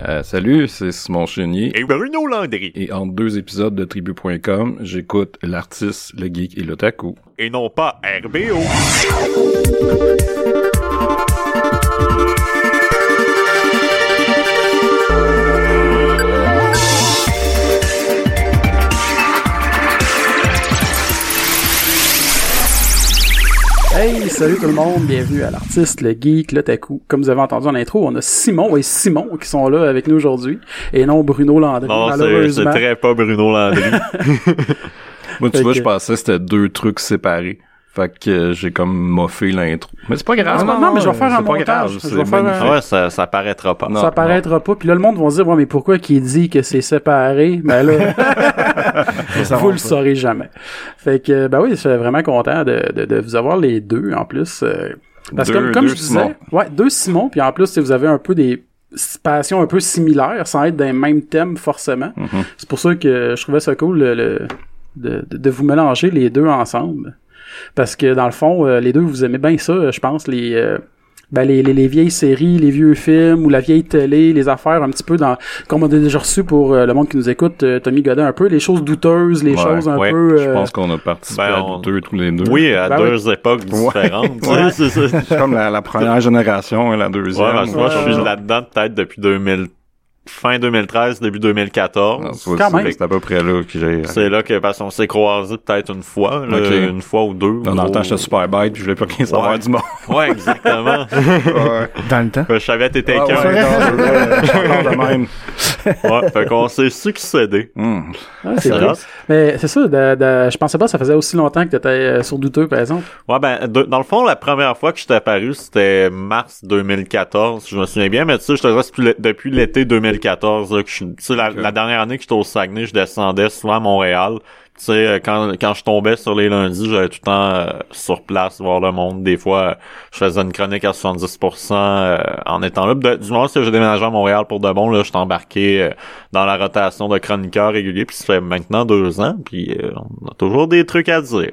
Euh, salut, c'est Simon Chenier. Et Bruno Landry. Et entre deux épisodes de Tribu.com, j'écoute l'artiste, le geek et l'otaku. Et non pas RBO. Hey, salut tout le monde, bienvenue à l'artiste, le geek, le taku. Comme vous avez entendu en intro, on a Simon et Simon qui sont là avec nous aujourd'hui, et non Bruno Landry, Non, c'est c'est malheureusement. très pas Bruno Landry. Moi, tu Fait vois, que- je pensais que c'était deux trucs séparés. Fait que euh, j'ai comme moffé l'intro. Mais c'est pas grave. Non, non, mais je vais faire un c'est pas montage. grave, Je c'est vais faire un- magnifique. ouais, ça, ça paraîtra pas. Non. ça paraîtra pas, puis là le monde va se dire, ouais, mais pourquoi qu'il dit que c'est séparé? Ben là, vous le saurez jamais. Fait que, ben oui, je suis vraiment content de, de, de vous avoir les deux, en plus. euh, Parce que, Deux- comme, comme deux je disais, Simons. ouais, deux Simons, puis en plus, tu sais, vous avez un peu des passions un peu similaires, sans être dans les mêmes thèmes forcément. Mhm. C'est pour ça que je trouvais ça cool le- le- de, de, de vous mélanger les deux ensemble. Parce que, dans le fond, euh, les deux, vous aimez bien ça, euh, je pense, les... euh, ben, les, les, les vieilles séries, les vieux films ou la vieille télé, les affaires un petit peu dans comme on a déjà reçu pour euh, le monde qui nous écoute, euh, Tommy Godin, un peu les choses douteuses, les Ouais, choses un ouais, peu Je euh, pense qu'on a participé Ben, à on- deux tous les deux. Oui, à Ben deux époques différentes. tu sais, Ouais. c'est ça. C'est comme la, la première génération et la deuxième. Ouais, parce que moi, Ouais, je suis ouais. là-dedans peut-être depuis 2000, fin 2013, début 2014. Non, tu vois, Quand c'est- même. C'est à peu près là que j'ai. euh, C'est là que, parce qu'on s'est croisés peut-être une fois, là, Ok. une fois ou deux. Dans le gros. temps, j'étais super bête puis je voulais pas rien savoir Ouais. du monde. Ouais, exactement. ouais. Dans le temps. je savais que t'étais Ah, ouais, qu'un. non, ouais, je parle de même. Ouais, fait qu'on s'est succédé. Hum. ouais, ah, c'est Ça cool. reste. Mais c'est ça, de- de- je pensais pas que ça faisait aussi longtemps que t'étais euh, sur douteux, par exemple. Ouais, ben, de- dans le fond, la première fois que je t'ai apparu, c'était mars 2014, si je me souviens bien, mais tu sais, je te dirais, c'est plus le- depuis l'été 2014, là, que je suis- tu sais, la, la dernière année que j'étais au Saguenay, je descendais souvent à Montréal. Tu sais, euh, quand, quand je tombais sur les lundis, j'allais tout le temps euh, sur place voir le monde. Des fois, euh, je faisais une chronique à 70% euh, en étant là. Puis de- du moment que j'ai déménagé à Montréal pour de bon, là, je suis embarqué euh, dans la rotation de chroniqueurs réguliers, puis ça fait maintenant deux ans, puis euh, on a toujours des trucs à dire.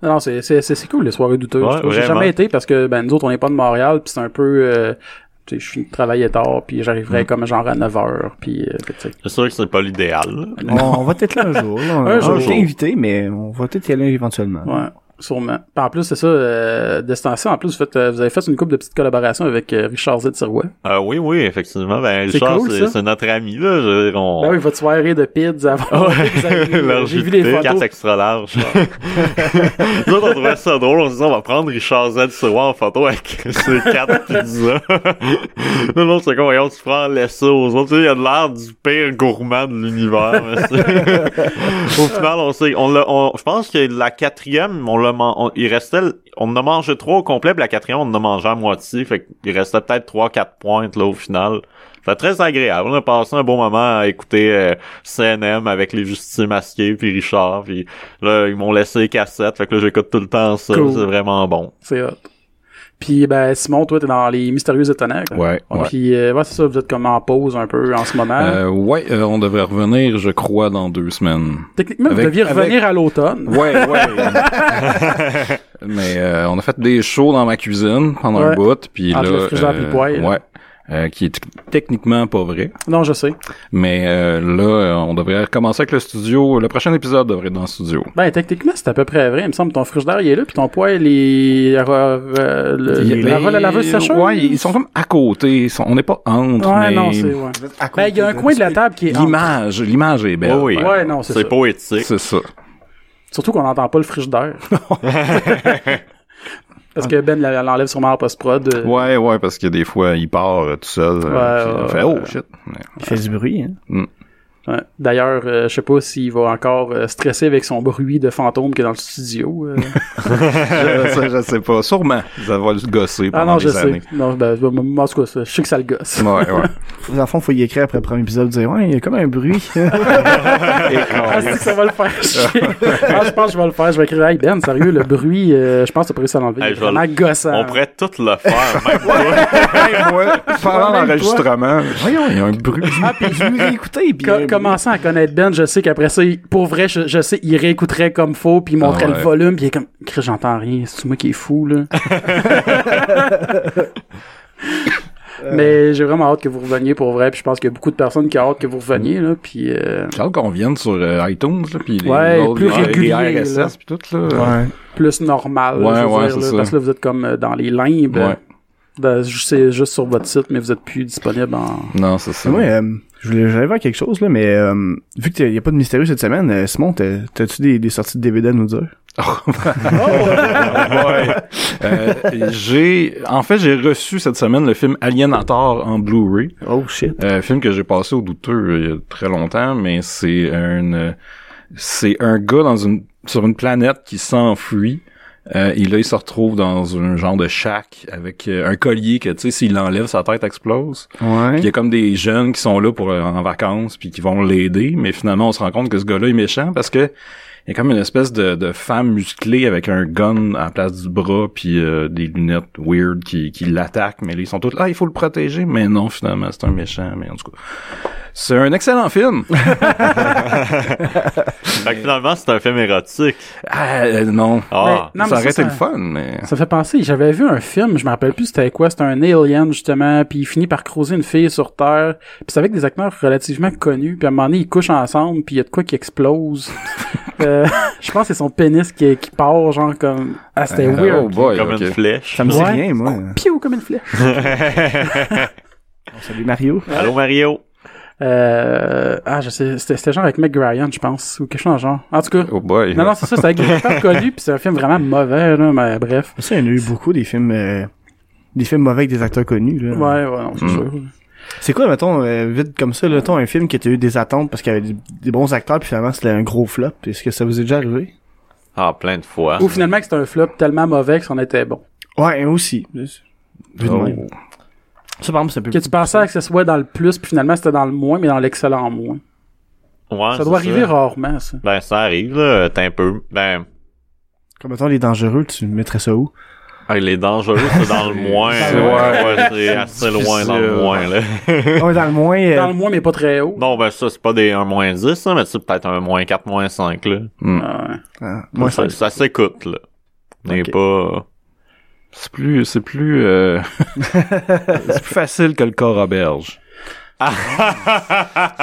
Non, c'est, c'est, c'est, c'est cool les soirées douteuses. Ouais, Je trouve. J'ai vraiment. jamais été parce que ben nous autres on n'est pas de Montréal puis c'est un peu euh, tu sais, je suis travaillé tard puis Mm. j'arriverais comme genre à 9h puis euh, tu sais. C'est sûr que c'est pas l'idéal. là. On, on va peut-être là un jour. là. On, Un on jour. est invité, mais on va peut-être y aller éventuellement. ouais, sûrement. Puis en plus c'est ça euh, de ce temps-ci en plus vous, faites, euh, vous avez fait une couple de petites collaborations avec euh, Richard Z Sirois. Euh, oui, oui, effectivement. Ben, C'est Richard, cool, c'est ça. c'est notre ami, là. Je veux dire, on... Ben oui, votre soirée de pids avant. Vous avez- Leur j'ai vu JT, les photos. carte extra large. Nous autres, on trouvait ça drôle. On se disait, on va prendre Richard Z sur en photo avec ses quatre pizzas. non, non, c'est con. Voyons, tu prends laisser aux autres. Tu sais, il y a de l'air du pire gourmand de l'univers. mais c'est- Au final, on sait, on l'a, on- je pense que la quatrième, on l'a, man- on- il restait, on en a mangé trois au complet, puis la quatrième, on en a mangé à moitié. Fait qu'il restait peut-être trois, quatre pointes, là, au final. C'était très agréable. On a passé un bon moment à écouter euh, CNM avec les justiciers masqués puis Richard. Puis là, ils m'ont laissé les cassettes. Fait que là, j'écoute tout le temps ça. Cool. C'est vraiment bon. C'est hot. Puis ben Simon toi t'es dans les mystérieux étonnants. quoi. Ouais, ouais. Puis euh, ouais, c'est ça vous êtes comme en pause un peu en ce moment. Euh, ouais, euh, on devrait revenir, je crois, dans deux semaines. Techniquement avec- vous deviez revenir à l'automne. Ouais, ouais. Mais euh, on a fait des shows dans ma cuisine pendant Ouais. un bout, puis Entre là, le frigidaire puis le poêle. ouais, euh, qui est techniquement pas vrai. Non je sais. Mais euh, là, euh, on devrait recommencer avec le studio. Le prochain épisode devrait être dans le studio. Ben, techniquement, c'est à peu près vrai. Il me semble que ton frigidaire, il est là, puis ton poêle, il... euh, le- Il- la, mais- la laveuse sécheuse. Ouais, ils sont comme à côté. Ils sont- on n'est pas entre, Ouais, mais non, c'est... Ouais. Ben, il y a un coin de la table qui est... entre. l'image, l'image est belle. Oh Oui, oui. Ouais, non, c'est C'est ça. poétique. C'est ça. Surtout qu'on n'entend pas le frigidaire. Parce que Ben la- l'enlève sûrement en post-prod. euh, Ouais, ouais, parce que des fois, il part euh, tout seul. euh, Ouais, puis on ouais, fait, ouais. oh, shit. Mais- Il fait du bruit, hein. ouais. D'ailleurs, euh, je sais pas s'il va encore euh, stresser avec son bruit de fantôme qui est dans le studio. euh. je, ça, je sais pas. Sûrement, ça va le gosser ah pendant non, je des sais. années. Non, ben, moi, en tout cas, ça- je sais que ça le gosse. Ouais, ouais. Dans le fond, faut y écrire après le premier épisode, dire, ouais, il y a comme un bruit. Ah, c'est que ça va le faire chier. Ah, je pense que je vais le faire. Je vais écrire, hey Ben, sérieux, le bruit, euh, je pense que t'as pas réussi à l'enlever. Hey, Il est je vais vraiment gossant. On pourrait tout le faire. Même toi. Hey, moi, pendant Toi-même, l'enregistrement, voyons, il y a un bruit. ah, puis je l'ai écouté, puis. Co- commençant à connaître Ben, je sais qu'après ça, il- pour vrai, je, je sais, il réécouterait comme faux, puis il montrait Ah ouais. le volume, puis il est comme, Chris, j'entends rien, c'est moi qui est fou, là. Mais j'ai vraiment hâte que vous reveniez pour vrai. Puis je pense qu'il y a beaucoup de personnes qui ont hâte que vous reveniez. Là, puis, euh, J'ai hâte qu'on vienne sur euh, iTunes, là, puis les, Ouais, autres, plus les- les régulier, là. RSS, puis tout, là. Ouais. plus normal. là, Ouais, je veux ouais, dire, c'est là, ça. parce que là, vous êtes comme euh, dans les limbes. Ouais. Dans- je sais juste sur votre site, mais vous êtes plus disponible en. Non, c'est ça. Mais moi, euh, je voulais j'allais voir quelque chose, là, mais euh, vu qu'il n'y a pas de mystérieux cette semaine, euh, Simon, t'as- t'as-tu des, des sorties de DVD à nous dire? Ouais. Euh, j'ai, en fait, j'ai reçu cette semaine le film Alienator en Blu-ray. Oh shit. Euh, film que j'ai passé au douteux euh, il y a très longtemps, mais c'est un euh, c'est un gars dans une sur une planète qui s'enfuit. Euh, et là, il se retrouve dans un genre de shack avec euh, un collier que, tu sais, s'il l'enlève, sa tête explose. Puis Il y Ouais. a comme des jeunes qui sont là pour euh, en vacances puis qui vont l'aider, mais finalement, on se rend compte que ce gars-là est méchant parce que il y a comme une espèce de, de femme musclée avec un gun à la place du bras puis euh, des lunettes weird qui, qui l'attaquent, mais là, ils sont tous là, ah, il faut le protéger, mais non, finalement, c'est un méchant, mais en tout cas. C'est un excellent film. Fait que finalement, c'est un film érotique. ah, euh, non. Ah. Mais- non, ça mais aurait été ça, le ça- fun, mais... Ça fait penser, j'avais vu un film, je me rappelle plus c'était quoi, c'était un alien justement, puis il finit par croiser une fille sur Terre, puis c'est avec des acteurs relativement connus, puis à un moment donné ils couchent ensemble, puis il y a de quoi qui explose. Euh, je pense que c'est son pénis qui, qui part genre comme... Ah c'était Oh weird. boy, comme ok. une flèche. Ça me dit Ouais. rien, moi. Piou comme une flèche. Salut Mario. Allô Mario. Euh, ah je sais, c'était c'était genre avec Meg Ryan je pense, ou quelque chose dans le genre. En tout cas... Oh boy. Non, non, c'est ça, c'est avec des acteurs connus, puis c'est un film vraiment mauvais, là, mais bref. Ça, il y en a eu beaucoup des films euh, des films mauvais avec des acteurs connus. Là. Ouais, ouais, non, c'est Mm. sûr. C'est quoi, mettons, euh, vite comme ça, là, mettons, un film qui a eu des attentes parce qu'il y avait des, des bons acteurs, puis finalement c'était un gros flop. Est-ce que ça vous est déjà arrivé? Ah, plein de fois. Ou finalement que c'était un flop tellement mauvais que c'en était bon. Ouais, aussi. Vu de Oh. même. Ça, par exemple, ça peut... Que tu pensais que ce soit dans le plus, puis finalement c'était dans le moins, mais dans l'excellent moins. Ouais, ça doit Ah, c'est arriver rarement, ça. Ben, ça arrive, là. T'es un peu. Ben, Comme, mettons, Les Dangereux, tu mettrais ça où? ah, il est dangereux, c'est dans le moins. C'est- là. Ouais, c'est assez loin dans le difficile. moins, là. ouais, dans le moins... euh, Dans le moins, mais pas très haut. Non, ben, ça, c'est pas des 1 moins 10, hein, mais c'est peut-être un moins 4, moins 5, là. Hmm. Ah ouais. ah, moi, ça, ça s'écoute, là. On n'est Ok. pas. C'est plus... C'est plus... euh, c'est plus facile que le corps à berge.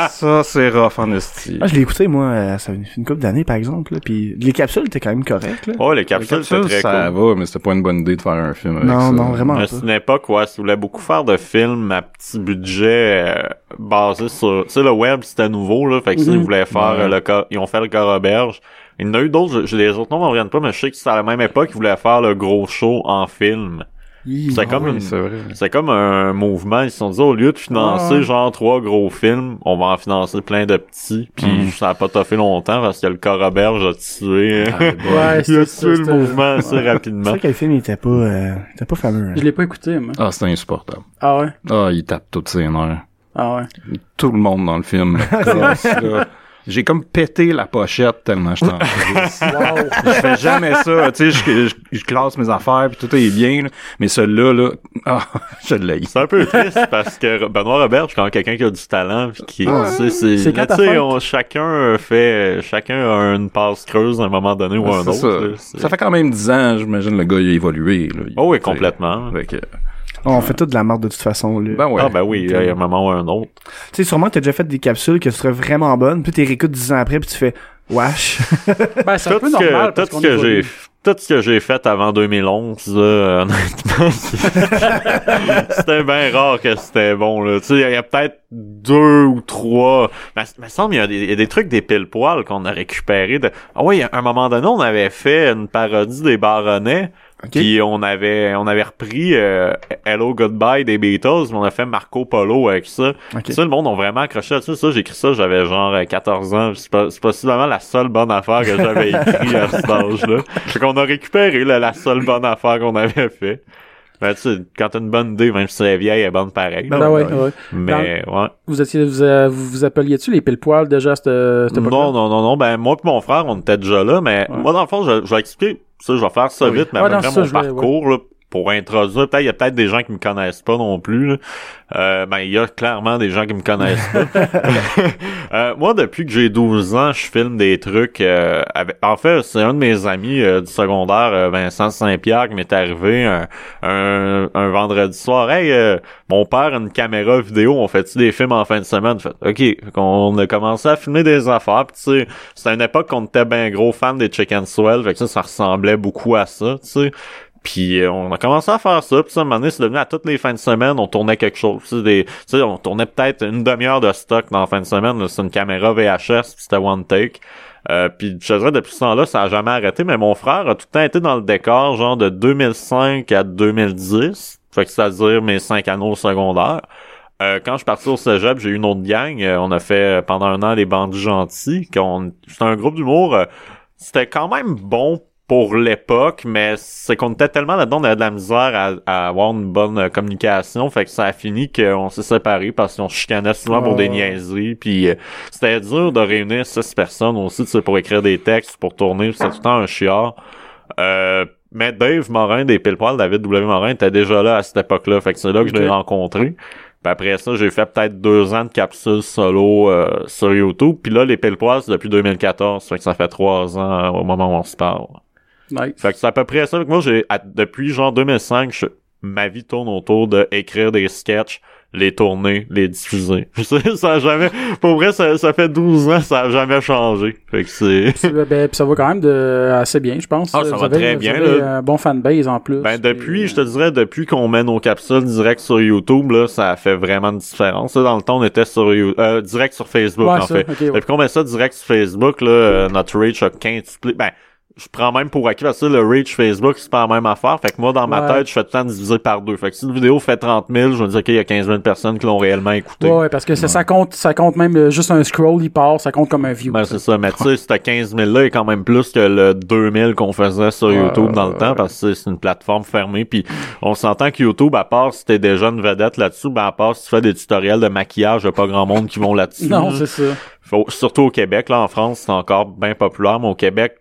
Ça, c'est rough en esti. Ah, je l'ai écouté, moi, euh, ça fait une- une couple d'années, par exemple, là, puis les capsules étaient quand même correctes, là. Oh, les capsules, c'est très ça cool. va, mais c'était pas une bonne idée de faire un film avec ça. non, non, vraiment Mais pas. C'est une époque où elle voulait beaucoup faire de films à petit budget euh, basé sur... Tu sais, le web, c'était nouveau, là. Fait que ça, ils Mhm. voulaient faire euh, le corps... Ils ont fait le corps auberge. Il y en a eu d'autres, je- je, les autres noms, on regarde pas, mais je sais que c'est à la même époque, ils voulaient faire le gros show en film. Ah C'est comme ah Oui, une- c'est vrai. C'est comme un mouvement, ils se sont dit, au lieu de financer Ouais. genre trois gros films, on va en financer plein de petits, puis Mhm. ça a pas toffé longtemps parce que le corps auberge a tué... Ouais, il a Ah, c'est ça. tué le c'est- mouvement assez C'est rapidement. vrai que le film, il était pas, euh, il était pas fameux. hein. Je l'ai pas écouté, moi. Ah, c'est insupportable. Ah ouais? Ah, il tape toutes ses nerfs. Ah ouais. Tout le monde dans le film. là. J'ai comme pété la pochette tellement je t'en crisse. Wow. Je fais jamais ça, tu sais, je, je, je classe mes affaires puis tout est bien, là. mais celui-là, là, ah, je l'ai. C'est un peu triste parce que Benoît Robert, c'est quand même quelqu'un qui a du talent puis qui tu sais, c'est C'est quand là, ta tu sais, fête? on- chacun fait chacun a une passe creuse à un moment donné ou à un C'est autre. là, ça. c'est- ça fait quand même 10 ans, j'imagine, le gars, il a évolué. Là. Il- Oh oui, tu sais, complètement. Fait que, On fait tout de la merde de toute façon, là. ben ouais. Ah ben oui, il y a un moment ou à un autre. Tu sais, sûrement que t'as déjà fait des capsules que tu serais vraiment bonnes, puis t'es réécoutes dix ans après, puis tu fais, wesh. Ben, c'est un Tout peu ce que normal. tout parce ce qu'on que j'ai évolue. tout ce que j'ai fait avant 2011, là, euh, honnêtement, c'est- c'était bien rare que c'était bon. Là. Tu sais, il y a peut-être deux ou trois. Mais il me semble qu'il y a des- il y, a des trucs des pile poils qu'on a récupérés. De... Ah oui, à un moment donné, on avait fait une parodie des baronnets. Puis on avait on avait repris euh, Hello Goodbye des Beatles, mais on a fait Marco Polo avec ça. Ok. Ça, le monde ont vraiment accroché à ça. Ça, j'écris ça, j'avais genre euh, 14 ans. C'est pas- c'est possiblement la seule bonne affaire que j'avais écrite à cet âge-là. Fait qu'on a récupéré là, la seule bonne affaire qu'on avait fait. Ben, tu sais, quand t'as une bonne idée, même si c'est vieille, elle est bonne pareil. Ben ouais, ouais. Mais, ouais. Vous étiez, vous, euh, vous vous appeliez-tu les pile-poils déjà à cette, cette époque-là? Non, non, non, non. Ben, moi pis mon frère, on était déjà là, mais Ouais. moi, dans le fond, je, je vais expliquer. Ça, je vais faire ça Oui. vite, mais Ouais, après non, ça, mon je voulais- parcours, là, pour introduire, peut-être, il y a peut-être des gens qui me connaissent pas non plus. là. Euh, ben, il y a clairement des gens qui me connaissent pas. Euh, moi, depuis que j'ai 12 ans, je filme des trucs. euh, avec... En fait, c'est un de mes amis euh, du secondaire, euh, Vincent Saint-Pierre, qui m'est arrivé un, un, un vendredi soir. Hey, euh, mon père a une caméra vidéo, on fait-tu des films en fin de semaine? Fait, ok, Fait qu'on a commencé à filmer des affaires, pis tu sais, c'était une époque qu'on était ben gros fan des Chicken Swell, fait que ça, ça ressemblait beaucoup à ça, tu sais. Puis euh, on a commencé à faire ça, puis ça, à un moment donné, c'est devenu à toutes les fins de semaine, on tournait quelque chose. Tu sais, des- tu sais, on tournait peut-être une demi-heure de stock dans la fin de semaine, là. c'est une caméra VHS, puis c'était one take. Euh, puis je te dirais, depuis ce temps-là, ça a jamais arrêté, mais mon frère a tout le temps été dans le décor, genre de 2005 à 2010, fait que c'est-à-dire mes cinq anneaux secondaires. Euh, quand je suis parti au cégep, j'ai eu une autre gang. Euh, on a fait euh, pendant un an les bandits gentils. qu'on- C'était un groupe d'humour. euh, C'était quand même bon pour l'époque, mais c'est qu'on était tellement là-dedans, on avait de la misère à, à avoir une bonne euh, communication. Fait que ça a fini qu'on s'est séparés parce qu'on se chicanait souvent pour des Ah. niaiseries. Puis euh, c'était dur de réunir six personnes aussi tu sais, pour écrire des textes, pour tourner. C'était tout le temps un chiard. Euh, mais Dave Morin des Pilpoil, David W. Morin, était déjà là à cette époque-là. Fait que c'est là que je l'ai Ok. rencontré. Puis après ça, j'ai fait peut-être deux ans de capsules solo euh, sur YouTube. Puis là, les Pilpoils, c'est depuis 2014. Fait que ça fait trois ans euh, au moment où on se parle. Nice. Fait que c'est à peu près ça. Fait que moi, j'ai, à- depuis genre 2005, je- ma vie tourne autour de écrire des sketchs, les tourner, les diffuser. ça ça a jamais, pour vrai, ça, ça fait 12 ans, ça a jamais changé. Fait que c'est, Puis, euh, ben, puis ça va quand même de, assez bien, je pense. Ah, ça Vous va avez- très vous bien, avez là. un bon fanbase en plus. ben, depuis, Et, je te dirais, depuis qu'on met nos capsules direct sur YouTube, là, ça fait vraiment une différence. Là, dans le temps, on était sur, You- euh, direct sur Facebook, Ouais, en ça, fait. ok, ouais. Depuis qu'on met ça direct sur Facebook, là, euh, notre reach a quintuplé. Ben, je prends même pour acquis parce que le reach Facebook, c'est pas la même affaire. Fait que moi, dans ma Ouais. tête, je fais tout le temps diviser par deux. Fait que si une vidéo fait 30 000, je me dis, OK, il y a 15 000 personnes qui l'ont réellement écouté. Ouais, ouais, parce que ça, ça compte, ça compte même euh, juste un scroll, il part, ça compte comme un view. Ben, c'est ça. Mais tu sais, c'était 15 000 là est quand même plus que le 2000 qu'on faisait sur YouTube dans le temps parce que c'est une plateforme fermée. Puis on s'entend que YouTube, à part si t'es déjà une vedette là-dessus, ben à part si tu fais des tutoriels de maquillage, y a pas grand monde qui vont là-dessus. non, c'est ça. Faut- surtout au Québec, là, en France, c'est encore bien populaire, mais au Québec,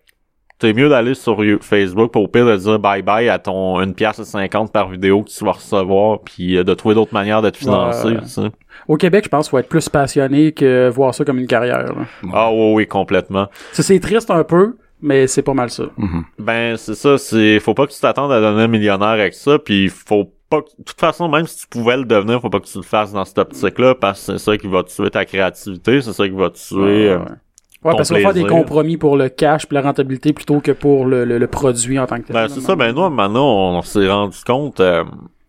c'est mieux d'aller sur You- Facebook pour au pire de dire bye bye à ton une pièce et cinquante par vidéo que tu vas recevoir, puis euh, de trouver d'autres manières de te financer. Ouais. tu sais. Au Québec, je pense qu'il faut être plus passionné que voir ça comme une carrière. là. Ah oui, oui, complètement. Ça, c'est triste un peu, mais c'est pas mal ça. Ben c'est ça, c'est faut pas que tu t'attendes à devenir millionnaire avec ça, puis faut pas que- de toute façon même si tu pouvais le devenir, faut pas que tu le fasses dans cette optique là parce que c'est ça qui va tuer ta créativité, c'est ça qui va tuer Ouais, euh, ouais. Ouais, ton parce qu'on va faire des plaisir. compromis pour le cash puis la rentabilité plutôt que pour le, le- le produit en tant que tel. Ben, c'est ça, ben nous, maintenant, on s'est rendu compte, euh,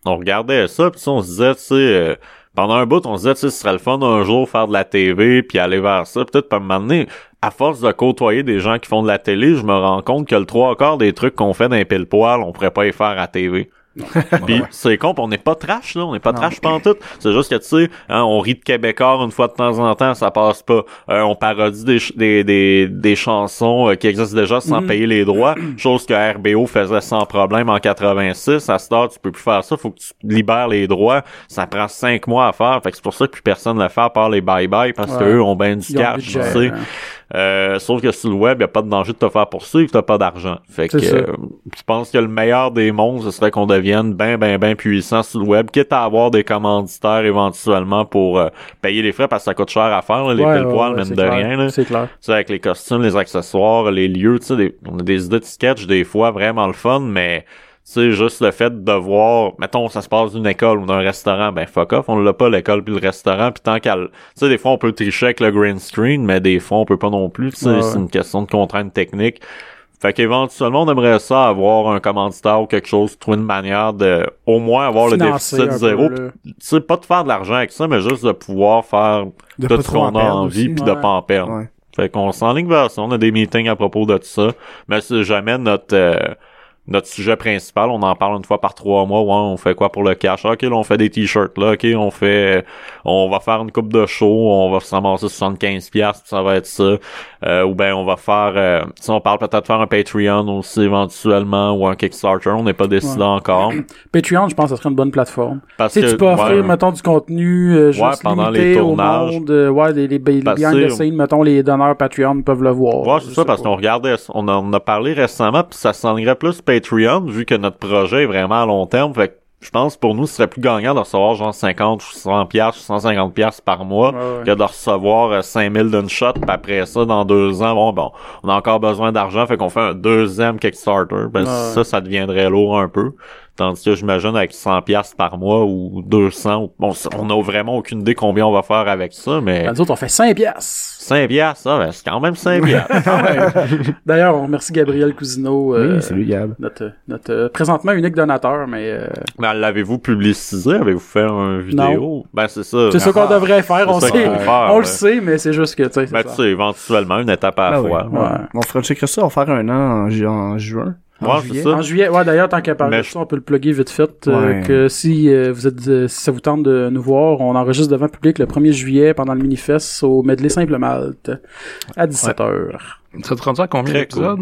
on regardait ça, puis on se disait, tu sais, euh, pendant un bout, on se disait, tu sais, ce serait le fun un jour faire de la TV, puis aller vers ça, peut-être pas m'amener. À force de côtoyer des gens qui font de la télé, je me rends compte que le trois quarts des trucs qu'on fait d'un pile poil, on pourrait pas les faire à TV. Puis c'est con, pis on n'est pas trash là, on n'est pas trash pantoute. C'est juste que tu sais, hein, on rit de Québécois une fois de temps en temps, ça passe pas. Euh, on parodie des, ch- des, des, des chansons euh, qui existent déjà Mm-hmm. sans payer les droits, chose que RBO faisait sans problème en 86. À cette heure, tu peux plus faire ça, faut que tu libères les droits. Ça prend cinq mois à faire, fait que c'est pour ça que plus personne le fait à part les bye-bye parce que Ouais. eux ont ben du Ils ont le cash, tu budget, sais. hein. Euh, sauf que sur le web, il a pas de danger de te faire poursuivre, t'as pas d'argent. Fait que C'est ça. euh, je pense que le meilleur des mondes, ce serait qu'on devienne ben ben ben puissant sur le web, quitte à avoir des commanditaires éventuellement pour euh, payer les frais parce que ça coûte cher à faire, là, les Ouais, pile poils ouais, ouais, mènent c'est de clair, rien. Là. Tu C'est clair. sais, avec les costumes, les accessoires, les lieux, tu sais, des- on a des idées de sketch des fois vraiment le fun, mais tu sais, juste le fait de voir, mettons, ça se passe d'une école ou d'un restaurant, ben fuck off, on l'a pas l'école puis le restaurant, puis tant qu'à... l- Tu sais, des fois, on peut tricher avec le green screen, mais des fois, on peut pas non plus, tu sais, Ouais, ouais. c'est une question de contrainte technique. Fait qu'éventuellement, on aimerait ça avoir un commanditaire ou quelque chose, trouver une manière de, au moins, avoir Financer le un déficit peu, zéro. là. puis, Tu sais, pas de faire de l'argent avec ça, mais juste de pouvoir faire De tout pas ce trop en qu'on a perdre envie, aussi. puis de Ouais. pas en perdre. Ouais. Fait qu'on s'enligne vers ça. On a des meetings à propos de tout ça. Mais c'est jamais notre, euh, notre sujet principal. On en parle une fois par trois mois. Ouais, on fait quoi pour le cash? Ah, Ok, là, on fait des t-shirts. Là, ok, on fait, on va faire une coupe de show. On va se ramasser 75 piastres, puis ça va être ça. Euh, ou ben, on va faire, euh, tu sais, on parle peut-être de faire un Patreon aussi éventuellement ou un Kickstarter. On n'est pas décidé Ouais. encore. Patreon, je pense que ça serait une bonne plateforme. Parce Tu sais, tu peux offrir, ouais. mettons, du contenu euh, Ouais, juste pendant limité les au tournages. monde. euh, ouais, les, les, les Parce behind the que- scenes, mettons, les donneurs Patreon peuvent le voir. Ouais, c'est Je ça, sais parce pas. qu'on regardait, on en a parlé récemment, puis ça s'enlignerait plus Patreon, vu que notre projet est vraiment à long terme. Fait que je pense pour nous, ce serait plus gagnant de recevoir genre 50 ou 100 piastres, ou 150 piastres par mois Ouais, ouais. que de recevoir euh, 5000 d'une shot. Puis après ça, dans deux ans, bon, bon, on a encore besoin d'argent. Fait qu'on fait un deuxième Kickstarter. Ben, Ouais. ça, ça deviendrait lourd un peu. Tandis que j'imagine avec 100 piastres par mois ou 200, ou- bon, on n'a vraiment aucune idée combien on va faire avec ça, mais... Ben, nous autres, on fait 5 piastres. 5 piastres, ça, ben, c'est quand même 5 piastres. D'ailleurs, on remercie Gabriel Cousineau, euh, Oui, c'est lui, Gab. notre, notre euh, présentement unique donateur, mais euh, Ben, l'avez-vous publicisé? Avez-vous fait un vidéo? Ben, c'est ça. c'est ça qu'on Ah. devrait faire. On, ça sait, qu'on devrait faire, on ouais. le sait, mais c'est juste que, tu sais, c'est Ben, tu ça. sais, éventuellement, une étape à la Ah oui. fois. Ouais. On fera checker ça, on va faire un an en, ju- en juin. Ouais, En c'est juillet. ça. En juillet, ouais, d'ailleurs, tant qu'à parler Mais de je- ça, on peut le plugger vite fait. euh, Ouais. que si euh, vous êtes, euh, si ça vous tente de nous voir, on enregistre devant le public le 1er juillet pendant le mini-fest au Medley Simple Malte à 17h. Ça te rend à combien Très d'épisodes?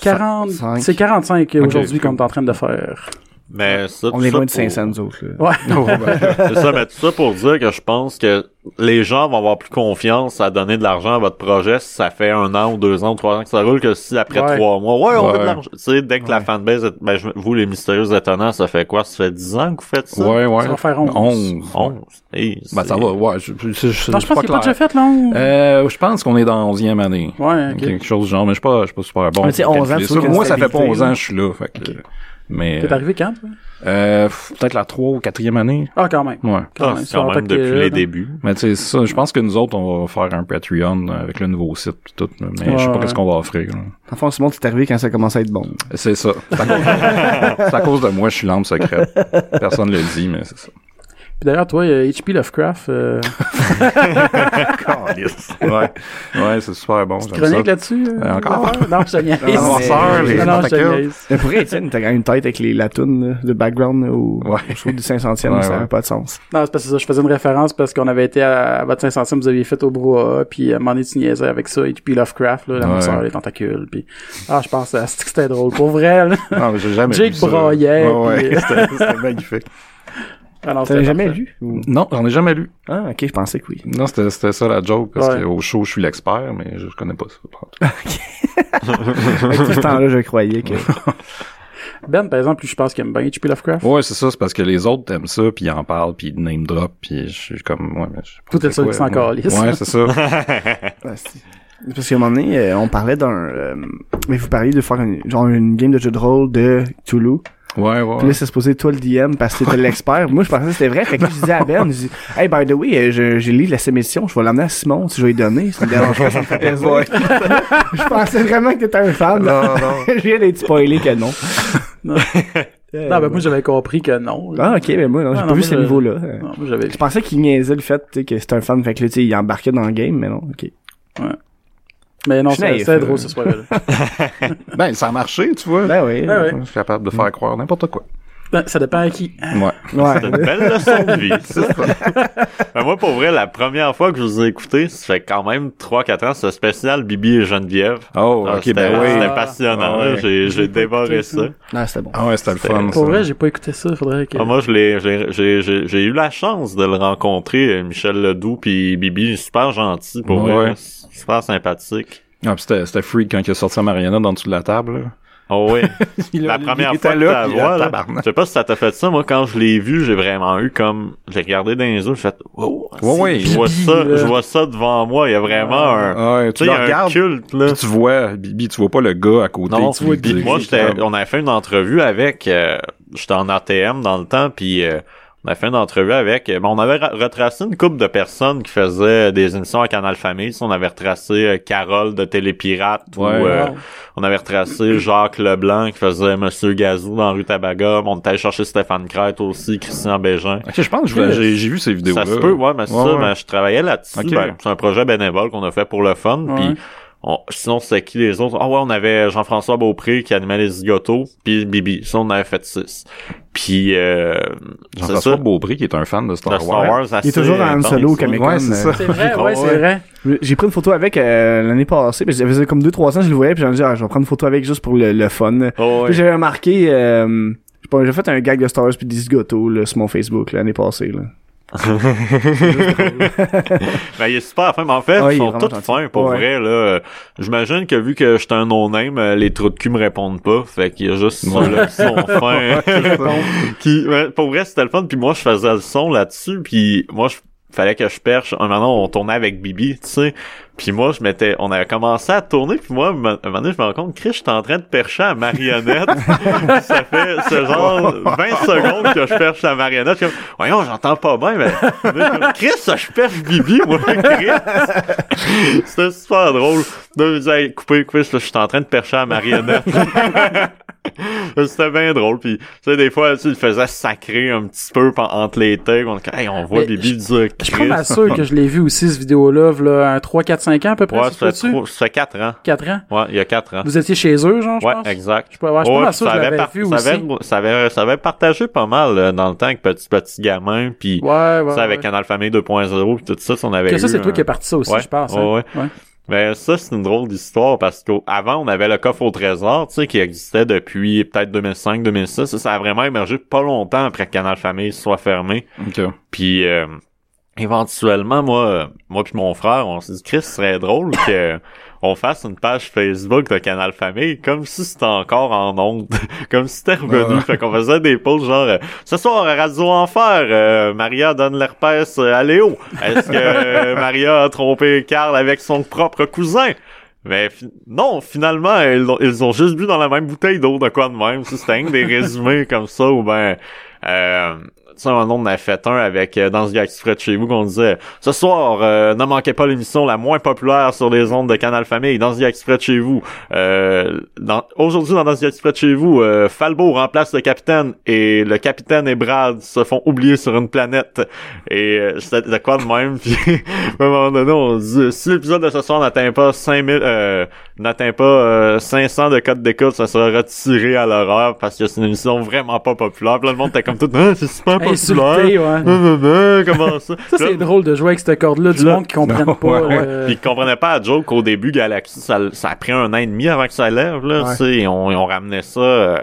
40, 45. c'est 45 aujourd'hui c'est qu'on cool. est en train de faire. Mais ça, On tout est ça loin de pour- 500, nous autres. là. Ouais. C'est ça, mais tout ça pour dire que je pense que les gens vont avoir plus confiance à donner de l'argent à votre projet si ça fait un an ou deux ans ou trois ans que ça roule que si après Ouais. trois mois, ouais, on veut de Ouais. l'argent. Tu sais, dès que la fanbase, est- ben, je- vous, les mystérieux étonnants, ça fait quoi? Ça fait dix ans que vous faites ça? Ouais, ouais. Ça va faire onze. Onze. Hey, Ben, c'est- ça va, ouais. Je, je, je, je- je Non, je suis pense qu'il n'est pas déjà clair. fait, là. on- Euh, je pense qu'on est dans 11e année. ouais, ok. Quelque chose du genre, mais je suis pas, je suis pas super bon. Mais tu sais, pour 11 ans, calculer tu ça. trouves qu'il y a Moi, une ça fait pas stabilité, 11 ans là. que je suis là. Fait que, Mais T'es arrivé quand, toi? euh, pff, peut-être la 3 ou 4e année. Ah, quand même. Ouais. Ah, c'est quand ça même fait que, depuis euh, les non. débuts. Mais tu sais, c'est ça, je pense que nous autres, on va faire un Patreon avec le nouveau site pis tout, mais je sais pas Ouais, qu'est-ce ouais. qu'on va offrir. là. En fond, Simon, c'est arrivé quand ça commence à être bon. C'est ça. C'est à, cause... c'est à cause de moi, je suis l'âme secrète. Personne le dit, mais c'est ça. Puis d'ailleurs, toi, euh, HP Lovecraft, euh, Ouais. Ouais, c'est super bon. j'aime chronique ça. là-dessus? euh, Euh, encore? l'affaire? Non, je te niaise. Non, Ah, non, sœur, les Non, non, je te tentacules. niaise. Mais pour vrai, Étienne, t'as quand même une tête avec les, la toune là, de background là, au, Ouais. au show du 500e, Ouais, ça ouais. n'avait pas de sens. Non, c'est parce que ça, je faisais une référence parce qu'on avait été à, à votre 500 vous aviez fait au brouhaha, puis à un moment donné, tu niaisais avec ça, et puis Lovecraft, là, la Ouais. minceur, les tentacules, puis... Ah, je pense, euh, c'est que c'était drôle. Pour vrai, là. Non, mais j'ai jamais Jake lu ça. Braillet, Ouais, ouais, puis- euh, c'était c'était magnifique. Ah non, T'avais c'était jamais parfait. lu? ou- Non, j'en ai jamais lu. Ah, ok, je pensais que oui. Non, c'était c'était ça la joke, parce Ouais. qu'au show, je suis l'expert, mais je connais pas ça. Avec tout ce temps-là, je croyais que... Ben, par exemple, lui, je pense qu'il aime bien HP Lovecraft. Ouais, c'est ça, c'est parce que les autres aiment ça, puis ils en parlent, puis ils name drop, puis je suis comme... Ouais, mais je sais pas Tout est c'est seul quoi, qui s'en moi. calisse. Ouais, c'est ça. Ah, c'est- Parce qu'à un moment donné, euh, on parlait d'un... euh, mais vous parliez de faire une, genre une game de jeu de rôle de Toulouse. Ouais, ouais. Puis là, c'est supposé toi le DM parce que t'étais l'expert. Moi, je pensais que c'était vrai. Fait que je disais à Ben, je dis, hey, by the way, euh, je, j'ai lu la sémission, je vais l'emmener à Simon si je vais lui donner. Ça me dérange pas, ça me fait plaisir. je pensais vraiment que t'étais un fan. Non, non. je viens d'être spoilé que non. Non. Euh, Non, ben, moi, j'avais compris que non. là. Ah, ok, mais moi, non, j'ai Ah, non, pas vu moi, ce je- niveau-là. Euh, Non, moi, j'avais... Je pensais qu'il niaisait le fait tu sais, que c'était un fan. Fait que là, tu sais, il embarquait dans le game, mais non, ok. Mais non, Je suis c'était naïf, c'était euh. drôle, ce soir-là. Ben, ça a marché, tu vois. Ben oui. Ben oui. Je suis capable de faire croire n'importe quoi. Ben, ça dépend à qui. Ouais. C'est Ouais. une belle leçon de vie. ça. Mais moi, pour vrai, la première fois que je vous ai écouté, ça fait quand même 3-4 ans, ce spécial Bibi et Geneviève. Oh, Ah, ok, c'était- ben oui. C'était passionnant. Ah, là. ouais. J'ai j'ai dévoré ça. Non, c'était bon. Ah ouais, c'était le fun. Pour ça. vrai, j'ai pas écouté ça. Faudrait que... Ah, moi, je l'ai, j'ai- j'ai j'ai- j'ai eu la chance de le rencontrer, euh, Michel Ledoux puis Bibi, super gentil pour Ouais. vrai, super sympathique. Ah, pis c'était, c'était freak quand il a sorti Mariana dans dessous de la table. Oh oui. la première fois que t'as puis là, voix, là, tabarnak. je sais pas si ça t'a fait ça, moi, quand je l'ai vu, j'ai vraiment eu comme, j'ai regardé dans les yeux, j'ai fait, wow, Ouais, ouais. je vois Oh, Bibi, ça, là. je vois ça devant moi, il y a vraiment un, Ah ouais, tu tu sais, il le y a un regardes, culte, là. pis tu vois, Bibi, tu vois pas le gars à côté. Non, tu vois puis moi, j'étais, on avait fait une entrevue avec, euh, j'étais en ATM dans le temps, puis euh, on a fait une entrevue avec, euh, ben, on avait ra- retracé une couple de personnes qui faisaient des émissions à Canal Famille. Tu sais, On avait retracé euh, Carole de Télépirate, ou, Ouais. euh, Wow. on avait retracé Jacques Leblanc qui faisait Monsieur Gazou dans Rue Tabaga. On était allé chercher Stéphane Crête aussi, Christian Bégin. Ok, je pense que je voulais- j'ai, j'ai vu ces vidéos-là. Ça se peut, ouais, mais c'est Ouais, ça, ouais. ben, je travaillais là-dessus. Ok. Ben, c'est un projet bénévole qu'on a fait pour le fun. Ouais. Puis on- sinon, c'est qui les autres? Ah ouais, on avait Jean-François Beaupré qui animait les zigotos, puis Bibi. Ça, on en avait fait six. Puis euh, c'est Jean-François ça. Beaupré, qui est un fan de Star, Le Star Wars, Il est toujours en intense, solo au euh, hein. Comic Ouais, c'est ça. C'est vrai, ouais, Ouais. c'est vrai. J'ai pris une photo avec euh, l'année passée, mais j'avais comme 2-3 ans, je le voyais, puis j'en ai dit, ah, je vais prendre une photo avec juste pour le, le fun. Oh, ouais. Puis j'avais marqué, euh, je sais pas, j'ai fait un gag de Star Wars puis des Goto là, sur mon Facebook là, l'année passée. Là. Ben, il est super fin, mais en fait, Ah, ils il est sont vraiment tous gentil. fins, pour Ouais. vrai, là. Euh, J'imagine que vu que j'étais un non-name, euh, les trous de cul me répondent pas, fait qu'il y a juste ceux là qui sont fins. qui, ouais, pour vrai, c'était le fun, puis moi, je faisais le son là-dessus, puis moi, je fallait que je perche. Un moment, on tournait avec Bibi, tu sais. Puis moi, je m'étais, on avait commencé à tourner, puis moi, un moment donné, je me rends compte, Chris, j'étais en train de percher à marionnette. ça fait, ce genre, 20 secondes que je perche la marionnette. Je suis comme, voyons, j'entends pas bien, mais, mais Chris, je perche Bibi, moi, Chris. C'était super drôle. Là, je me disais, hey, coupez, coupez, je suis en train de percher à marionnette. C'était bien drôle, puis tu sais, des fois, tu le faisais sacrer un petit peu pen- entre les tags, on, était, hey, on voit Mais Bibi dire Je Chris. suis pas mal sûr que je l'ai vu aussi, cette vidéo-là, v'là un 3, 4, 5 ans à peu près, Ouais, c'est ça dessus. fait, trois- ça fait quatre ans. 4 ans. Ouais, il y a quatre ans. Vous étiez chez eux, genre, je ouais, pense? exact. Je peux avoir, je suis Ouais, pas mal sûr que ça je l'avais par- vu ça aussi. avait- ça avait, ça avait partagé pas mal euh, dans le temps avec Petit Petit Gamin, puis Ouais, ouais. ça avec ouais. Canal Famille 2.0, puis tout ça, on avait Que ça, eu c'est toi un- qui as parti ça aussi, Ouais, je pense. hein. ouais, ouais. Mais Ben, ça, c'est une drôle d'histoire parce qu'avant, on avait le coffre au trésor, tu sais, qui existait depuis peut-être 2005-2006. Ça, ça a vraiment émergé pas longtemps après que Canal Famille soit fermé. Ok. Puis euh, éventuellement, moi, euh, moi puis mon frère, on s'est dit, Chris, ce serait drôle que on fasse une page Facebook de Canal Famille comme si c'était encore en ondes, comme si c'était revenu. Ah. Fait qu'on faisait des pauses genre, euh, ce soir à Radio Enfer, euh, Maria donne l'herpès euh, à Léo. Est-ce que euh, Maria a trompé Carl avec son propre cousin? Mais fi- non, finalement, ils l'ont- ils ont, juste bu dans la même bouteille d'eau de quoi de même. Ça, C'était un des résumés comme ça ou ben euh, tu sais, un moment donné, on en a fait un avec euh, dans ce gars qui se ferait de chez vous qu'on disait ce soir euh, ne manquez pas l'émission la moins populaire sur les ondes de Canal Famille dans ce gars qui se ferait de chez vous euh, dans- aujourd'hui dans dans ce gars qui se ferait de chez vous euh, Falbo remplace le capitaine et le capitaine et Brad se font oublier sur une planète et euh, c'était de quoi de même puis à un moment donné on dit si l'épisode de ce soir n'atteint pas 5000 euh, n'atteint pas euh, 500 de code d'écoute ça sera retiré à l'horreur parce que c'est une émission vraiment pas populaire Puis là, le monde était comme tout Ah, c'est super populaire Insulté, ouais. Hum, hum, hum, comment ça Ça, c'est Puis là, drôle de jouer avec cette corde-là, du Là- monde qui comprenne pas. ouais. euh, puis ils comprenaient pas la joke qu'au début Galaxy ça, ça a pris un an et demi avant que ça lève là Ouais. tu sais ils ont, ils ont ramené ça euh,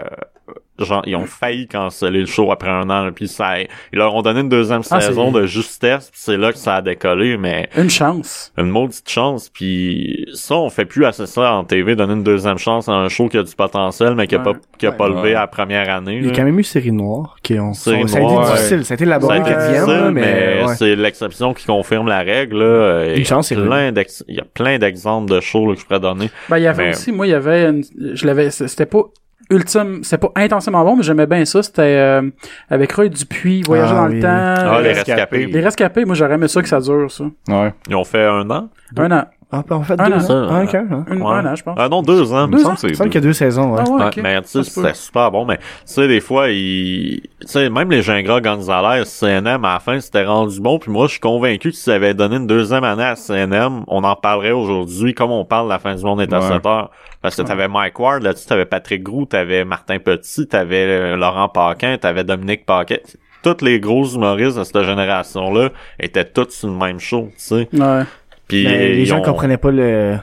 genre ils ont failli canceller le show après un an puis ça ils leur ont donné une deuxième Ah, c'est- saison de justesse puis c'est là que ça a décollé mais Une chance. une maudite chance puis ça on fait plus assez ça en TV donner une deuxième chance à un show qui a du potentiel mais qui a Ouais. pas qui a Ouais. pas levé Ouais. à la première année Il y a là. quand même eu série noire qui ont. Série ça a été noire, ouais. difficile, ça a été ça a laborieux Ouais, été qu'elle vienne, difficile, là, mais mais. ouais. c'est l'exception qui confirme la règle là. Une Et chance, c'est plein d'ex- il y a plein d'exemples de shows là, que je pourrais donner Ben, il y avait Mais- aussi, moi, il y avait une, je l'avais, c'était pas ultime, c'était pas intensément bon, mais j'aimais bien ça. C'était, euh, avec Roy Dupuis, Voyager Ah, dans le oui, temps. ah, euh, les rescapés. rescapés les rescapés, moi, j'aurais aimé ça que ça dure, ça. Ouais. ils ont fait un an Un an. Ah, on fait Ah, deux non. ans. Ah, ok, hein. Une- Ouais. Un an, je pense. ah non deux ans Il me semble ans? que c'est Il me semble deux. qu'il y a deux saisons, ouais. Ah ouais, Ouais, ok. mais tu sais, Ça se peut. c'était super bon, mais tu sais, des fois, ils... tu sais, même les Gingras Gonzalez, CNM, à la fin, c'était rendu bon, puis moi, je suis convaincu que si ça avait donné une deuxième année à CNM, on en parlerait aujourd'hui, comme on parle de la fin du monde est à Ouais. 7 heures. Parce que t'avais Mike Ward là-dessus, t'avais Patrick Groux, t'avais Martin Petit, t'avais euh, Laurent Paquin, t'avais Dominique Paquet. Toutes les gros humoristes de cette génération-là étaient tous sur le même show, tu sais. Ouais. Puis Mais ils les gens ont- comprenaient pas le.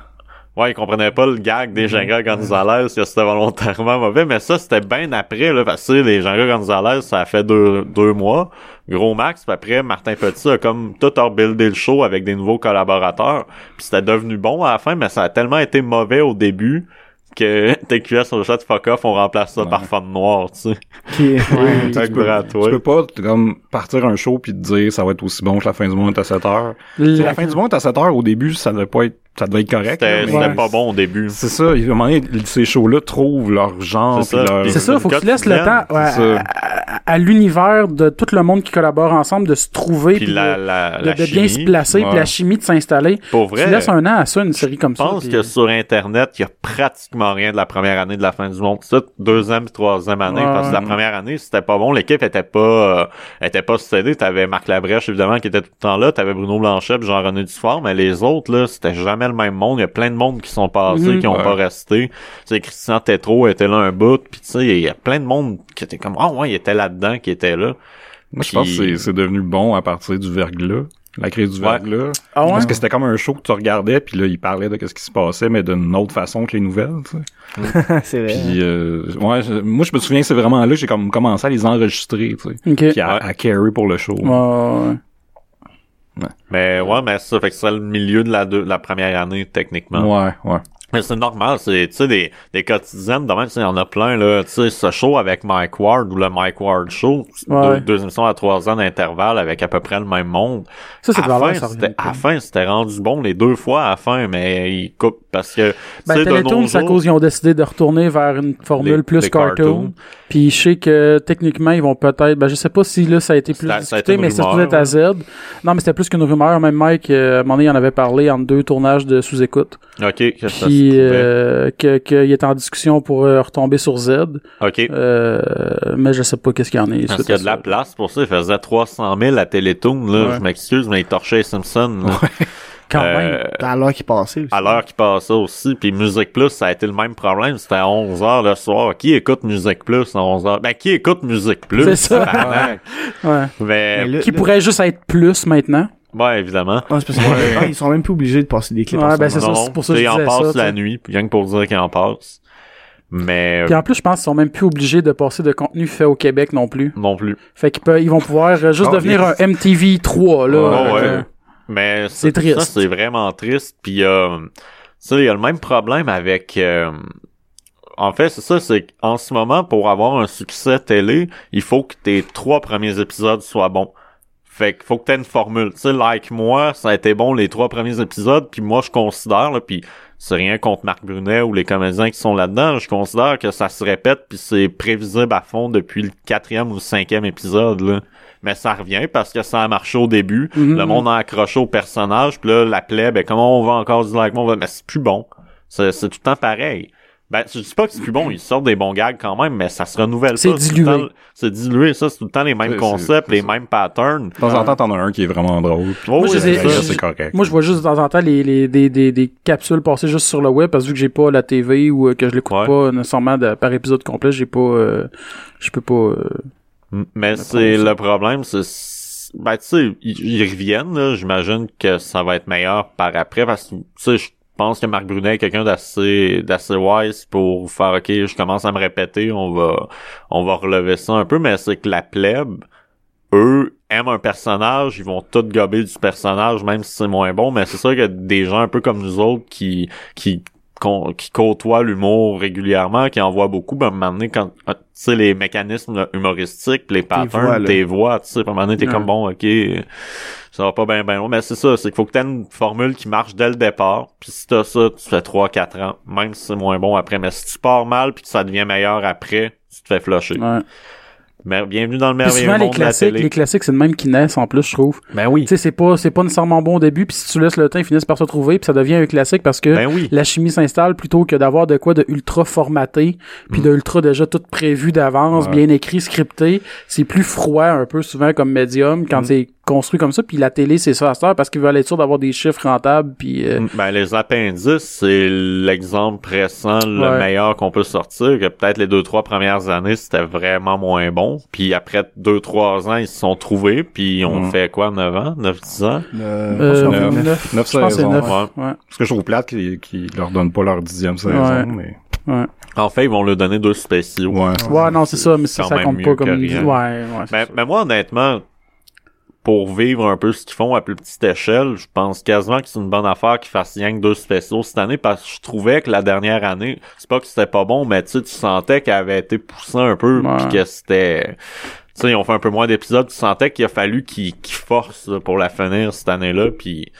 Ouais, ils comprenaient pas le gag des Jenga Gonzalez, que c'était volontairement mauvais, mais ça, c'était bien après, là, parce que les Jenga Gonzalez, ça a fait deux, deux mois, gros max, puis après, Martin Petit a comme tout rebuildé le show avec des nouveaux collaborateurs, puis c'était devenu bon à la fin, mais ça a tellement été mauvais au début que TQS sur le chat fuck off, on remplace ça par fan noir, tu sais. Qui... Ouais. Fait que bras à toi. Tu peux pas t- comme partir un show puis te dire ça va être aussi bon que la fin du monde est à 7 heures. La, La- fin du monde est à 7 heures au début, ça devait pas être ça devait être correct. là, C'était mais- c'était Ouais. pas bon au début. C'est ça, il y a un moment donné, ces shows-là trouvent leur genre C'est puis ça. leur- C'est ça, une faut que tu laisses le quotidienne, temps ouais, c'est à, ça. à- à l'univers de tout le monde qui collabore ensemble de se trouver Puis puis la, de, la, de- la de bien se chimie, placer puis ouais. la chimie de s'installer. pour Tu vrai. laisses un an à ça une série comme Je ça. pense puis- que sur Internet, il y a pratiquement rien de la première année de la fin du monde. Ça, deuxième et troisième année, Ouais. parce que la première année, c'était pas bon. L'équipe était pas, euh, était pas soudée. T'avais Marc Labrèche, évidemment, qui était tout le temps là. T'avais Bruno Blanchet, puis Jean-René Dufort, mais les autres, là, c'était jamais le même monde. Il y a plein de monde qui sont passés, Mhm. qui ont Ouais. pas resté. Tu sais, Christian Tétrault était là un bout, puis tu sais, il y a plein de monde qui était comme, ah ouais, il était là-dedans, qui était là. Moi, je pense que c'est- c'est devenu bon à partir du verglas, la crise du Ouais. verglas. Ah ouais? Parce que c'était comme un show que tu regardais, puis là, il parlait de ce qui se passait, mais d'une autre façon que les nouvelles. tu sais. c'est vrai. Puis, euh, ouais, je- moi, je me souviens, c'est vraiment là que j'ai comme commencé à les enregistrer, tu sais. Ok. Puis à, Ouais. à carry pour le show. Ouais, ouais, ouais. Mais ouais, mais ça fait que c'est le milieu de la, deux, la première année, techniquement. Ouais, ouais. Mais c'est normal, c'est, tu sais, des, des quotidiennes, de même, tu sais, il y en a plein, là, tu sais, ce show avec Mike Ward ou le Mike Ward Show, Ouais. deux, deux émissions à trois ans d'intervalle avec à peu près le même monde. Ça, c'est à de valeur, la ça fin, revient c'était, à pas. la fin, c'était rendu bon les deux fois à la fin, mais ils coupent parce que, tu Ben, sais, de nos Télétoon, c'est à jours- cause ils ont décidé de retourner vers une formule Les- plus les cartoon. cartoons. Puis je sais que techniquement, ils vont peut-être. Ben, je sais pas si là, ça a été plus Ça- ça a été discuté, une mais c'est rumeur, peut-être à Z. Non, mais c'était plus qu'une rumeur. Même Mike, euh, à un moment donné, il en avait parlé en deux tournages de sous-écoute. Ok, que ça se Puis pouvait. euh, que- qu'il est en discussion pour euh, retomber sur Z. Ok. Euh, mais je sais pas qu'est-ce qu'il y en est. Parce suite qu'il y à a de la ça. place pour ça. Il faisait 300 000 à Télétoon, là. Ouais. Je m'excuse, mais il torchait Simpson, là. Quand Euh, même. À l'heure qui passait. aussi. à l'heure qui passait aussi. Puis Musique Plus, ça a été le même problème. C'était à 11h le soir. Qui écoute Musique Plus à 11h? Ben, qui écoute Musique Plus? C'est ça. Ben, Tabarnak. Ouais. Mais, Mais là- Qui là- pourrait juste être plus maintenant. ouais, évidemment. Ah, c'est parce que- Ah, ils sont même plus obligés de passer des clips. Ouais, en ce ben, moment. ça, c'est pour ça que tu sais, je il en disais passe ça, la tu sais. nuit. Puis rien que pour dire qu'il en passe. Mais, Puis en plus, je pense qu'ils sont même plus obligés de passer de contenu fait au Québec non plus. euh, non plus. Fait qu'ils peuvent- ils vont pouvoir euh, Ah, juste Oh, devenir yes. un MTV 3, là. Ouais, ouais. Euh, Mais C'est ça- triste. Ça, c'est vraiment triste. Puis, euh, ça, il y a le même problème avec... euh, en fait, c'est ça, c'est qu'en ce moment, pour avoir un succès télé, il faut que tes trois premiers épisodes soient bons. Fait qu'il faut que t'aies une formule. Tu sais, like moi, ça a été bon les trois premiers épisodes, puis moi, je considère, là, puis c'est rien contre Marc Brunet ou les comédiens qui sont là-dedans, je considère que ça se répète, puis c'est prévisible à fond depuis le quatrième ou le cinquième épisode, là. Mais ça revient parce que ça a marché au début, Mhm. le monde a accroché au personnage, puis là, la plaie, ben, comment on va encore du like moi, on va- mais c'est plus bon. C'est c'est tout le temps pareil. Ben, je dis pas que c'est plus bon, ils sortent des bons gags quand même, mais ça se renouvelle C'est pas, tout le dilué. temps- C'est dilué, ça, c'est tout le temps les mêmes C'est- concepts, c'est- les mêmes patterns. De temps Ah en temps, t'en as un qui est vraiment drôle. Puis Oh, Moi, je oui, les ai- c'est ça. c'est correct. Moi, je vois juste de temps en temps les, les- des, des, des capsules passer juste sur le web parce que vu que j'ai pas la TV ou euh, que je l'écoute Ouais. pas nécessairement de- par épisode complet, j'ai pas. euh, je peux pas. euh, Mais c'est le problème, c'est ben tu sais, ils, ils reviennent là, j'imagine que ça va être meilleur par après parce que tu sais, je pense que Marc Brunet est quelqu'un d'assez d'assez wise pour faire OK, je commence à me répéter, on va on va relever ça un peu mais c'est que la plèbe eux aiment un personnage, ils vont tout gober du personnage même si c'est moins bon, mais c'est sûr que des gens un peu comme nous autres qui qui qu'on- qui côtoie l'humour régulièrement, qui en voit beaucoup, ben, à un moment donné, quand, euh, tu sais, les mécanismes là, humoristiques, les voix, patterns, là. tes voix, tu sais, à un moment donné, t'es Ouais. comme bon, ok, euh, ça va pas bien, bien Mais c'est ça, c'est qu'il faut que t'aies une formule qui marche dès le départ, puis si t'as ça, tu fais 3-4 ans, même si c'est moins bon après. Mais si tu pars mal, puis que ça devient meilleur après, tu te fais flusher. ouais. Mais bienvenue dans le Puis merveilleux souvent, monde les de la classiques, télé. les classiques, c'est de même qui naissent en plus, je trouve. Ben oui. Tu sais, c'est pas, c'est pas nécessairement bon au début, puis si tu laisses le temps, ils finissent par se trouver, puis ça devient un classique parce que Ben oui. la chimie s'installe plutôt que d'avoir de quoi de ultra formaté, puis Hmm. de ultra déjà tout prévu d'avance, Ouais. bien écrit, scripté. C'est plus froid un peu souvent comme médium Hmm. quand c'est construit comme ça. Puis la télé, c'est ça à cette heure parce qu'ils veulent être sûrs d'avoir des chiffres rentables. Puis euh, Ben, les appendices, c'est l'exemple pressant, le Ouais. meilleur qu'on peut sortir, que peut-être les deux, trois premières années, c'était vraiment moins bon. Puis après deux, trois ans, ils se sont trouvés, puis on Mm. Mhm. fait quoi, 9 ans, 9, 10 ans? euh, on s'en neuf. fout. Neuf neuf, je pense que c'est saisons, neuf. ouais. Ouais. Parce que je trouve plate qu'ils qu'ils leur donnent pas leur dixième saison, Ouais. mais... En fait, ils vont leur donner deux spéciaux. Ouais. Ouais, non, c'est ça, mais ça, quand ça même compte mieux pas que comme. rien. Ben, Ouais, ouais. c'est Mais, ça. mais moi, honnêtement, pour vivre un peu ce qu'ils font à plus petite échelle, je pense quasiment que c'est une bonne affaire qu'ils fassent rien que deux spéciaux cette année parce que je trouvais que la dernière année, c'est pas que c'était pas bon, mais tu sais, tu sentais qu'elle avait été poussée un peu Ouais. puis que c'était... Tu sais, ils ont fait un peu moins d'épisodes, tu sentais qu'il a fallu qu'ils qu'ils forcent là, pour la finir cette année-là, puis...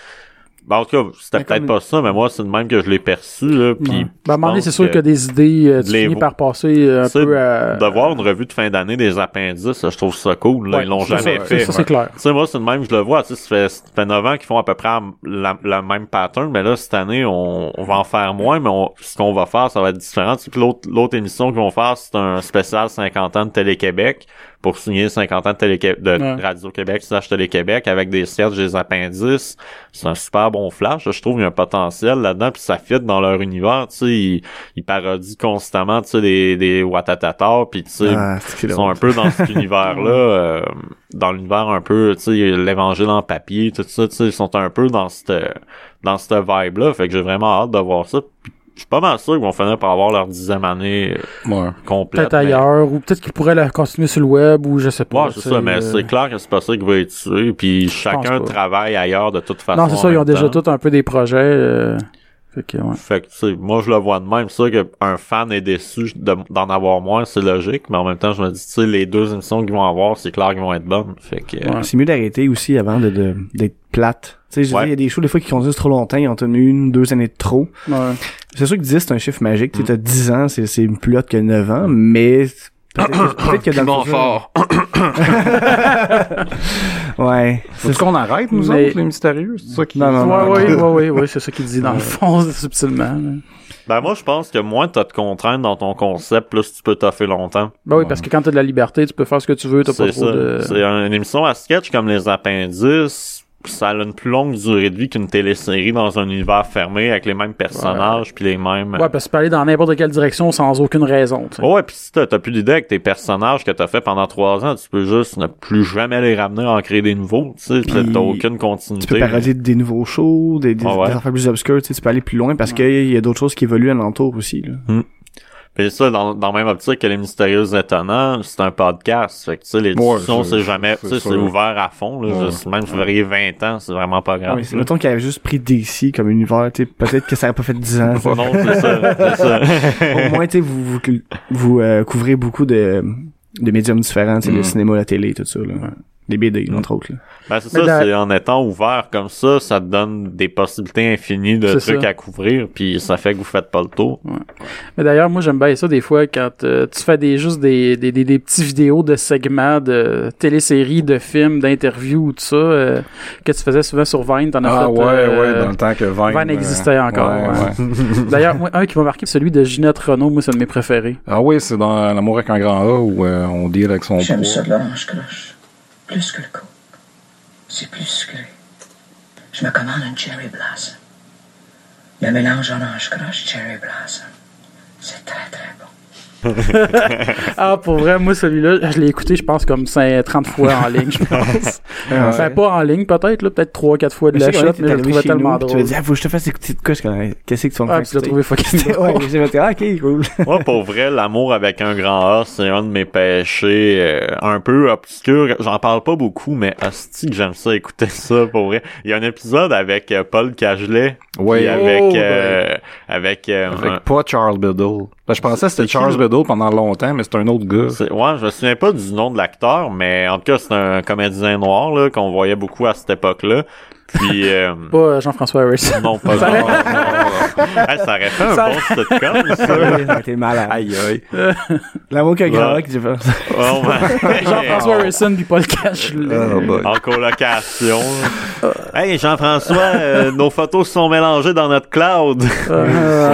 Ben, en tout cas, c'était Mais comme peut-être pas ça, mais moi, c'est le même que je l'ai perçu, là, Ouais. puis... Ben, à un moment donné, je c'est pense sûr que, des idées, euh, tu les finis vo- par passer euh, un tu sais, peu à. de voir une revue de fin d'année des appendices, je trouve ça cool, là, Ouais, ils l'ont c'est jamais ça, fait. Ça, c'est clair. Tu sais, moi, c'est le même, je le vois. Tu sais, ça fait, ça fait 9 ans qu'ils font à peu près la, la même pattern, mais là, cette année, on, on va en faire moins, mais on- ce qu'on va faire, ça va être différent. Tu sais, que l'autre, l'autre émission qu'ils vont faire, c'est un spécial 50 ans de Télé-Québec pour signer 50 ans de, Télé de Ouais. Radio-Québec, slash Télé-Québec, avec des sketchs, des appendices. C'est un super bon flash. là. Je trouve qu'il y a un potentiel là-dedans, puis ça fit dans leur univers. Tu sais, ils, ils parodient constamment, tu sais, des, des Watatata, puis tu sais, Ah, c'est que c'est ils sont drôle. un peu dans cet univers-là, euh, dans l'univers un peu, tu sais, l'évangile en papier, tout ça, tu sais, ils sont un peu dans cette, dans cette vibe-là, fait que j'ai vraiment hâte de voir ça. Puis Je suis pas mal sûr qu'ils vont finir par avoir leur dixième année euh, Ouais. complète. Peut-être mais- ailleurs, ou peut-être qu'ils pourraient la continuer sur le web, ou je sais pas. Ouais, c'est ça, mais euh, c'est clair que c'est pas ça qui va être sûr, puis chacun pas. travaille ailleurs de toute façon. Non, c'est en ça, ils ont même déjà temps. tous un peu des projets. euh, Fait que, ouais. Fait que, tu sais, moi, je le vois de même. C'est sûr qu'un fan est déçu de- d'en avoir moins, c'est logique. Mais en même temps, je me dis, tu sais, les deux émissions qu'ils vont avoir, c'est clair qu'ils vont être bonnes. Fait que, euh, Ouais. C'est mieux d'arrêter aussi avant de, de- d'être plate. Tu sais, je veux Ouais. dire, il y a des shows, des fois, qui conduisent trop longtemps, ils ont tenu une, deux années de trop. Ouais. C'est sûr que 10, c'est un chiffre magique. Mm. Tu sais, t'as 10 ans, c'est, c'est plus haute que 9 ans, mais peut-être, peut-être que dans le futur- Ouais. Faut-tu qu'on arrête, nous Mais- autres, les mystérieux? C'est ça qui... Non, non, non. ouais, ouais, ouais, ouais, ouais, c'est ça qu'il dit dans le fond, subtilement. là. Ben, moi, je pense que moins t'as de contraintes dans ton concept, plus tu peux taffer longtemps. Ben oui, parce que quand t'as de la liberté, tu peux faire ce que tu veux, t'as C'est pas trop ça. de. C'est un- une émission à sketch comme les appendices. Ça a une plus longue durée de vie qu'une télésérie dans un univers fermé avec les mêmes personnages puis les mêmes. Ouais, parce que tu peux aller dans n'importe quelle direction sans aucune raison. tu sais. Ouais, pis si t'as t'as plus d'idées avec tes personnages que t'as fait pendant trois ans, tu peux juste ne plus jamais les ramener en créer des nouveaux, tu sais, t'as Puis, t'as aucune Tu continuité. peux parodier des nouveaux shows, des, des, Ah ouais. des affaires plus obscures, tu sais, tu peux aller plus loin parce qu'il y a d'autres choses qui évoluent alentour aussi. Là. Pis ça, dans, dans la même optique que les mystérieux étonnants, c'est un podcast. Fait que tu sais, les Ouais, discussions, c'est- c'est jamais, tu sais, c'est c'est sûr. ouvert à fond, là. Ouais. Juste, même si vous auriez 20 ans, c'est vraiment pas Ah grave. Ouais, Ah c'est- mettons qu'il avait juste pris DC comme univers, tu sais, peut-être que ça aurait pas fait 10 ans. ça. non, c'est ça, c'est ça. Au moins, tu sais, vous, vous, vous, euh, couvrez beaucoup de, de médiums différents, tu sais, le cinéma, la télé, tout ça. Là. Les BD, entre autres. Là. Ben, c'est Mais ça, dans- c'est en étant ouvert comme ça, ça te donne des possibilités infinies de C'est trucs ça. à couvrir, puis ça fait que vous faites pas le tour. Mais d'ailleurs, moi, j'aime bien ça des fois quand euh, tu fais des juste des, des, des, des petits vidéos de segments de téléséries, de films, d'interviews, tout ça, euh, que tu faisais souvent sur Vine. T'en as Ah fait. ouais, euh, ouais, dans le temps que Vine... Vine euh, existait encore, ouais. D'ailleurs, moi, un qui m'a marqué, celui de Ginette Renault, moi, c'est un de mes préférés. Ah oui, c'est dans L'amour avec un grand A où euh, on deal avec son J'aime poids. ça de l'orange croche. Plus que le coke. C'est plus sucré. Je me commande une cherry blossom. Le mélange orange croche, cherry blossom. C'est très très bon. Ah, pour vrai, moi, celui-là, je l'ai écouté, je pense, comme 5, 30 fois en ligne, je pense. Enfin, pas en ligne, peut-être, là, peut-être 3-4 fois de Je sais la qu'à un moment shot, donné, mais t'es je le trouvais arrivé chez nous, tellement puis Tu drôle. me dis, ah, faut que je te fasse écouter de quoi, je connais- qu'est-ce que tu vas me Ah, faire puis je l'ai écouter? trouvé fucking drôle. Ouais, j'ai dit, ah, ok, cool. Moi, pour vrai, l'amour avec un grand A, c'est un de mes péchés euh, un peu obscur. J'en parle pas beaucoup, mais hostie que j'aime ça écouter ça, pour vrai. Il y a un épisode avec euh, Paul Cagelet, Ouais. puis avec... Oh, euh, avec... euh, Avec un- pas Charles Biddle. Ben, je pensais que c'était Charles Biddle pendant longtemps, mais c'est un autre gars. c'est- ouais, je me souviens pas du nom de l'acteur, mais en tout cas, c'est un comédien noir là qu'on voyait beaucoup à cette époque-là. Puis... euh, Pas euh, Jean-François Harris. non, pas Ça non, aurait- non, non. Hey, ça aurait fait un Ça bon sitcom, ça. Ouais, T'es malade. Aïe, aïe. L'amour qu'un grand Ouais. qui dit pas. Oh, man. Jean-François Harrison puis Paul Cash. Euh, Oh boy. en colocation. hey Jean-François, euh, nos photos se sont mélangées dans notre cloud. Euh,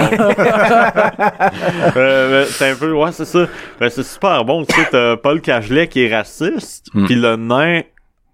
mais c'est un peu ouais, c'est ça. Mais c'est super bon, tu sais, t'as Paul Cagelet qui est raciste, puis le nain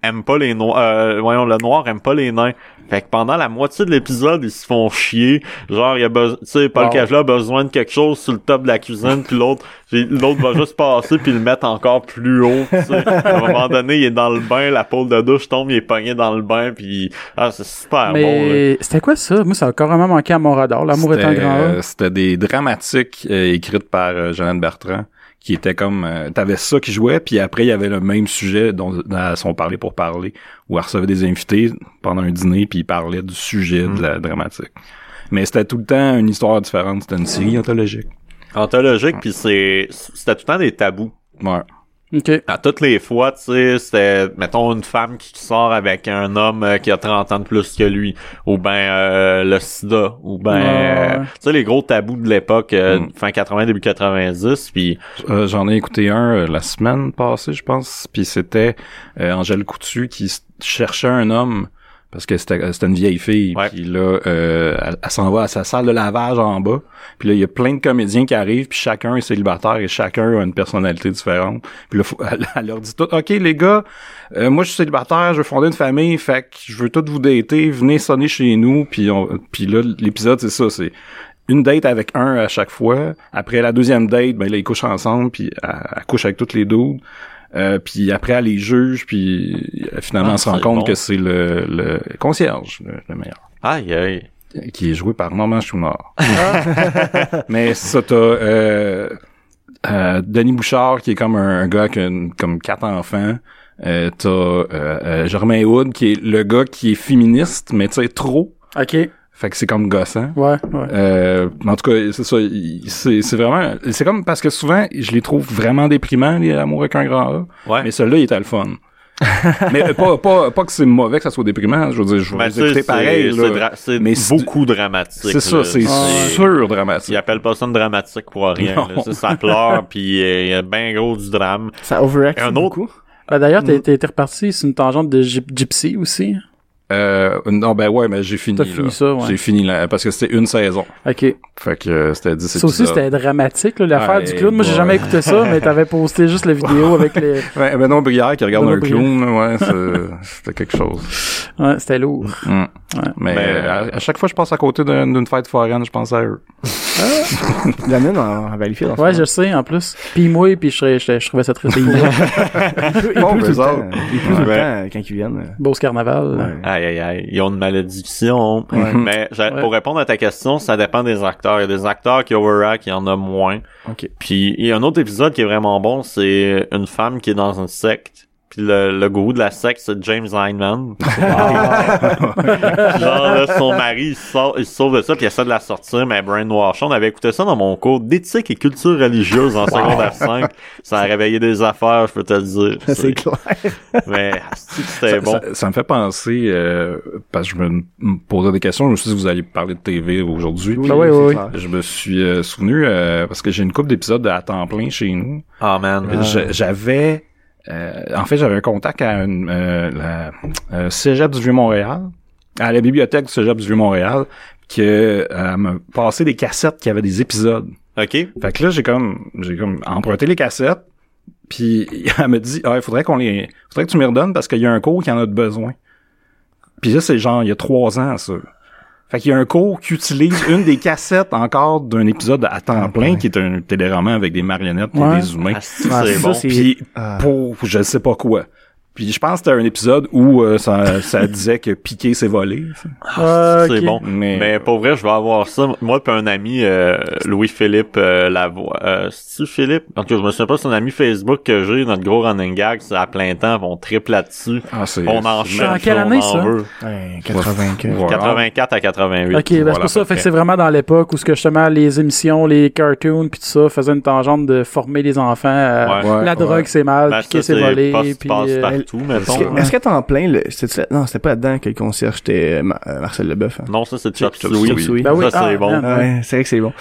aime pas les noirs. Euh, voyons, le noir aime pas les nains. Fait que pendant la moitié de l'épisode, ils se font chier. Genre, il a besoin, tu sais, Paul Wow. Cagelet a besoin de quelque chose sur le top de la cuisine, puis l'autre, j'ai- l'autre va juste passer puis le mettre encore plus haut. tu sais. À un moment donné, il est dans le bain, la pôle de douche tombe, il est pogné dans le bain, puis ah, c'est super bon. là. Mais c'était quoi ça? Moi, ça a carrément manqué à mon radar. L'amour est un C'était, grand homme. euh, C'était des dramatiques euh, écrites par euh, Jeanne Bertrand qui était comme euh, t'avais ça qui jouait puis après il y avait le même sujet dont dont elles sont parlé pour parler où elle recevait des invités pendant un dîner puis ils parlaient du sujet de la dramatique mais c'était tout le temps une histoire différente c'était une série anthologique Anthologique, puis c'est c'était tout le temps des tabous. ouais Ok. À toutes les fois, tu sais, c'était, mettons, une femme qui sort avec un homme euh, qui a 30 ans de plus que lui, ou ben euh, le sida, ou ben, Ouais. euh, tu sais, les gros tabous de l'époque, euh, Mm. fin 80, début 90, puis Euh, j'en ai écouté un euh, la semaine passée je pense puis c'était euh, Angèle Coutu qui s- cherchait un homme parce que c'était euh, c'était une vieille fille Ouais. puis là euh, elle, elle s'en va à sa salle de lavage en bas puis là il y a plein de comédiens qui arrivent puis chacun est célibataire et chacun a une personnalité différente puis là faut- elle, elle leur dit tout OK les gars euh, moi je suis célibataire je veux fonder une famille fait que je veux tout vous dater venez sonner chez nous puis on puis là l'épisode c'est ça c'est une date avec un à chaque fois. Après la deuxième date, ben là, ils couchent ensemble, puis elle, elle couche avec toutes les doudes. Euh, puis après, elle les juge, puis euh, finalement, Ah, on se rend c'est compte bon. que c'est le, le concierge, le, le meilleur. aïe, aïe. qui est joué par Norman Schumer. Mais c'est ça, t'as euh, euh, Denis Bouchard, qui est comme un, un gars qui a une- comme quatre enfants. Euh, t'as euh, euh, Germain Hood, qui est le gars qui est féministe, mais tu sais, trop. Ok. Ouais, Fait que c'est comme gossant. ouais. Euh, en tout cas, c'est ça. il- C'est c'est vraiment... C'est comme... Parce que souvent, je les trouve vraiment déprimants, les Amour avec un grand A. Ouais. Mais celui-là, il était le fun. mais euh, pas, pas, pas que c'est mauvais que ça soit déprimant. Je veux dire, je vais Ben, les tu sais, écouter c'est- pareil. c'est là. dra- C'est Mais c'est- beaucoup dramatique. C'est ça, là. c'est sûr dramatique. Ils appellent pas ça une dramatique pour rien. Non. là. Ça, ça pleure, puis euh, il y a bien gros du drame. Ça overreact Un autre- beaucoup. Ben, D'ailleurs, t'es t'es- t'es reparti sur une tangente de gyp- Gypsy aussi. Euh, non, ben ouais, mais j'ai fini. T'as fini là. ça, ouais. J'ai fini, là, parce que c'était une saison. Ok. Fait que euh, c'était 10 Ça aussi, épisodes. c'était dramatique, là, l'affaire Hey du clown. Moi, j'ai boy. jamais écouté ça, mais t'avais posté juste la vidéo avec les. Ouais, ben non, Brière qui regarde Benoît un clown, là, ouais, c'est- c'était quelque chose. Ouais, c'était lourd. Mm. Ouais. Mais Ben, euh, à, à chaque fois, je passe à côté d'un- d'une fête foraine, je pense à eux. La mienne, on va vérifier dans ce Ouais, je sais, en plus. Puis moi, puis je, serais- je, je trouvais ça très beau Il pleut Bon, tout le bizarre. temps. Il pleut tout le Ouais. temps euh, quand ils viennent. Beau ce carnaval. euh, ouais. Aïe, aïe, aïe. Ils ont une malédiction. Ouais. Mais j'a- Ouais. pour répondre à ta question, ça dépend des acteurs. Il y a des acteurs qui overreact, il y en a moins. Ok. Puis il y a un autre épisode qui est vraiment bon, c'est une femme qui est dans une secte. Puis le, le gourou de la secte, c'est James Lineman. Genre, là, son mari, il, sort, il se sauve de ça, puis il essaie de la sortir, mais elle brainwash. On avait écouté ça dans mon cours d'éthique et culture religieuse en secondaire 5. Ça a réveillé des affaires, je peux te le dire. C'est clair. Mais asti que c'était bon. ça, ça me fait penser, euh, parce que je me, me posais des questions, je me suis dit, vous allez parler de TV aujourd'hui. puis Ah ouais, ouais, c'est ouais. clair. Je me suis euh, souvenu, euh, parce que j'ai une couple d'épisodes à temps plein chez nous. Ah, man. Je- J'avais, euh, en fait, j'avais un contact à une, euh, la euh, Cégep du Vieux-Montréal, à la bibliothèque du Cégep du Vieux-Montréal, que euh, elle me passait des cassettes qui avaient des épisodes. OK. Fait que là, j'ai comme, j'ai comme emprunté les cassettes, puis elle me dit, ah, il faudrait qu'on les, faudrait que tu me les redonnes parce qu'il y a un cours qui en a de besoin. Puis là, c'est genre, il y a trois ans, ça. Fait qu'il y a un cours qui utilise une des cassettes encore d'un épisode à temps plein, qui est un téléroman avec des marionnettes et Ouais. des humains. Asti que Ah, c'est ça, bon. c'est- Puis Ah. pour je sais pas quoi. Puis je pense que c'était un épisode où euh, ça, ça disait que piquer c'est voler. ça. Ah, C'est ok. bon. Mais- Mais... pour vrai, je vais avoir ça. Moi puis un ami, euh, Louis-Philippe euh, Lavoie. Euh, C'est-tu Philippe? En tout cas, je me souviens pas, c'est un ami Facebook que j'ai, notre gros running gag, c'est à plein temps, on triple là-dessus. Ah, c'est- On en c'est- cherche, En quelle on année, en ça? veut. Ouais, 84. Voilà. 84 à 88. Ok, ben c'est Voilà, pour ça, parfait. fait que c'est vraiment dans l'époque où ce que justement les émissions, les cartoons puis tout ça faisaient une tangente de former les enfants à Ouais. Ouais, la ouais. drogue c'est mal, Ben, piquer ça, c'est volé, passe- puis passe euh, partout, Est-ce mettons. hein. que- Est-ce que t'en plein le. c'était-tu là- Non, c'était pas là-dedans que le concierge était euh, Ma- euh, Marcel Leboeuf. hein. Non, ça, c'est Chop Chop Suey. Suey. Ben oui, Ça, c'est ah, bon. man. Ouais, Euh, c'est vrai que c'est bon.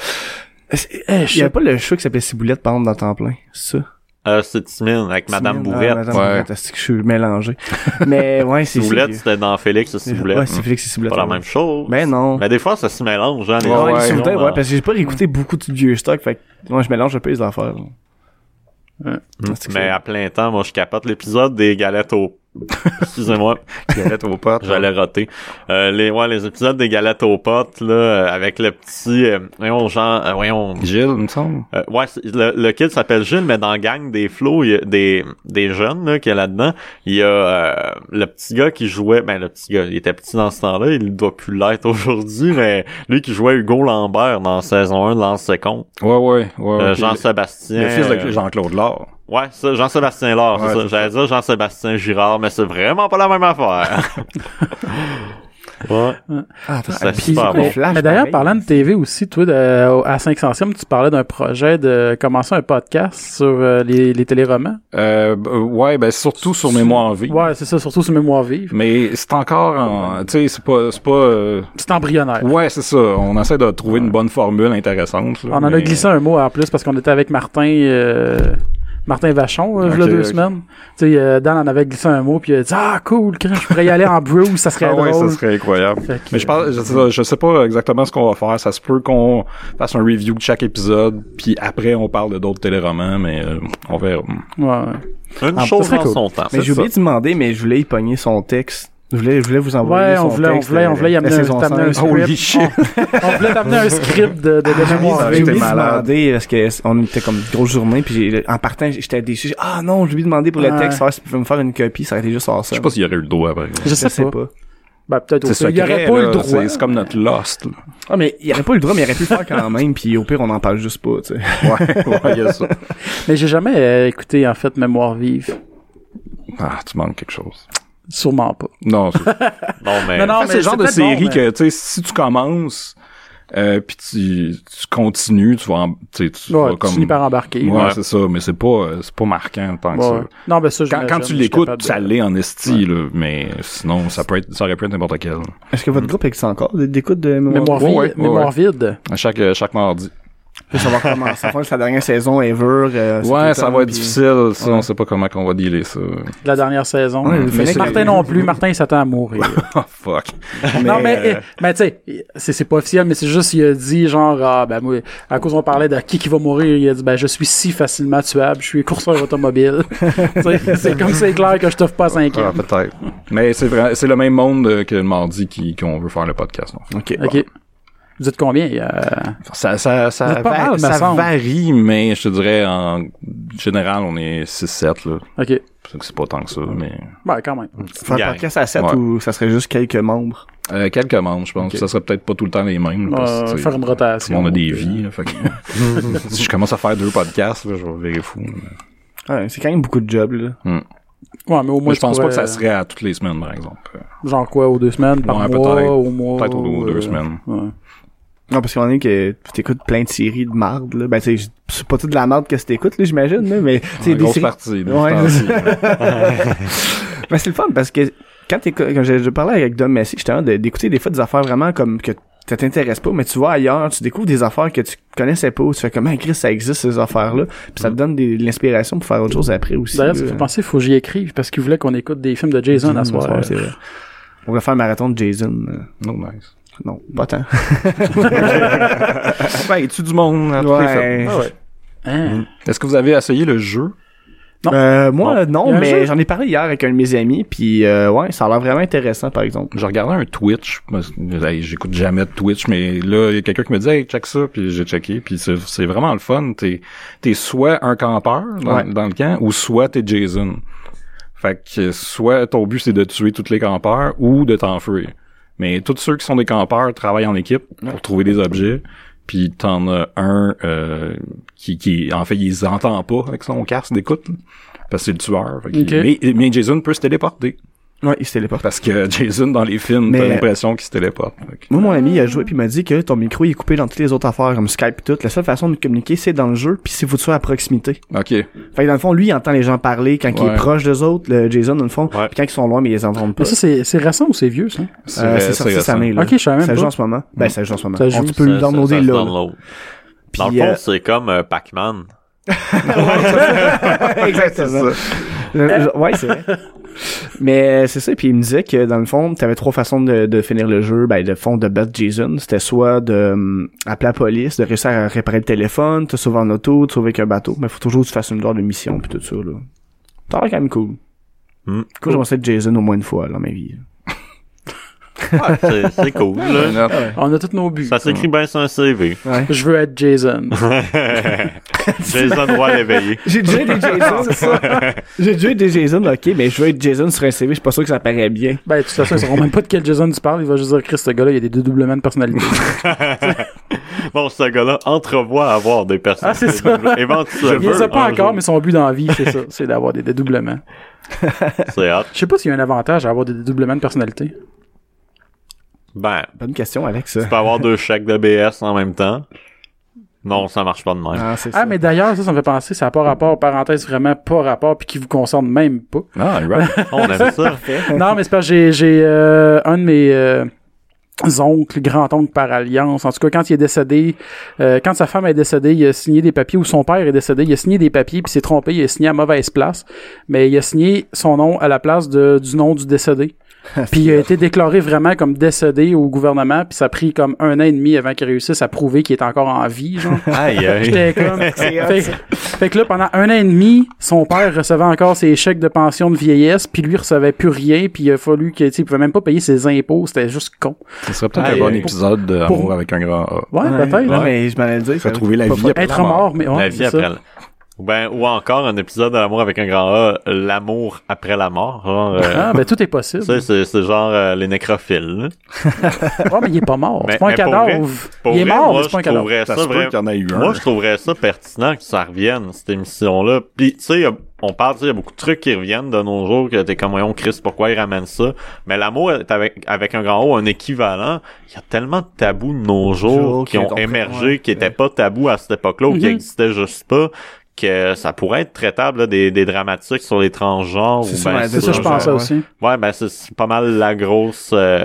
eh, Il y je- avait pas le show qui s'appelait Ciboulette, par exemple, dans temps plein. C'est ça. Euh, c'est Timine, avec Madame Simoun, Bouvette. ah, Madame Ouais. Bouvette, c'est que je suis mélangé. Mais ouais, c'est. Boulette, c'était dans Félix, c'est c'est Ouais, Boulette. c'est Félix et C'est Ciboulette. pas la même chose. Mais non. Mais des fois, ça se mélange, hein, les Ouais, Ouais, ouais, les émissions, Ciboulette, hein. ouais, parce que j'ai pas réécouté beaucoup de vieux stock, fait que ouais, je mélange un peu les affaires. là. Ah, c'est que Mais c'est- à plein temps, moi, je capote l'épisode des galettes au... Excusez-moi, Galette aux potes. j'allais roter. Euh, les, ouais, les épisodes des galettes aux potes, là, euh, avec le petit... euh, voyons, genre... euh, voyons... Gilles, il me semble. euh, ouais, c'est- le, le kid s'appelle Gilles, mais dans Gang des Flots, il y a des, des jeunes, là, qu'il y a là-dedans, il y a euh, le petit gars qui jouait... Ben, le petit gars, il était petit dans ce temps-là, il doit plus l'être aujourd'hui, mais lui qui jouait Hugo Lambert dans saison 1 de Lance Second, Ouais, ouais, ouais. euh, Puis le- Jean-Sébastien... le fils euh, de Jean-Claude Laure. Ouais, ça, Jean-Sébastien Laure, Ouais, c'est ça. c'est J'allais dire Jean-Sébastien Girard, mais c'est vraiment pas la même affaire. ouais. Ah, attends, c'est puis- super c'est quoi, bon. Flash, Mais d'ailleurs, pareil? parlant de TV aussi, toi, de- à 500e, tu parlais d'un projet de commencer un podcast sur euh, les, les téléromans. Euh, b- ouais, ben surtout sur Mémoire en vie. Ouais, c'est ça, surtout sur Mémoire vive. Mais c'est encore en... Tu sais, c'est pas... C'est pas euh, C'est embryonnaire. Ouais, c'est ça. On essaie de trouver une bonne formule intéressante. là, On en a mais- glissé un mot en plus parce qu'on était avec Martin euh, Martin Vachon euh, Ok, v'là deux ok. semaines. Tu sais, euh, Dan en avait glissé un mot puis il a dit Ah cool, crème, je pourrais y aller en brew, ça serait Ah ouais, drôle. ça serait incroyable. Fait que, Mais je parle, je, sais- je sais pas exactement ce qu'on va faire. Ça se peut qu'on fasse un review de chaque épisode, puis après on parle de d'autres téléromans, mais euh, on verra. Ouais, ouais. Une Ah, chose ça serait dans cool. son temps. Mais j'ai oublié de demander, mais je voulais y pogner son texte. Je voulais, je voulais vous envoyer Ouais, son on voulait, on euh, texte. euh, voulait, on voulait y la amener un, saison t'amener un 5. script. Holy shit. Ah, On, on voulait t'amener un script de, de, de mémoire. J'ai oublié de malade. demander parce que c- on était comme une grosse journée puis j'ai- en partant j'étais déçu J'ai dit, ah non je lui ai demandé pour le Ouais. texte savoir si tu pouvais me faire une copie ça aurait été juste ça Je sais pas s'il y aurait eu le droit, par exemple. Je sais, pas. Ben, peut-être C'est aussi. Il n'y secret, aurait pas eu là. le droit. C'est- C'est comme notre Lost. là. Ah, mais il aurait pas eu le droit, mais il aurait pu le faire quand même, puis au pire, on en parle juste pas, tu sais. Ouais, ouais, il y a ça. Mais j'ai jamais euh, écouté, en fait, Mémoire vive. Ah, tu manques quelque chose. Sûrement pas. Non, c'est Non, mais. Non, non, En fait, c'est le genre de peut-être bon, série mais- que, tu sais, si tu commences, euh, puis tu, tu continues, tu vas, en, tu sais, tu Ouais, vas tu comme... finis par embarquer. Ouais, là. c'est ça, mais c'est pas, euh, c'est pas marquant tant que Ouais, ouais. ça. Non, ben ça, je Quand, quand tu je suis l'écoutes, capable de- ça l'est en esti, là, mais sinon, ça peut être, ça aurait pu être n'importe quel. Est-ce que votre groupe existe encore d'écoute de mémoire? Mémoire, Ouais, vide, ouais, ouais, mémoire ouais. vide. À chaque, euh, chaque mardi. Je veux savoir comment ça va, c'est la dernière saison ever. euh, cet Ouais, ça automne, va être puis- difficile, ça, on sait pas comment qu'on va dealer ça. de la dernière saison. Ouais, Mais mais c'est- Martin non plus. Martin il s'attend à mourir. Oh, fuck. non, euh, mais, mais tu sais, c'est c'est pas officiel, mais c'est juste, il a dit, genre, ah, ben, moi, à cause, on parlait de qui qui va mourir, il a dit, ben, je suis si facilement tuable, je suis courseur automobile. Tu sais, c'est comme c'est clair que je t'offre pas 5 Ah, ans. peut-être. Mais c'est vrai, c'est le même monde euh, que le mardi qui, qu'on veut faire le podcast, non? Ok. bon. OK. Vous êtes combien? euh, Ça, ça, Vous ça, êtes pas va- mal, me ça semble. varie, mais je te dirais, en général, on est 6-7, là. OK. C'est que c'est pas tant que ça, mais... Ben, quand même. Faire un Gang. podcast à 7 Ouais. ou ça serait juste quelques membres? Euh, quelques membres, je pense. Ça serait peut-être pas tout le temps les mêmes. là, parce que, Euh, tu sais, faire une tout rotation. euh. le monde a des vies, là, fait que- si je commence à faire deux podcasts, là, je vais virer fou. là. Ouais, c'est quand même beaucoup de jobs, là. Ouais, mais au moins, je pense tu pas que ça pourrais, serait à toutes les semaines, par exemple. Genre quoi, aux deux semaines, par Ouais, mois, peut-être. au mois. Peut-être aux deux- aux deux euh, semaines. ouais. Non, parce qu'on est que t'écoutes plein de séries de marde, là. Ben, tu sais, c'est pas toute de la marde que t'écoutes, là, j'imagine, là, mais C'est c'est une des grosse séries... partie. là, Ouais, ce temps-ci. Ben, c'est le fun, parce que quand t'écoutes... Quand j'ai j'ai parlé avec Dom Messi, justement, de- d'écouter des fois des affaires vraiment comme que ça t'intéresse pas, mais tu vas ailleurs, tu découvres des affaires que tu connaissais pas, ou tu fais comment Chris, ça existe, ces affaires-là, puis ça te donne des- de l'inspiration pour faire autre chose après aussi. D'ailleurs, là. ça me fait penser, faut que j'y écrive, parce qu'il voulait qu'on écoute des films de Jason à Mmh, soir. ouais, c'est vrai. On va faire un marathon de Jason. euh, No, nice. Non, pas tant. Ben, tu du monde à toutes les fêtes? Ah ouais. Hein? Est-ce que vous avez essayé le jeu? Euh, moi, non, Il y a un jeu. mais j'en ai parlé hier avec un de mes amis, puis euh, ouais, ça a l'air vraiment intéressant, par exemple. Je regardais un Twitch. parce que, hey, J'écoute jamais de Twitch, mais là, il y a quelqu'un qui me dit Hey, check ça puis j'ai checké, puis c'est c'est vraiment le fun. T'es es soit un campeur dans, Ouais. dans le camp, ou soit t'es Jason. Fait que soit ton but c'est de tuer tous les campeurs ou de t'enfuir. Mais tous ceux qui sont des campeurs travaillent en équipe pour trouver des objets. Puis t'en as un euh, qui, qui en fait il entend pas avec son casque d'écoute. là, Parce que c'est le tueur. Fait qu'il- Ok. mais, mais Jason peut se téléporter. Ouais, il se téléporte. Parce que Jason, dans les films, t'as Mais- l'impression qu'il se téléporte. Fait que- Moi, mon ami, il a joué puis il m'a dit que ton micro il est coupé dans toutes les autres affaires, comme Skype et tout. La seule façon de communiquer, c'est dans le jeu, puis c'est foutu à proximité. OK. Fait que dans le fond, lui, il entend les gens parler quand il Ouais. est proche d'eux autres, le Jason, dans le fond, Ouais. puis quand ils sont loin, mais ils les entendent pas. Mais ça, c'est, c'est récent ou c'est vieux, ça? C'est Euh, vrai, c'est sorti cette récent. année, là. Ok, je savais même ça joue pas. en ce moment. Ben, ça joue en ce moment. Ça joue. On peut le downloader ça se là. download. Dans le Puis, fond, euh, c'est comme euh, Pac-Man. Exactement. Je- je- ouais, c'est vrai. Mais euh, c'est ça, puis il me disait que dans le fond, t'avais trois façons de, de finir le jeu, ben de fond de battre Jason, c'était soit de hum, appeler la police, de réussir à réparer le téléphone, te sauver en auto, te sauver avec un bateau, mais faut toujours que tu fasses une genre de mission puis tout ça là. T'as l'air quand même cool. Hmm. Cool, j'aimerais ça être Jason au moins une fois dans ma vie. Ouais, c'est- c'est cool, là. Ah, On a tous nos buts. Ça s'écrit bien sur un CV. Je veux être Jason. Jason Roy l'éveillé. J'ai déjà été Jason, c'est ça. J'ai déjà été Jason, ok, mais je veux être Jason sur un CV, je suis pas sûr que ça paraît bien. ben, de toute façon, ils sauront même pas de quel Jason tu parles. Il va juste dire, Chris, ce gars-là, il a des dédoublements de personnalité. Bon, ce gars-là entrevoit avoir des personnes. Ah, c'est ça. Éventuellement. il les a pas un encore, jour. mais son but dans la vie, c'est ça. C'est d'avoir des dédoublements. C'est hot. Je sais pas s'il y a un avantage à avoir des dédoublements de personnalité. Ben, Bonne question, Alex. tu peux avoir deux chèques de BS en même temps. Non, ça marche pas de même. Ah, c'est Ah, mais d'ailleurs, ça, ça me fait penser, ça n'a pas rapport, parenthèse, vraiment pas rapport, puis qui vous concerne même pas. Ah, right. On aime ça. non, mais c'est parce que j'ai, j'ai euh, un de mes euh, oncles, grand-oncles par alliance. En tout cas, quand il est décédé, euh, quand sa femme est décédée, il a signé des papiers, ou son père est décédé, il a signé des papiers, puis s'est trompé, il a signé à mauvaise place. Mais il a signé son nom à la place de- du nom du décédé. Puis il a été déclaré vraiment comme décédé au gouvernement, puis ça a pris comme un an et demi avant qu'il réussisse à prouver qu'il est encore en vie, genre. Aïe, aïe. J'étais comme- C'est hot, fait, fait que là, pendant un an et demi, son père recevait encore ses chèques de pension de vieillesse, puis lui recevait plus rien, puis il a fallu que, tu sais, il pouvait même pas payer ses impôts, c'était juste con. Ce serait peut-être Aïe, un bon aïe. épisode de Pour- Amour avec un grand A. Ouais, Ouais, peut-être. hein. Non, mais je m'en allais le dire. ça- Retrouver la pas vie après Être mort, mais ouais, La vie c'est ça. après. la- Ou ben, ou encore un épisode de l'amour avec un grand A, l'amour après la mort. Genre, euh, Ah, ben tout est possible. tu sais, c'est, c'est genre euh, les nécrophiles. là. Ah, mais il est pas mort. Mais- C'est pas un mais pour vrai- cadavre. Pour Il est vrai, mort, moi, mais c'est pas un je cadavre. trouverais Ça ça se peut vraiment- qu'il y en ait eu un. Moi, je trouverais ça pertinent que ça revienne, cette émission-là. Puis, tu sais, y a- on parle, tu sais, il y a beaucoup de trucs qui reviennent de nos jours que t'es comme, voyons, Chris, pourquoi ils ramènent ça? Mais l'amour est avec, avec un grand O, un équivalent. Il y a tellement de tabous de nos jours Jours qui qui ont ont- émergé, ouais, qui ouais. étaient pas tabous à cette époque-là ou qui Mhm. existaient juste pas, que ça pourrait être traitable, là, des, des dramatiques sur les transgenres. C'est ou ça, ben, ouais, C'est ça, je Ouais, pensais ouais. aussi. Ouais, ben c'est- c'est pas mal la grosse euh,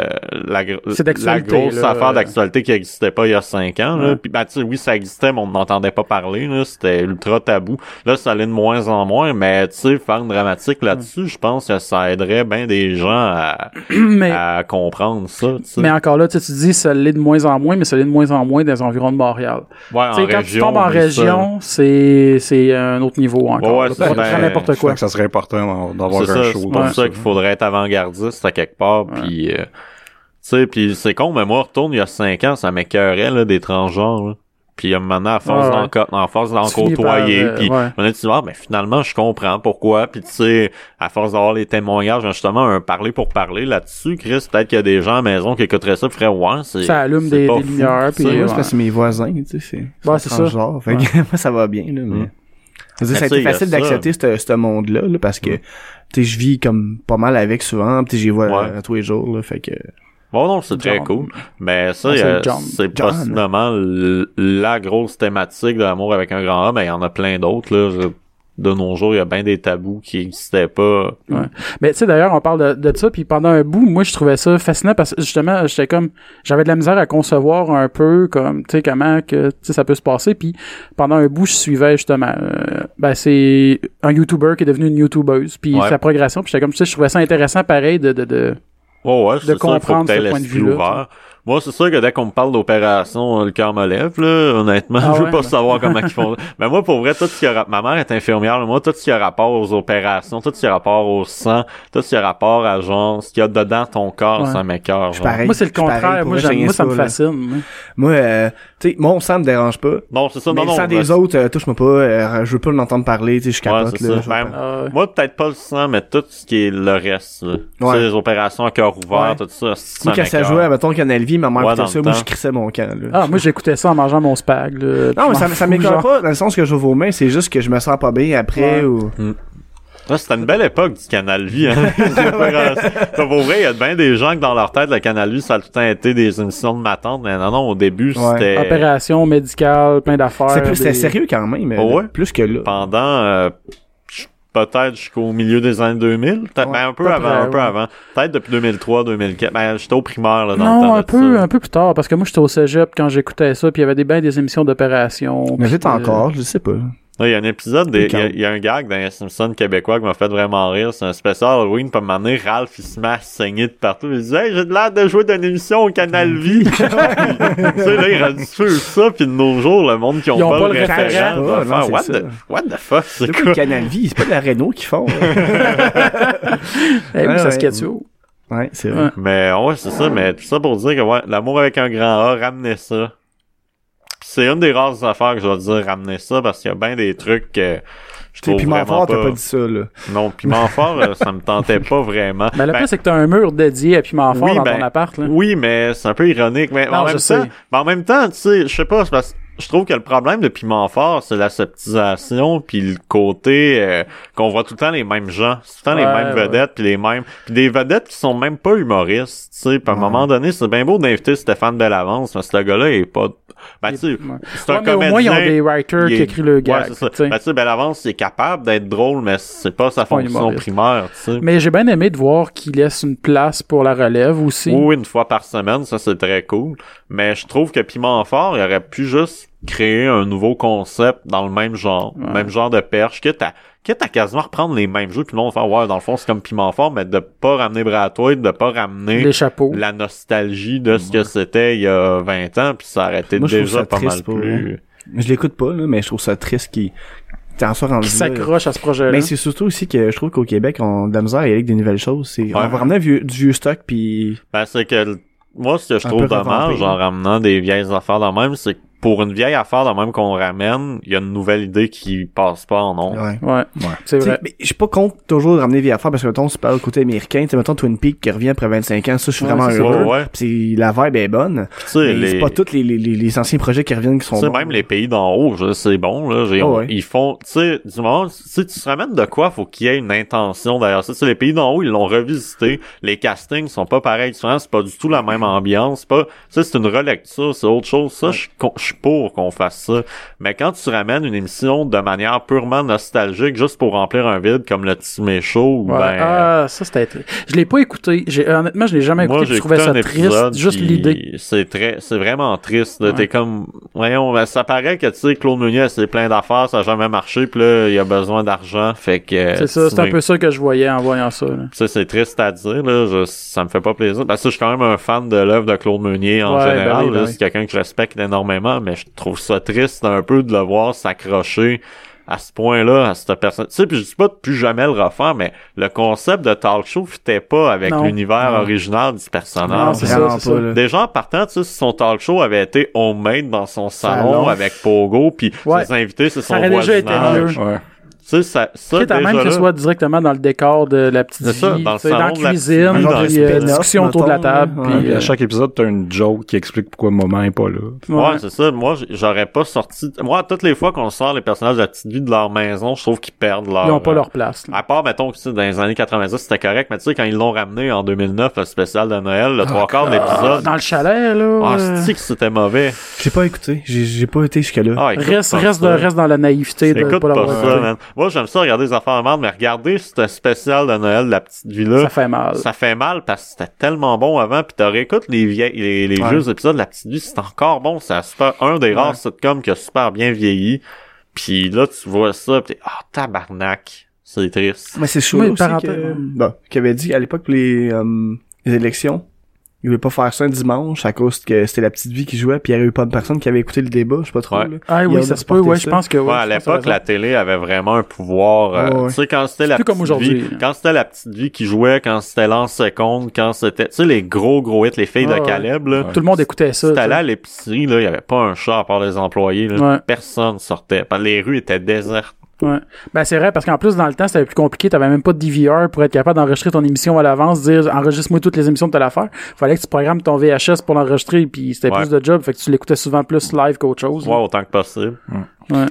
la, gr- C'est la d'actualité, grosse là. affaire d'actualité qui existait pas il y a cinq ans. Là. Ouais. Puis ben, tu sais, oui, ça existait, mais on n'entendait pas parler. là C'était ultra tabou. Là, ça allait de moins en moins, mais tu sais, faire une dramatique là-dessus, je pense que ça aiderait bien des gens à, Mais, à comprendre Ah, ça. tu sais. mais encore là, tu sais, tu dis, ça l'est de moins en moins, mais ça l'est de moins en moins dans les environs de Montréal. Ouais, en Tu sais, quand tu tombes en oublie ça. région, c'est c'est un autre niveau Ouais, encore. ouais, là. c'est Pour ben- faire n'importe Je crois quoi. que ça serait important d'en- d'avoir C'est ça, un c'est show. pour comme ça, qu'il faudrait être avant-gardiste à quelque part, puis euh, tu sais, puis c'est con, mais moi, retourne il y a cinq ans, ça m'écœurait, là, des transgenres, là. Puis à un moment donné, à force Ouais, d'en, ouais. co- en force d'en Tu finis côtoyer, par, euh, puis ouais. on a dit, ah, mais finalement, je comprends pourquoi, puis tu sais, à force d'avoir les témoignages, justement, un parler pour parler là-dessus, Chris, peut-être qu'il y a des gens à la maison qui écouteraient ça, puis feraient, ouais, c'est... Ça allume c'est des, pas des fou, lumières. tu Puis, sais. Moi, ouais. c'est parce que c'est mes voisins, tu sais, c'est. Ouais, c'est ça. Genre, fait que moi, ça va bien, là, mais. Je Mais veux dire, ça tu sais, a été il y a facile ça. d'accepter ce ce monde-là, là, parce que, tu sais, je vis comme pas mal avec souvent, pis j'y vois Ouais. euh, tous les jours, là, fait que. Bon, non, c'est très John. cool. Mais ça, Ah, c'est euh, John. c'est John. possiblement l- la grosse thématique de l'amour avec un grand A, mais il y en a plein d'autres. là. Je- De nos jours, il y a bien des tabous qui n'existaient pas. Ouais. Mais tu sais, d'ailleurs, on parle de, de ça, puis pendant un bout, moi, je trouvais ça fascinant parce que justement, j'étais comme, j'avais de la misère à concevoir un peu, comme, tu sais, comment que, tu sais, ça peut se passer, puis pendant un bout, je suivais justement, euh, ben, c'est un YouTuber qui est devenu une YouTubeuse, puis Ouais. sa progression, puis j'étais comme, tu sais, je trouvais ça intéressant pareil de, de, de... Ouais, ouais, c'est ça, il faut comprendre que t'aies ce point de l'esprit vue-là, ouvert. Moi, c'est sûr que dès qu'on me parle d'opération, euh, le cœur me lève, là, honnêtement, Ah je veux ouais, pas ben. savoir comment ils font. Mais moi, pour vrai, tout ce qui a rap- ma mère est infirmière, là, moi, tout ce qui a rapport aux opérations, tout ce qui a rapport au sang, tout ce qui a rapport à genre, ce qu'il y a dedans ton corps, Ouais. ça m'écœure. Je suis genre. pareil. moi, c'est le je suis pareil, contraire, pour moi, vrai, j'aime, j'aime moi, ça ça, me là. fascine, moi. Moi, euh, tu sais, mon sang me dérange pas. Non, c'est ça, mais non, le non. sang des mais- autres, euh, touche-moi pas, euh, je veux pas l'entendre parler, tu sais, je capote, c'est là. ça. je- Ben, Ah ouais. Moi, peut-être pas le sang, mais tout ce qui est le reste. là. Tu Ouais. sais, les opérations à cœur ouvert, Ouais. tout ça. c'est Moi, ça quand ça m'écoeure. jouait, mettons, Canal Vie, ma mère Ouais, écoutait dans ça, le moi, temps. je crissais mon camp, là. Ah, moi, j'écoutais ça en mangeant mon spag, là. Non, mais Je ça, m'en ça fous, m'écoeure genre. pas dans le sens que je vais vos mains, c'est juste que je me sens pas bien après Ouais. ou. Ouais, c'était une belle époque du Canal Vie. Hein? Les opérations. Pour vrai, il y a bien des gens que dans leur tête, le Canal Vie, ça a tout le temps été des émissions de ma tante. Mais non, non, au début, Ouais. c'était... Opération médicale, plein d'affaires. C'est plus- C'était des- sérieux quand même, mais Oh ouais? plus que là. pendant euh, j- peut-être jusqu'au milieu des années 2000, peut-être Ouais, ben, un peu peu avant, près, un peu ouais. avant, peut-être depuis 2003, 2004. Ben j'étais au primaire là, dans le Non, temps un de peu, ça. un peu plus tard, parce que moi j'étais au cégep quand j'écoutais ça, puis il y avait des bains des émissions d'opération. Mais puis, peut-être euh, encore, je sais pas. Il y a un épisode, des- il y, a- Piquant. il y a un gag d'un Simpson québécois qui m'a fait vraiment rire. C'est un spécial Halloween. Puis à un moment donné, Ralph, il se met à saigner de partout. Il dit « Hey, j'ai de l'air de jouer d'une émission au Canal Vie. » Tu sais, là, il radifule ça. Puis de nos jours, le monde qui ont Ils ont pas, pas le le référent référent. va Ouais, faire non, what, c'est the, what the fuck? » C'est C'est quoi? quoi Canal Vie, c'est pas de la Renault qu'ils font. là. eh oui, Ouais, ça ouais. se Ben, catio. ouais, c'est vrai. Ouais. Mais ouais, c'est ça. Mais tout ça pour dire que ouais, l'amour avec un grand A, ramenez ça. Puis C'est une des rares affaires que je dois dire, ramenez ça, parce qu'il y a bien des trucs que je T'es trouve piment vraiment fort, pas... t'as pas dit ça, là. Non, piment fort, euh, ça me tentait pas vraiment. Mais le Ben, plus, c'est que t'as un mur dédié à Piment Fort Oui, dans ben, ton appart. Là. Oui, mais c'est un peu ironique. Mais, Non, en, je même sais. temps, mais en même temps, tu sais, je sais pas, c'est parce que je trouve que le problème de Piment Fort, c'est l'aseptisation, puis le côté euh, qu'on voit tout le temps les mêmes gens, c'est tout le temps les Ouais, mêmes ouais. vedettes, puis les mêmes... Puis des vedettes qui sont même pas humoristes, tu sais. Puis à un moment donné, c'est bien beau d'inviter Stéphane Bellavance, mais ce gars-là, il est pas... Ben, tu sais, c'est Ouais, un mais au comédien... moins, ils ont des il writers qui est- écrivent le Ouais, gag. c'est ça. tu sais. Ben, tu sais, Bellavance, il est capable d'être drôle, mais c'est pas sa pas un fonction humoriste. primaire, tu sais. Mais j'ai bien aimé de voir qu'il laisse une place pour la relève aussi. Oui, une fois par semaine, ça c'est très cool. Mais je trouve que Piment Fort, il aurait pu juste créer un nouveau concept dans le même genre, même genre de perche, quitte à, quitte à quasiment reprendre les mêmes jeux, puis le monde faire, ouais, dans le fond, c'est comme Piment Fort, mais de pas ramener Bratoit, de pas ramener Les chapeaux. la nostalgie de ce que c'était il y a 20 ans, puis ça aurait été Moi, je trouve déjà ça pas mal triste pour plus. eux. Je l'écoute pas, là, mais je trouve ça triste qu'il t'en soit rendu Qui là. s'accroche à ce projet-là. Mais c'est surtout aussi que je trouve qu'au Québec, on a de la misère avec des nouvelles choses. C'est, Ouais. On va ramener vieux- du vieux stock, puis Ben, c'est que l- moi, ce que je Un trouve peu revampé, dommage en là. ramenant des vieilles affaires dans le même, c'est que pour une vieille affaire, de même qu'on ramène, il y a une nouvelle idée qui passe pas en nom. Ouais. Ouais. C'est T'sais, vrai. Mais je suis pas contre toujours de ramener vieille affaire parce que mettons, tu parles du côté américain, tu sais, mettons Twin Peaks qui revient après 25 ans, ça, je suis Ouais, vraiment ça, c'est heureux. vrai. Ouais. Puis la vibe est bonne. Tu sais, Mais c'est les- pas tous les, les, les, les anciens projets qui reviennent qui Tu sont sais, bons. même les pays d'en haut, je- c'est bon, là. j'ai- Ah ouais. Ils font, tu sais, du moment, tu sais, tu te ramènes de quoi, faut qu'il y ait une intention derrière ça. Tu sais, les pays d'en haut, ils l'ont revisité. Les castings sont pas pareils, souvent, c'est pas du tout la même ambiance. C'est pas, tu sais, c'est une relecture, c'est autre chose. Ça, je suis con- je suis pour qu'on fasse ça. Mais quand tu ramènes une émission de manière purement nostalgique, juste pour remplir un vide, comme le Timé Show, Ouais. ben, Ah, ça, c'était. Je l'ai pas écouté. J'ai- Honnêtement, je l'ai jamais écouté. moi, puis j'ai je trouvais écouté ça un épisode, triste. Juste puis l'idée. C'est très, c'est vraiment triste. là. Ouais. T'es comme, voyons, ben, ça paraît que, tu sais, Claude Meunier, c'est plein d'affaires, ça a jamais marché, puis là, il a besoin d'argent, fait que... euh, C'est ça, c'est un tu- peu ça que je voyais en voyant ça. là. ça, c'est triste à dire, là. Je- ça me fait pas plaisir. Parce que je suis quand même un fan de l'œuvre de Claude Meunier en Ouais, ben général. oui, ben là. oui. C'est quelqu'un que je respecte énormément, mais je trouve ça triste un peu de le voir s'accrocher à ce point-là, à cette personne. Tu sais, puis je dis pas de plus jamais le refaire, mais le concept de talk show fitait pas avec Non. l'univers original du personnage. Non, c'est ça, Vraiment c'est pas, ça. là. Déjà, en partant, tu sais, si son talk show avait été homemade dans son salon, Salon. avec Pogo, puis Ouais. ses invités, c'est son aurait déjà été voisinage. mieux. Tu Ouais. sais, ça, ça Quitte à déjà même que là, ce soit directement dans le décor de la petite C'est ça, vie, dans le tu sais, dans salon la de la petite cuisine, vie, dans puis le euh, spin-off, discussion autour de la mettons, table. là. Ouais, puis, Puis euh, à chaque épisode, t'as une joke qui explique pourquoi maman est pas là. Ouais, ouais. c'est ça. Moi, j- j'aurais pas sorti. Moi, toutes les fois qu'on sort les personnages de la petite vie de leur maison, je trouve qu'ils perdent leur. Ils n'ont pas euh, leur place. là. À part, mettons, que, tu sais, dans les années 90, c'était correct, mais tu sais, quand ils l'ont ramené en 2009, le spécial de Noël, le trois quarts de l'épisode. Ah, Dans le chalet, là. Ah, euh, c'est que c'était mauvais. J'ai pas écouté. J'ai j'ai pas été jusque-là. Ah, écoute Reste, pas reste, ça. reste dans la naïveté de Écoute pas pas, l'avoir ça, écouté. man. Moi, j'aime ça regarder les affaires de merde, mais regarder ce spécial de Noël de la petite vie-là. Ça fait mal. Ça fait mal parce que c'était tellement bon avant, puis t'aurais écouté les vieilles, les, les Ouais. vieux épisodes de La Petite Vie, c'est encore bon, c'est un super, un des rares sitcoms qui a super bien vieilli. Puis là, tu vois ça, pis t'es, ah, tabarnak, c'est triste. Mais c'est chaud Oui, aussi parenthèse. que, bon, qu'il Bah, avait dit à l'époque pour les, euh, les élections, il voulait pas faire ça un dimanche à cause que c'était la petite vie qui jouait, puis il y avait eu pas de personne qui avait écouté le débat, je sais pas trop. Ouais. là. Ah Il oui, a ça se peut, reporté ouais, je pense que ouais. Ouais, à je pense que l'époque, t'as la télé avait vraiment un pouvoir. euh, Ouais, ouais. Tu sais, quand c'était C'est la plus comme petite vie, aujourd'hui, là. quand c'était la petite vie qui jouait, quand c'était l'an seconde, quand c'était, tu sais, les gros gros hits, les filles Ouais, de ouais. Caleb, là. raison. Tout le monde écoutait ça. T'allais tu à l'épicerie, là, il y avait pas un chat à part les employés, là. Ouais. Personne sortait. Les rues étaient désertes. sais. Ouais. Ben, c'est vrai, parce qu'en plus, dans le temps, c'était plus compliqué. T'avais même pas de DVR pour être capable d'enregistrer ton émission à l'avance, dire enregistre-moi toutes les émissions que t'allais à faire. Fallait que tu programmes ton VHS pour l'enregistrer, puis c'était Ouais. plus de job, fait que tu l'écoutais souvent plus live qu'autre chose. là. Ouais, autant que possible.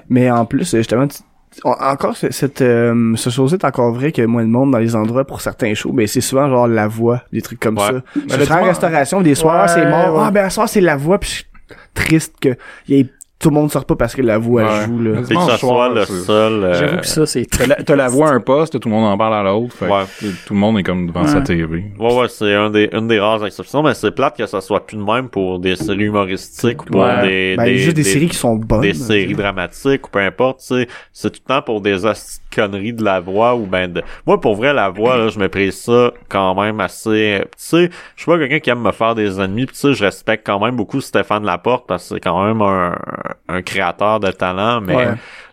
Mais en plus, euh, justement, tu- on- encore ce- cette euh, ce chose est encore vrai que moins le monde dans les endroits pour certains shows, ben c'est souvent genre la voix, des trucs comme Ouais. ça. le Je serais en soir- restauration, des soirs Ouais, c'est mort. ouais. Ah ben à soir c'est la voix, puis je suis triste que y ait- tout le monde sort pas parce que la voix Ouais. joue là. Le C'est que ça dimanche soit soir, le c'est- seul. euh, J'avoue que ça, c'est T'as très. la, t'as la voix à un poste, tout le monde en parle à l'autre. Fait que Ouais. Tout le monde est comme devant sa TV. Ouais, ouais, c'est un des, une des rares exceptions, mais c'est plate que ça soit plus de même pour des séries humoristiques ou pour Ouais. des, Ben, des, juste des, séries qui sont bonnes. des séries dramatiques ou peu importe, tu sais. C'est tout le temps pour des hosties de conneries de la voix ou ben de... Moi, pour vrai, la voix, là, je méprise ça quand même assez... euh, Tu sais, je suis pas quelqu'un qui aime me faire des ennemis, pis tu sais, je respecte quand même beaucoup Stéphane Laporte parce que c'est quand même un, un créateur de talent, mais... Ouais.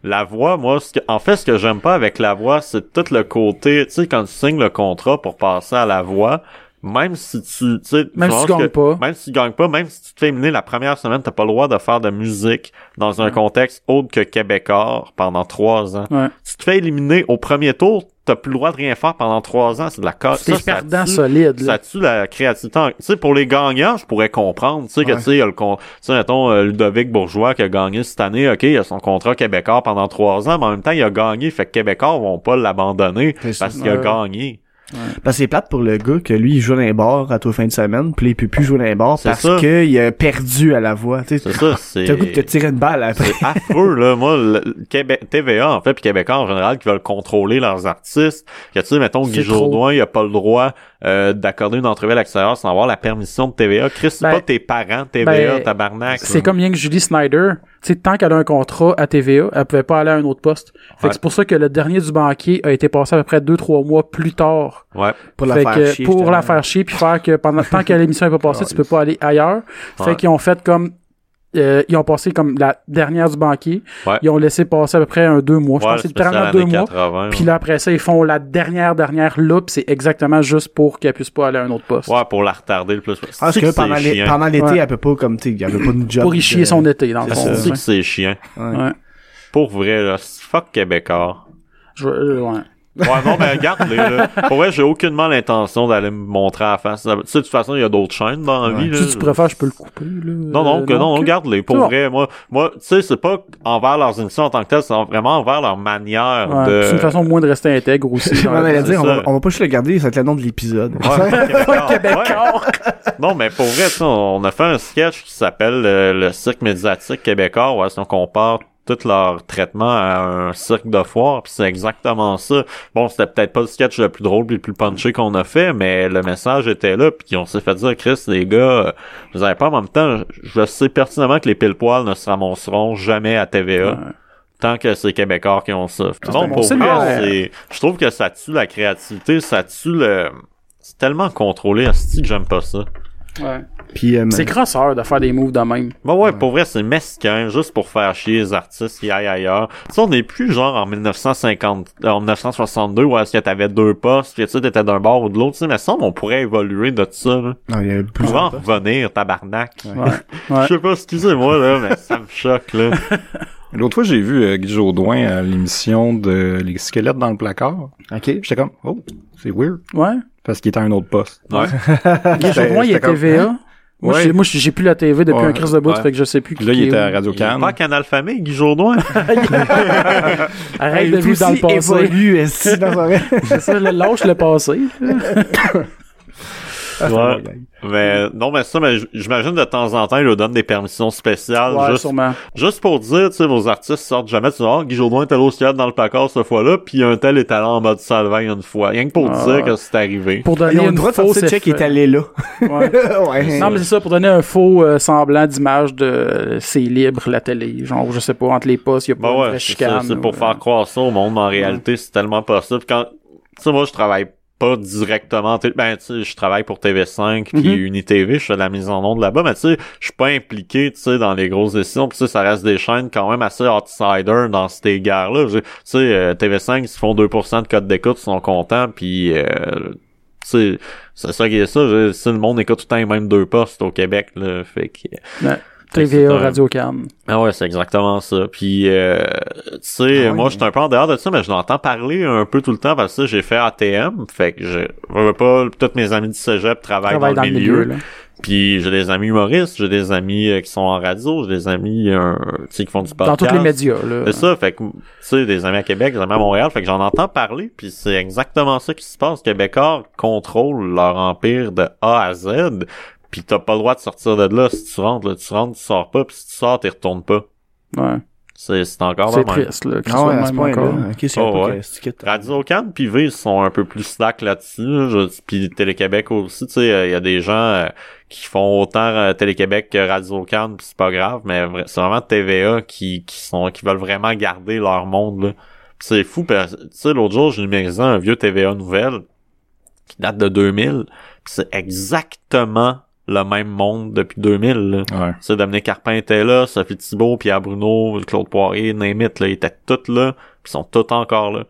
La voix, moi, ce que, en fait, ce que j'aime pas avec la voix, c'est tout le côté, tu sais, quand tu signes le contrat pour passer à la voix, même si tu, tu sais, Même je si pense tu gagnes que- pas. même si tu gagnes pas, même si tu te fais éliminer la première semaine, t'as pas le droit de faire de musique dans un contexte autre que québécois pendant trois ans. Ouais. Tu te fais éliminer au premier tour, t'as plus le droit de rien faire pendant trois ans, c'est de la casse. T'es perdant solide. là. Ça tue la créativité. en- Tu sais, pour les gagnants, je pourrais comprendre. Tu sais, que Ouais. tu sais, il y a le con... tu sais, mettons, euh, Ludovic Bourgeois qui a gagné cette année, OK, il a son contrat québécois pendant trois ans, mais en même temps, il a gagné. Fait que québécois vont pas l'abandonner C'est ça. parce qu'il a Ouais. gagné. Parce que c'est plate pour le gars que lui, il joue dans les bars à toute fin de semaine, puis là, il peut plus jouer dans les bars C'est parce ça. qu'il a perdu à la voix. Tu sais, C'est ça, c'est... t'as le goût de te tirer une balle après. C'est affreux, là. Moi, le Québec, TVA, en fait, puis Québécois en général, qui veulent contrôler leurs artistes. Que, tu sais, mettons, Guy C'est trop. Jourdouin, il a pas le droit euh, d'accorder une entrevue à l'extérieur sans avoir la permission de TVA. Chris, c'est Ben, pas tes parents, TVA, ben, tabarnak. C'est comme rien que Julie Snyder. Tu sais, tant qu'elle a un contrat à TVA, elle pouvait pas aller à un autre poste. Fait Ouais. que c'est pour ça que le dernier du banquier a été passé à peu près deux, trois mois plus tard. Ouais. Pour la fait faire que chier, pour justement. la faire chier puis faire que pendant tant que l'émission est pas passée, tu peux pas aller ailleurs. Ouais. Fait qu'ils ont fait comme euh, ils ont passé comme la dernière du banquier. Ouais. Ils ont laissé passer à peu près un deux mois. Je Ouais, pense que c'est le spécial littéralement deux années mois. 80, Puis là, après ça, ils font la dernière, dernière loupe. C'est exactement juste pour qu'elle puisse pas aller à un autre poste. Ouais, pour la retarder le plus possible. Ah, Parce Tu sais que pendant c'est les- chiant. pendant l'été, Ouais. elle peut pas, comme, tu sais, elle peut pas de job. Pour y de- chier son été, dans le c'est fond. Tu ça. sais tu que sais. c'est chiant. Ouais. Pour vrai, là, c'est fuck Québécois. Je- euh, ouais. Ouais, non, mais regarde, là. Pour vrai, j'ai aucunement l'intention d'aller me montrer à la face. Tu sais, de toute façon, il y a d'autres chaînes dans la vie, là. Si tu préfères, je peux le couper. Là. Euh, Non, non, Euh, que non, que- regarde-les. Pour C'est bon. vrai, moi, moi, tu sais, c'est pas envers leurs émissions en tant que telles, c'est vraiment envers leur manière Ouais, de. C'est une façon moins de rester intègre aussi. Ouais, mais elle a c'est dit, on va, ça. on va pas juste le garder, ça va être le nom de l'épisode. Ouais, Québécois. Ouais. D'accord. Non, mais pour vrai, tu sais, on on a fait un sketch qui s'appelle euh, le cirque médiatique québécois, ouais, si on compare tout leur traitement à un cirque de foire, puis c'est exactement ça. Bon, c'était peut-être pas le sketch le plus drôle puis le plus punché qu'on a fait, mais le message était là, puis on s'est fait dire, Chris, les gars, euh, vous avez pas en même temps, je- je sais pertinemment que les pile-poils ne se ramasseront jamais à TVA. Tant que c'est Québécois qui ont ça. Non, bon pour signe, moi, ouais. c'est- je trouve que ça tue la créativité, ça tue le... C'est tellement contrôlé, asti, que j'aime pas ça. Ouais. Puis, euh, C'est crosseur de faire des moves de même. Bah ouais, pour vrai, c'est mesquin, juste pour faire chier les artistes qui aillent ailleurs. Tu sais, on n'est plus genre en 1950, euh, en 1962 où est-ce que t'avais deux postes, puis tu sais, t'étais d'un bord ou de l'autre, tu sais, mais semble on pourrait évoluer de ça, là. non, il y a On plus pourrait en revenir, tabarnak. Ouais. Ouais. Je sais pas, excusez-moi, là, mais ça me choque, là. L'autre fois, j'ai vu euh, Guy Jodoin à l'émission de Les squelettes dans le placard. OK. J'étais comme, oh, c'est weird. ouais. Parce qu'il était à un autre poste. Ouais. Guy Jodoin, il est j'étais comme- Hein? TVA. Moi, Ouais. j'ai- Moi, j'ai j'ai plus la TV depuis Ouais. un crise de bout, Ouais. fait que je sais plus Puis là, il qui était est à où. Radio Il est Cannes. Pas à Canal Famille, Guy Jourdoin. Arrête Hey, de tout vivre dans le aussi passé. évolue, esti, dans son rêve. C'est ça, le- lâche le passé. Ah, c'est Ouais. bon, gars. Mais, non, mais ça, mais j- j'imagine de temps en temps, il leur donne des permissions spéciales, Ouais, Ah, juste sûrement. Juste pour dire, tu sais, vos artistes sortent jamais, tu vois, Guy Jourdain était allé au squelette dans le placard cette fois-là, puis un tel est allé en mode Salvin une fois. Rien que pour Ah. dire que c'est arrivé. Pour donner Ils ont le une droit de fausse sortir check qui est effet. allé là. Ouais. ouais. Non, mais c'est ça, pour donner un faux euh, semblant d'image de euh, c'est libre la télé. Genre, je sais pas, entre les postes, il y a pas Ben de ouais, vraie c'est ça, chicane. c'est pour ou, faire croire ça au monde, mais en réalité, c'est tellement pas ça. Puis quand, tu sais, moi, je travaille pas directement, en télé- ben, tu sais, je travaille pour TV5 puis Mhm. UniTV, je fais de la mise en onde là-bas, mais tu sais, je suis pas impliqué, tu sais, dans les grosses décisions, puis tu sais, ça reste des chaînes quand même assez outsider dans cet égard-là. Je- Tu sais, euh, TV5, ils se font 2% de code d'écoute, ils sont contents, puis... euh, tu sais, c'est ça qui est ça. je- Si le monde écoute tout le temps les mêmes deux postes au Québec, là, fait que... euh, Ouais. C'est TVA, un- Radio-Can. Ah ouais, c'est exactement ça. Puis, euh, tu sais, Ah moi, je suis un peu en dehors de ça, mais je l'entends parler un peu tout le temps parce que j'ai fait ATM. Fait que je, je veux pas, tous mes amis du cégep travaillent Travaille dans, le milieu. là. Puis, j'ai des amis humoristes, j'ai des amis euh, qui sont en radio, j'ai des amis, euh, tu sais, qui font du Dans podcast. tous les médias, là. C'est ça, fait que, tu sais, des amis à Québec, des amis à Montréal, fait que j'en entends parler, puis c'est exactement ça qui se passe. Québécois contrôlent leur empire de A à Z, puis t'as pas le droit de sortir de là. Si tu rentres, là, tu rentres, tu sors pas, puis si tu sors, t'y retournes pas. Ouais. C'est c'est encore C'est le même. triste, là. que ce Ah soit ouais, le à ce même point-là. encore. Ok, c'est un Oh, peu ouais. que- c'est quitte. Radio Cannes puis V sont un peu plus slack là-dessus, je- puis Télé-Québec aussi, tu sais, il y a des gens euh, qui font autant euh, Télé-Québec que Radio Cannes, puis c'est pas grave, mais vra- c'est vraiment TVA qui qui sont qui veulent vraiment garder leur monde là. Puis c'est fou parce tu sais l'autre jour, j'ai numérisé un vieux TVA nouvelle qui date de 2000, puis c'est exactement le même monde depuis 2000. Là. Ouais. Tu sais, Dominique Carpin était là, Sophie Thibault, Pierre Bruno, Claude Poirier, Némit, là, ils étaient tous là, puis ils sont tous encore là.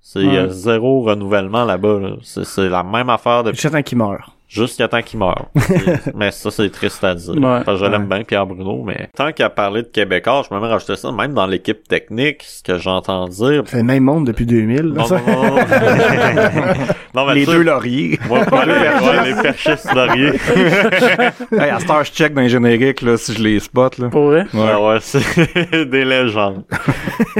C'est il y a Ouais. zéro renouvellement là-bas. là. C'est, c'est la même affaire depuis J'attends qu'il meurt. jusqu'à temps qu'il meurt. C'est- mais ça, c'est triste à dire. Ouais. Parce que je l'aime Ouais. bien, Pierre Bruno, mais tant qu'à parler de Québécois, je peux même rajouter ça, même dans l'équipe technique, ce que j'entends dire. C'est le même monde depuis 2000. là, Non, ça. non, non, non. Non, mais Les tu sais, deux lauriers. moi, moi, les, ouais, les perchistes lauriers. hey, à cette heure, je check dans les génériques, là, si je les spot, là. Pour vrai? Ouais. Ouais, Ah ouais, c'est des légendes.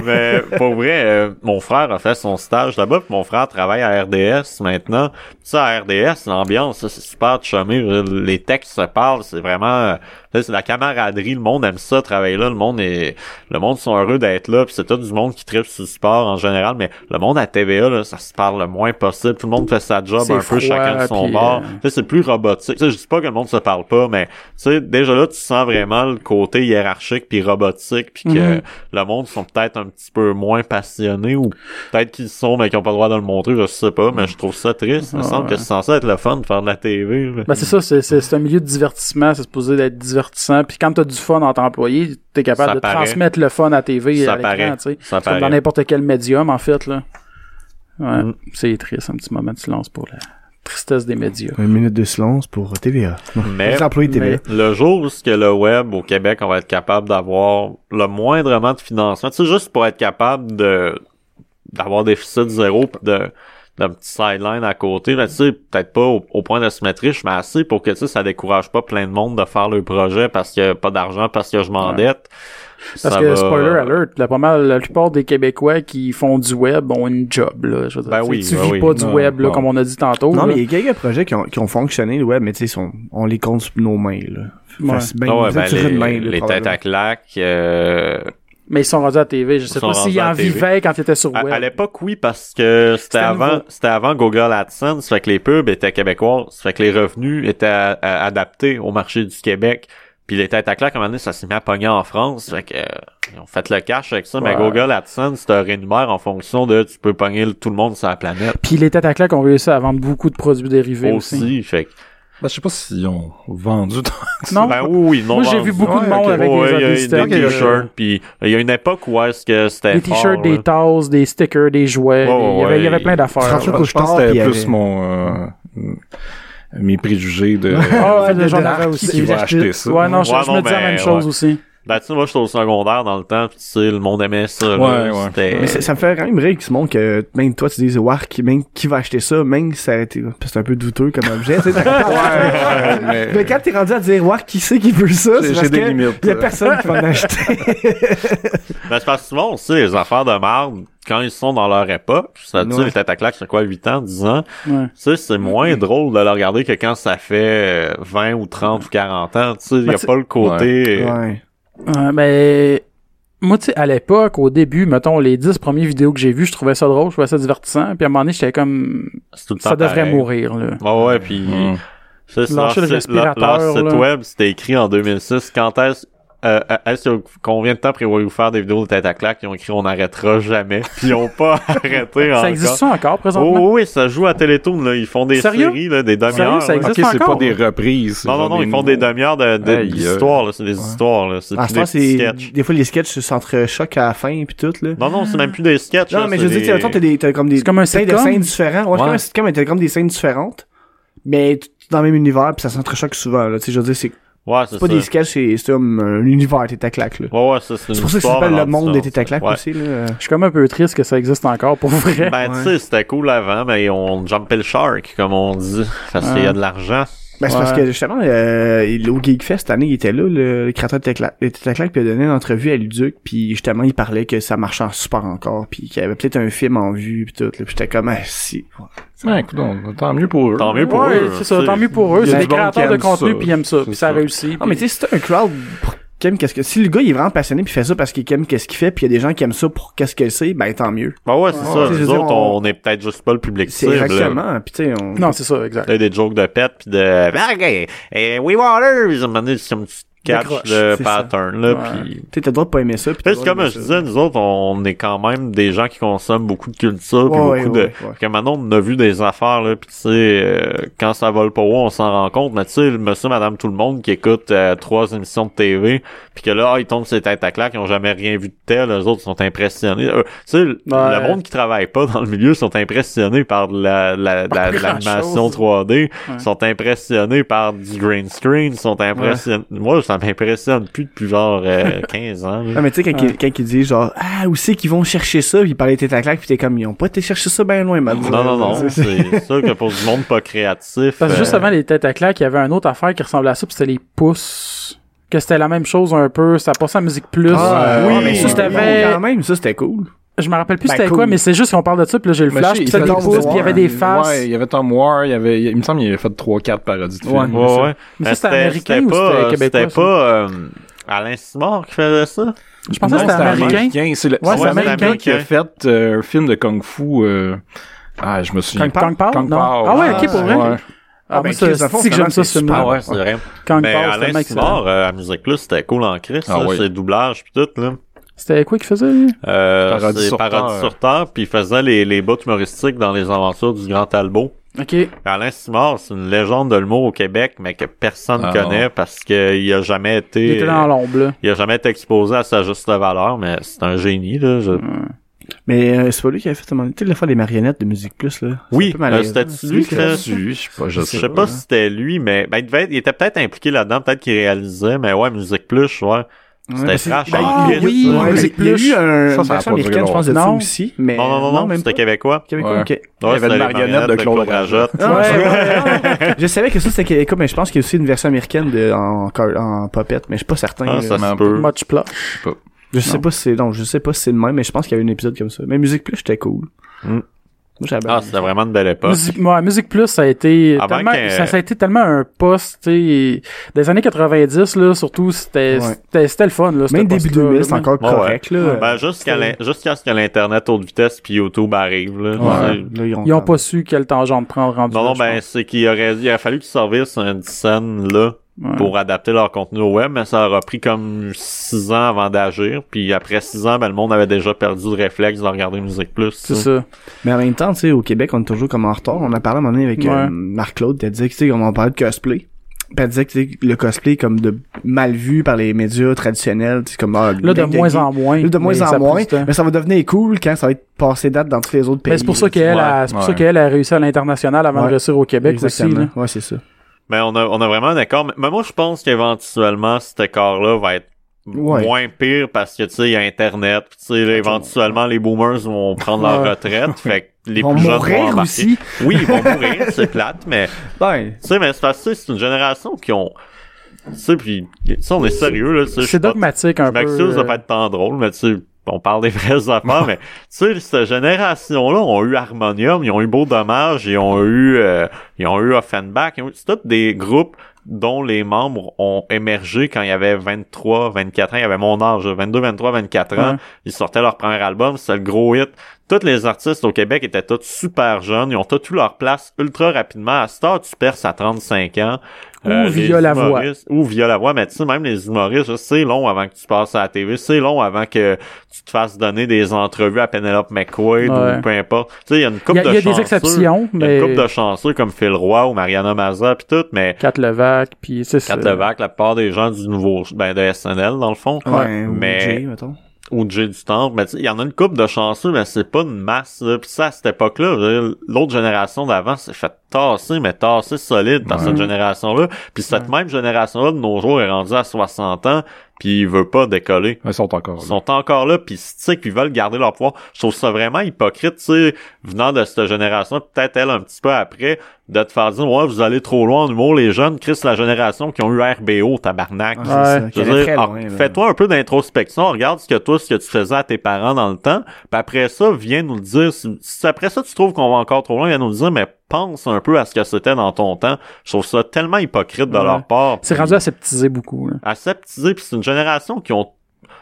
Mais pour vrai, euh, mon frère a fait son stage là-bas, puis mon frère travaille à RDS maintenant. Puis ça, à RDS, l'ambiance, ça, c'est super chumé. Les textes se parlent, c'est vraiment... euh, tu sais, C'est la camaraderie, le monde aime ça, travailler là. Le monde est... Le monde sont heureux d'être là, puis c'est tout du monde qui tripe sur le sport en général, mais le monde à TVA, là, ça se parle le moins possible. Tout le monde fait sa job C'est un froid, peu chacun de son puis, bord. euh, Tu sais, c'est plus robotique. Tu sais, je dis pas que le monde se parle pas, mais tu sais, déjà là, tu sens vraiment le côté hiérarchique puis robotique, puis que Mhm. le monde sont peut-être un petit peu moins passionnés ou peut-être qu'ils sont, mais qu'ils ont pas le droit de le montrer, je sais pas, mais je trouve ça triste. Il me Ah semble ouais. que c'est censé être le fun de faire de la TV. mais- Ben, c'est ça, c'est, c'est, c'est un milieu de divertissement, c'est supposé d'être divertissant. Puis quand t'as du fun en tant qu'employé, t'es capable Ça de paraît. transmettre le fun à TV et Ça à l'écran, paraît. tu sais. Ça C'est Comme dans paraît. n'importe quel médium, en fait, là. Ouais, c'est triste, un petit moment de silence pour la tristesse des médias. Une minute de silence pour TVA. Non, Mais- Les employés de TVA. Le jour où ce que le web au Québec, on va être capable d'avoir le moindrement de financement, tu sais, juste pour être capable de d'avoir déficit zéro pis de d'un petit sideline à côté, mais tu sais, peut-être pas au, au point de se mettre riche, mais assez pour que tu sais, ça décourage pas plein de monde de faire le projet parce qu'il y a pas d'argent, parce que je m'endette. Parce Ça que, va- spoiler alert, la, pas mal, la plupart des Québécois qui font du web ont une job, là. Je veux dire, Ben tu sais, oui, tu ben vis oui. pas du Non, web, là, non. comme on a dit Oh, tantôt. là. Non, mais il y a quelques projets qui ont, qui ont fonctionné, le web, mais tu sais, ils sont- on les compte sur nos mains, là. Ouais. Fait que c'est bien- Ah ouais, vous êtes ben, sur les, une main, là, les têtes probablement. à claque, euh, Mais ils sont rendus à TV. Je sais Ils sont pas rendus s'ils à en TV. vivaient quand ils étaient sur À, web. à l'époque, oui, parce que c'était avant, nouveau. c'était avant Google AdSense, fait que les pubs étaient québécois, fait que les revenus étaient à- à- adaptés au marché du Québec. Puis les têtes à claque, à un moment donné, ça s'est mis à pogner en France, fait que euh, ils ont fait le cash avec ça, mais Ouais. Google AdSense te rémunère en fonction de tu peux pogner le- tout le monde sur la planète Puis les têtes à claques ont réussi à vendre beaucoup de produits dérivés aussi. aussi. Fait que, Ben, je sais pas s'ils ont vendu tant que ça. Non? ben oui, oui, non. Moi, j'ai vu beaucoup de monde avec des- des des, stocks, euh, t-shirts. Puis il y a une époque où est-ce que c'était Des fort, t-shirts, là. des tasses, des stickers, des Ouais, jouets. des- il, y avait, ouais, il y avait plein Tu d'affaires. rentres là. au Je pense couche-tard, que puis il c'était y plus avait- mon euh, mes préjugés de Ah ouais, de- j'en de avais Arc aussi. qui va acheter ça. Ouais, non, je, Ouais, je non, me disais la ben, même chose ouais. aussi. Ben, tu sais, moi, j'étais au secondaire dans le temps, pis tu sais, le monde aimait Ouais, ça. là, ouais. C'était- Mais ça, ça me fait quand même rire qu'il se montre que même toi, tu dis, Wark, même qui va acheter ça, même si ça a été. parce que C'est un peu douteux comme objet, tu sais. Ouais, mais- Mais quand t'es rendu à dire, Wark, qui c'est qui veut ça? J'ai- j'ai c'est parce des euh. que limites. Y a personne qui va en acheter. Ben, c'est parce que souvent, on sait, les affaires de marde, quand ils sont dans leur époque, ça, tu sais, Ouais. les têtes à claque, c'est quoi, 8 ans, 10 ans, Ouais. tu sais, c'est moins drôle de le regarder que quand ça fait euh, 20 ou 30 ou 40 ans, tu sais, il Ben, a tu- pas le côté... euh, Ouais. Ouais, Euh, mais moi, tu sais, à l'époque, au début, mettons, les 10 premières vidéos que j'ai vues, je trouvais ça drôle, je trouvais ça divertissant. Puis à un moment donné, j'étais comme, c'est tout le temps ça devrait pareil. mourir, là. Ouais, ouais, puis... Mm. C'est ça, Lâcher le leur site- leur- leur respirateur, site là. web, c'était écrit en 2006. Quand est-ce, euh, euh, est-ce que- combien de temps prévoyez-vous faire des vidéos de tête à claque? Ils ont écrit on n'arrêtera jamais. Puis ils ont pas arrêté encore. Ça existe ça encore, Oh, présentement? oui, oui, ça joue à Télétoon, là. Ils font des Sérieux? séries, là, des Sérieux, demi-heures. ça là. existe Ok, c'est encore, pas des reprises. c'est Non, non, genre non, ils font des demi-heures de, de- Aïe, euh. d'histoires, là. C'est des histoires, là. C'est À plus ce des moment, petits c'est. sketchs. Des fois, les sketchs s'entrechoquent à la fin, pis tout, là. Non, non, c'est même plus des sketchs. Non, là, mais c'est je veux dire, des- tu sais, mettons, t'as des- t'as comme des. C'est comme un plein de sitcom? scènes différentes. Ouais, c'est comme Ouais. un sitcom, mais t'as comme des scènes différentes. Mais tout dans le même univers, puis ça s'entrechoque souvent, là. Tu sais, je veux dire, c'est Ouais, c'est pas ça. des sketchs, c'est c'est comme un univers, t'es ta claque, là. Ouais, ouais, ça, c'est une C'est pour ça que ça histoire s'appelle dans Le Monde l'histoire, des Tétaclacs ouais. aussi, là. Ben, Je suis comme un peu triste que ça existe encore, pour vrai. Ben, Ouais. tu sais, c'était cool avant, mais on jumpait le shark, comme on dit. Parce qu'il y a de l'argent. Ben, c'est parce Ouais. que justement, euh, il- au Geek Fest, cette année, il était là, le, le créateur de Tétaclac, puis il a donné une entrevue à Luduc, puis justement, il parlait que ça marchait en super encore, puis qu'il y avait peut-être un film en vue, puis tout, là. Puis j'étais comme, ah, si. Ouais, écoute, on- tant mieux pour eux. Tant mieux pour Ouais, eux. c'est ça. tu sais. Tant mieux pour eux. Il y a C'est du des monde créateurs qui de aime contenu, ça. puis ils aiment ça. Puis ça ça. réussit. Non, mais tu sais, c'est un crowd pour- qui aime qu'est-ce que, si le gars, il est vraiment passionné puis fait ça parce qu'il aime qu'est-ce qu'il fait puis il y a des gens qui aiment ça pour qu'est-ce que c'est, ben, tant mieux. Ben ouais, c'est ça. Tu sais, je Nous veux dire, autres, on- on... est peut-être juste pas le public C'est cible, là. exactement, puis tu sais, on... Non, c'est ça, Ben, exact. Là, des jokes de pète pis de Ah, ok, eh, We Waters! À un moment donné, c'est un petit catch Décroche, de c'est pattern, là, Ouais. pis... Tu sais, t'as le droit de pas aimer ça puis Tu t'as sais, le c'est droit comme d'aimer je ça. disais, nous autres, on est quand même des gens qui consomment beaucoup de culture, puis Ouais, beaucoup ouais, de... ouais, ouais. Que maintenant, on a vu des affaires, là, puis tu sais, euh, quand ça vole pas haut, on s'en rend compte, mais tu sais, le monsieur, madame, tout le monde qui écoute euh, trois émissions de TV, puis que là, ah, ils tombent sur les têtes à claque, ils ont jamais rien vu de tel, les autres sont impressionnés. Euh, tu sais, le- Ouais. le monde qui travaille pas dans le milieu sont impressionnés par de la, la, la- Pas l'animation grand-chose. 3D, sont impressionnés par du green screen, sont impressionnés... Moi, ça m'impressionne plus depuis genre euh, 15 ans, là. Non, mais tu sais, quand, il, quand il dit genre, ah, où c'est qu'ils vont chercher ça puis il parlait de claque puis t'es comme, ils ont pas été chercher ça bien loin, maintenant. Non, non, non, c'est sûr que pour du monde pas créatif. Parce que juste euh, avant les têtes à claques, il y avait une autre affaire qui ressemblait à ça, puis c'était les pouces. Que c'était la même chose un peu, ça passait à musique plus. Euh, Ah, Oui, oui, mais ça, c'était Il y bon avait- quand même, ça, c'était cool. Je me rappelle plus Ben, c'était cool. Ben, quoi, mais c'est juste qu'on parle de ça, puis là j'ai le Mais flash, je sais, puis il c'était fait des Tom pouces, puis il y War. avait des faces. Ouais, il y avait Tom War, il, y avait, il me semble qu'il avait fait 3-4 parodies de films. Ouais. Ouais, ouais. Mais ça, c'était américain c'était ou pas, c'était euh, québécois, C'était ça? pas euh, Alain Simard qui faisait ça? Je pensais que Non, c'était américain. C'est le, Ouais, c'est c'est le même gars américain. qui a fait euh, un film de Kung Fu. euh, Ah, je me souviens. Kung Pao? Kang Pao? Kung Non. Pao. Ah ouais, ok, pour vrai. Ouais. Ah, ben, moi, c'est Chris, dans le fond, c'est que j'aime ça ce finalement, c'est Ah film-là. ouais, c'est vrai. Kang Mais Pao, c'est Alain tellement excellent. Simard, euh, à Musique Plus, c'était cool en Christ, Ah là, ouais. ses doublages pis tout, là. C'était quoi qu'il faisait, lui? Euh, Parodie c'est sur Parodie Terre. sur Terre, pis il faisait les, les bouts humoristiques dans les aventures du Grand Talbot. OK. Alain Simard, c'est une légende de l'humour au Québec, mais que personne Ah. connaît parce qu'il a jamais été. Il était dans l'ombre, là. il a jamais été exposé à sa juste valeur, mais c'est un génie, là. je- Mais euh, c'est pas lui qui avait fait un moment donné, tu sais, la fois des marionnettes de Musique Plus, là. C'est un Oui, peu euh, malaisant. c'était C'est lui qui fait- Là-dessus, je sais pas, je Je sais pas si c'était lui, mais ben, il, devait être- il était peut-être impliqué là-dedans, peut-être qu'il réalisait, mais ouais, Musique Plus, ouais. C'était Ouais, trash. ben, en ah crise, oui, là. Ouais, Musique mais il y a Plus. eu un, Ça, ça une a version pas duré américaine, je pense, de ça longtemps. aussi, mais Non, non, non, même c'était pas. québécois. Québécois, Ouais. ok. Il y avait c'était une les marionnette de Claude Rajotte. Ah, ouais, ouais, ouais. je savais que ça c'était québécois, mais je pense qu'il y a aussi une version américaine de, en, cor- en popette, mais je suis pas certain. Ah, là. ça se Vraiment peut. Much plot. je sais pas si c'est, non, je sais pas si c'est le même, mais je pense qu'il y a eu un épisode comme ça. Mais Musique Plus, c'était cool. Mm. Moi, j'avais. Ah, c'était vraiment une belle époque. Musique, ouais, Musique Plus, ça a été Avant tellement, que- ça, ça a été tellement un poste, tu sais, des années 90, là, surtout, c'était, Ouais. c'était, c'était le fun, là. ce Même début poste-là, 2000, là, c'est même- encore Ouais, correct, là. Ben, jusqu'à l'in- jusqu'à ce que l'Internet haute vitesse puis YouTube arrive, là. Ouais, C'est- là, Ils ont pas su quelle tangente prendre rendu. Non, là, non, je ben, pense. c'est qu'il aurait, il aurait fallu qu'ils servissent une scène, là, Ouais. pour adapter leur contenu au web, mais ça aura pris comme six ans avant d'agir, puis après six ans, ben, le monde avait déjà perdu le réflexe de regarder Musique Plus. C'est tu sais. ça. Mais en même temps, tu sais, au Québec, on est toujours comme en retard. On a parlé à un moment donné avec euh, Ouais. Marc-Claude, elle disait que, tu sais, on parlait de cosplay. Puis elle disait que, tu sais, le cosplay est comme de mal vu par les médias traditionnels, tu sais, comme... ah, Là, de mec moins geek. en moins. Là, de mais moins ça en a pris moins. du temps. Mais ça va devenir cool quand ça va être passé date dans tous les autres pays. Mais Ben, c'est pour ça là, tu sais. qu'elle Ouais, a, c'est pour ça ouais. qu'elle a réussi à l'international avant Ouais. de réussir au Québec aussi, Exactement. là. Ouais, c'est ça. Mais on a, on a vraiment un accord. Mais- Mais moi, je pense qu'éventuellement, cet accord-là va être Ouais. moins pire parce que, tu sais, il y a Internet. puis Tu sais, là, éventuellement, les boomers vont prendre leur Ouais. retraite. Fait que les Ils vont plus jeunes mourir vont embarquer. aussi. Oui, ils vont mourir, c'est plate, mais, Ben, tu sais, mais c'est parce que c'est une génération qui ont, tu sais, puis, tu sais, on est sérieux, là, tu sais. je suis C'est pas- dogmatique un je peu. m'excuse de euh, pas être tant drôle, mais tu sais, on parle des vrais affaires, mais tu sais, cette génération-là ont eu Harmonium, ils ont eu Beau Dommage, ils ont eu, euh, ils ont eu Offenbach, ils ont eu- c'est tous des groupes dont les membres ont émergé quand il y avait 23, 24 ans, il y avait mon âge, 22, 23, 24 ans, Ouais. ils sortaient leur premier album, c'était le gros hit. Tous les artistes au Québec étaient tous super jeunes, ils ont tous eu leur place ultra rapidement. À Star, tu perces à 35 ans. Euh, Ou les via la voix. humoristes- ou via la voix, mais tu sais, même les humoristes, là, c'est long avant que tu passes à la TV, c'est long avant que tu te fasses donner des entrevues à Penelope McQuaid Ouais. ou peu importe. Tu sais, il y a une coupe Il y de a, il y a chanceux. des exceptions, Il y a mais. une coupe de chanceux comme Phil Roy ou Mariana Mazza pis tout, mais Kat Levac, puis c'est ça. Kat Levac, la plupart des gens du nouveau, ben, de SNL, dans le fond, ouais, ou mais- Jay, mettons. ou Jay du Temple, mais tu sais, il y en a une coupe de chanceux, mais c'est pas une masse, là. Pis ça, à cette époque-là, je veux dire, l'autre génération d'avant s'est fait tasser, mais tasser solide par Ouais. cette génération-là. Puis cette même génération-là, de nos jours, est rendue à 60 ans, puis il veut pas décoller. Ils sont encore Ils là. sont encore là, puis sais qu'ils veulent garder leur pouvoir. Je trouve ça vraiment hypocrite, tu sais, venant de cette génération, peut-être elle un petit peu après, de te faire dire, ouais, vous allez trop loin en humour, les jeunes, Chris, la génération qui ont eu RBO, tabarnak. Ouais, Ah, c'est ça, Ouais. qui Je veux allait dire, très alors, loin, là. fais-toi un peu d'introspection, regarde ce que toi, ce que tu faisais à tes parents dans le temps, puis après ça, viens nous le dire. Si, si après ça, tu trouves qu'on va encore trop loin, viens nous le dire, mais pense un peu à ce que c'était dans ton temps. Je trouve ça tellement hypocrite de Ouais. leur part. C'est rendu aseptisé beaucoup, là. aseptisé, puis c'est une génération qui ont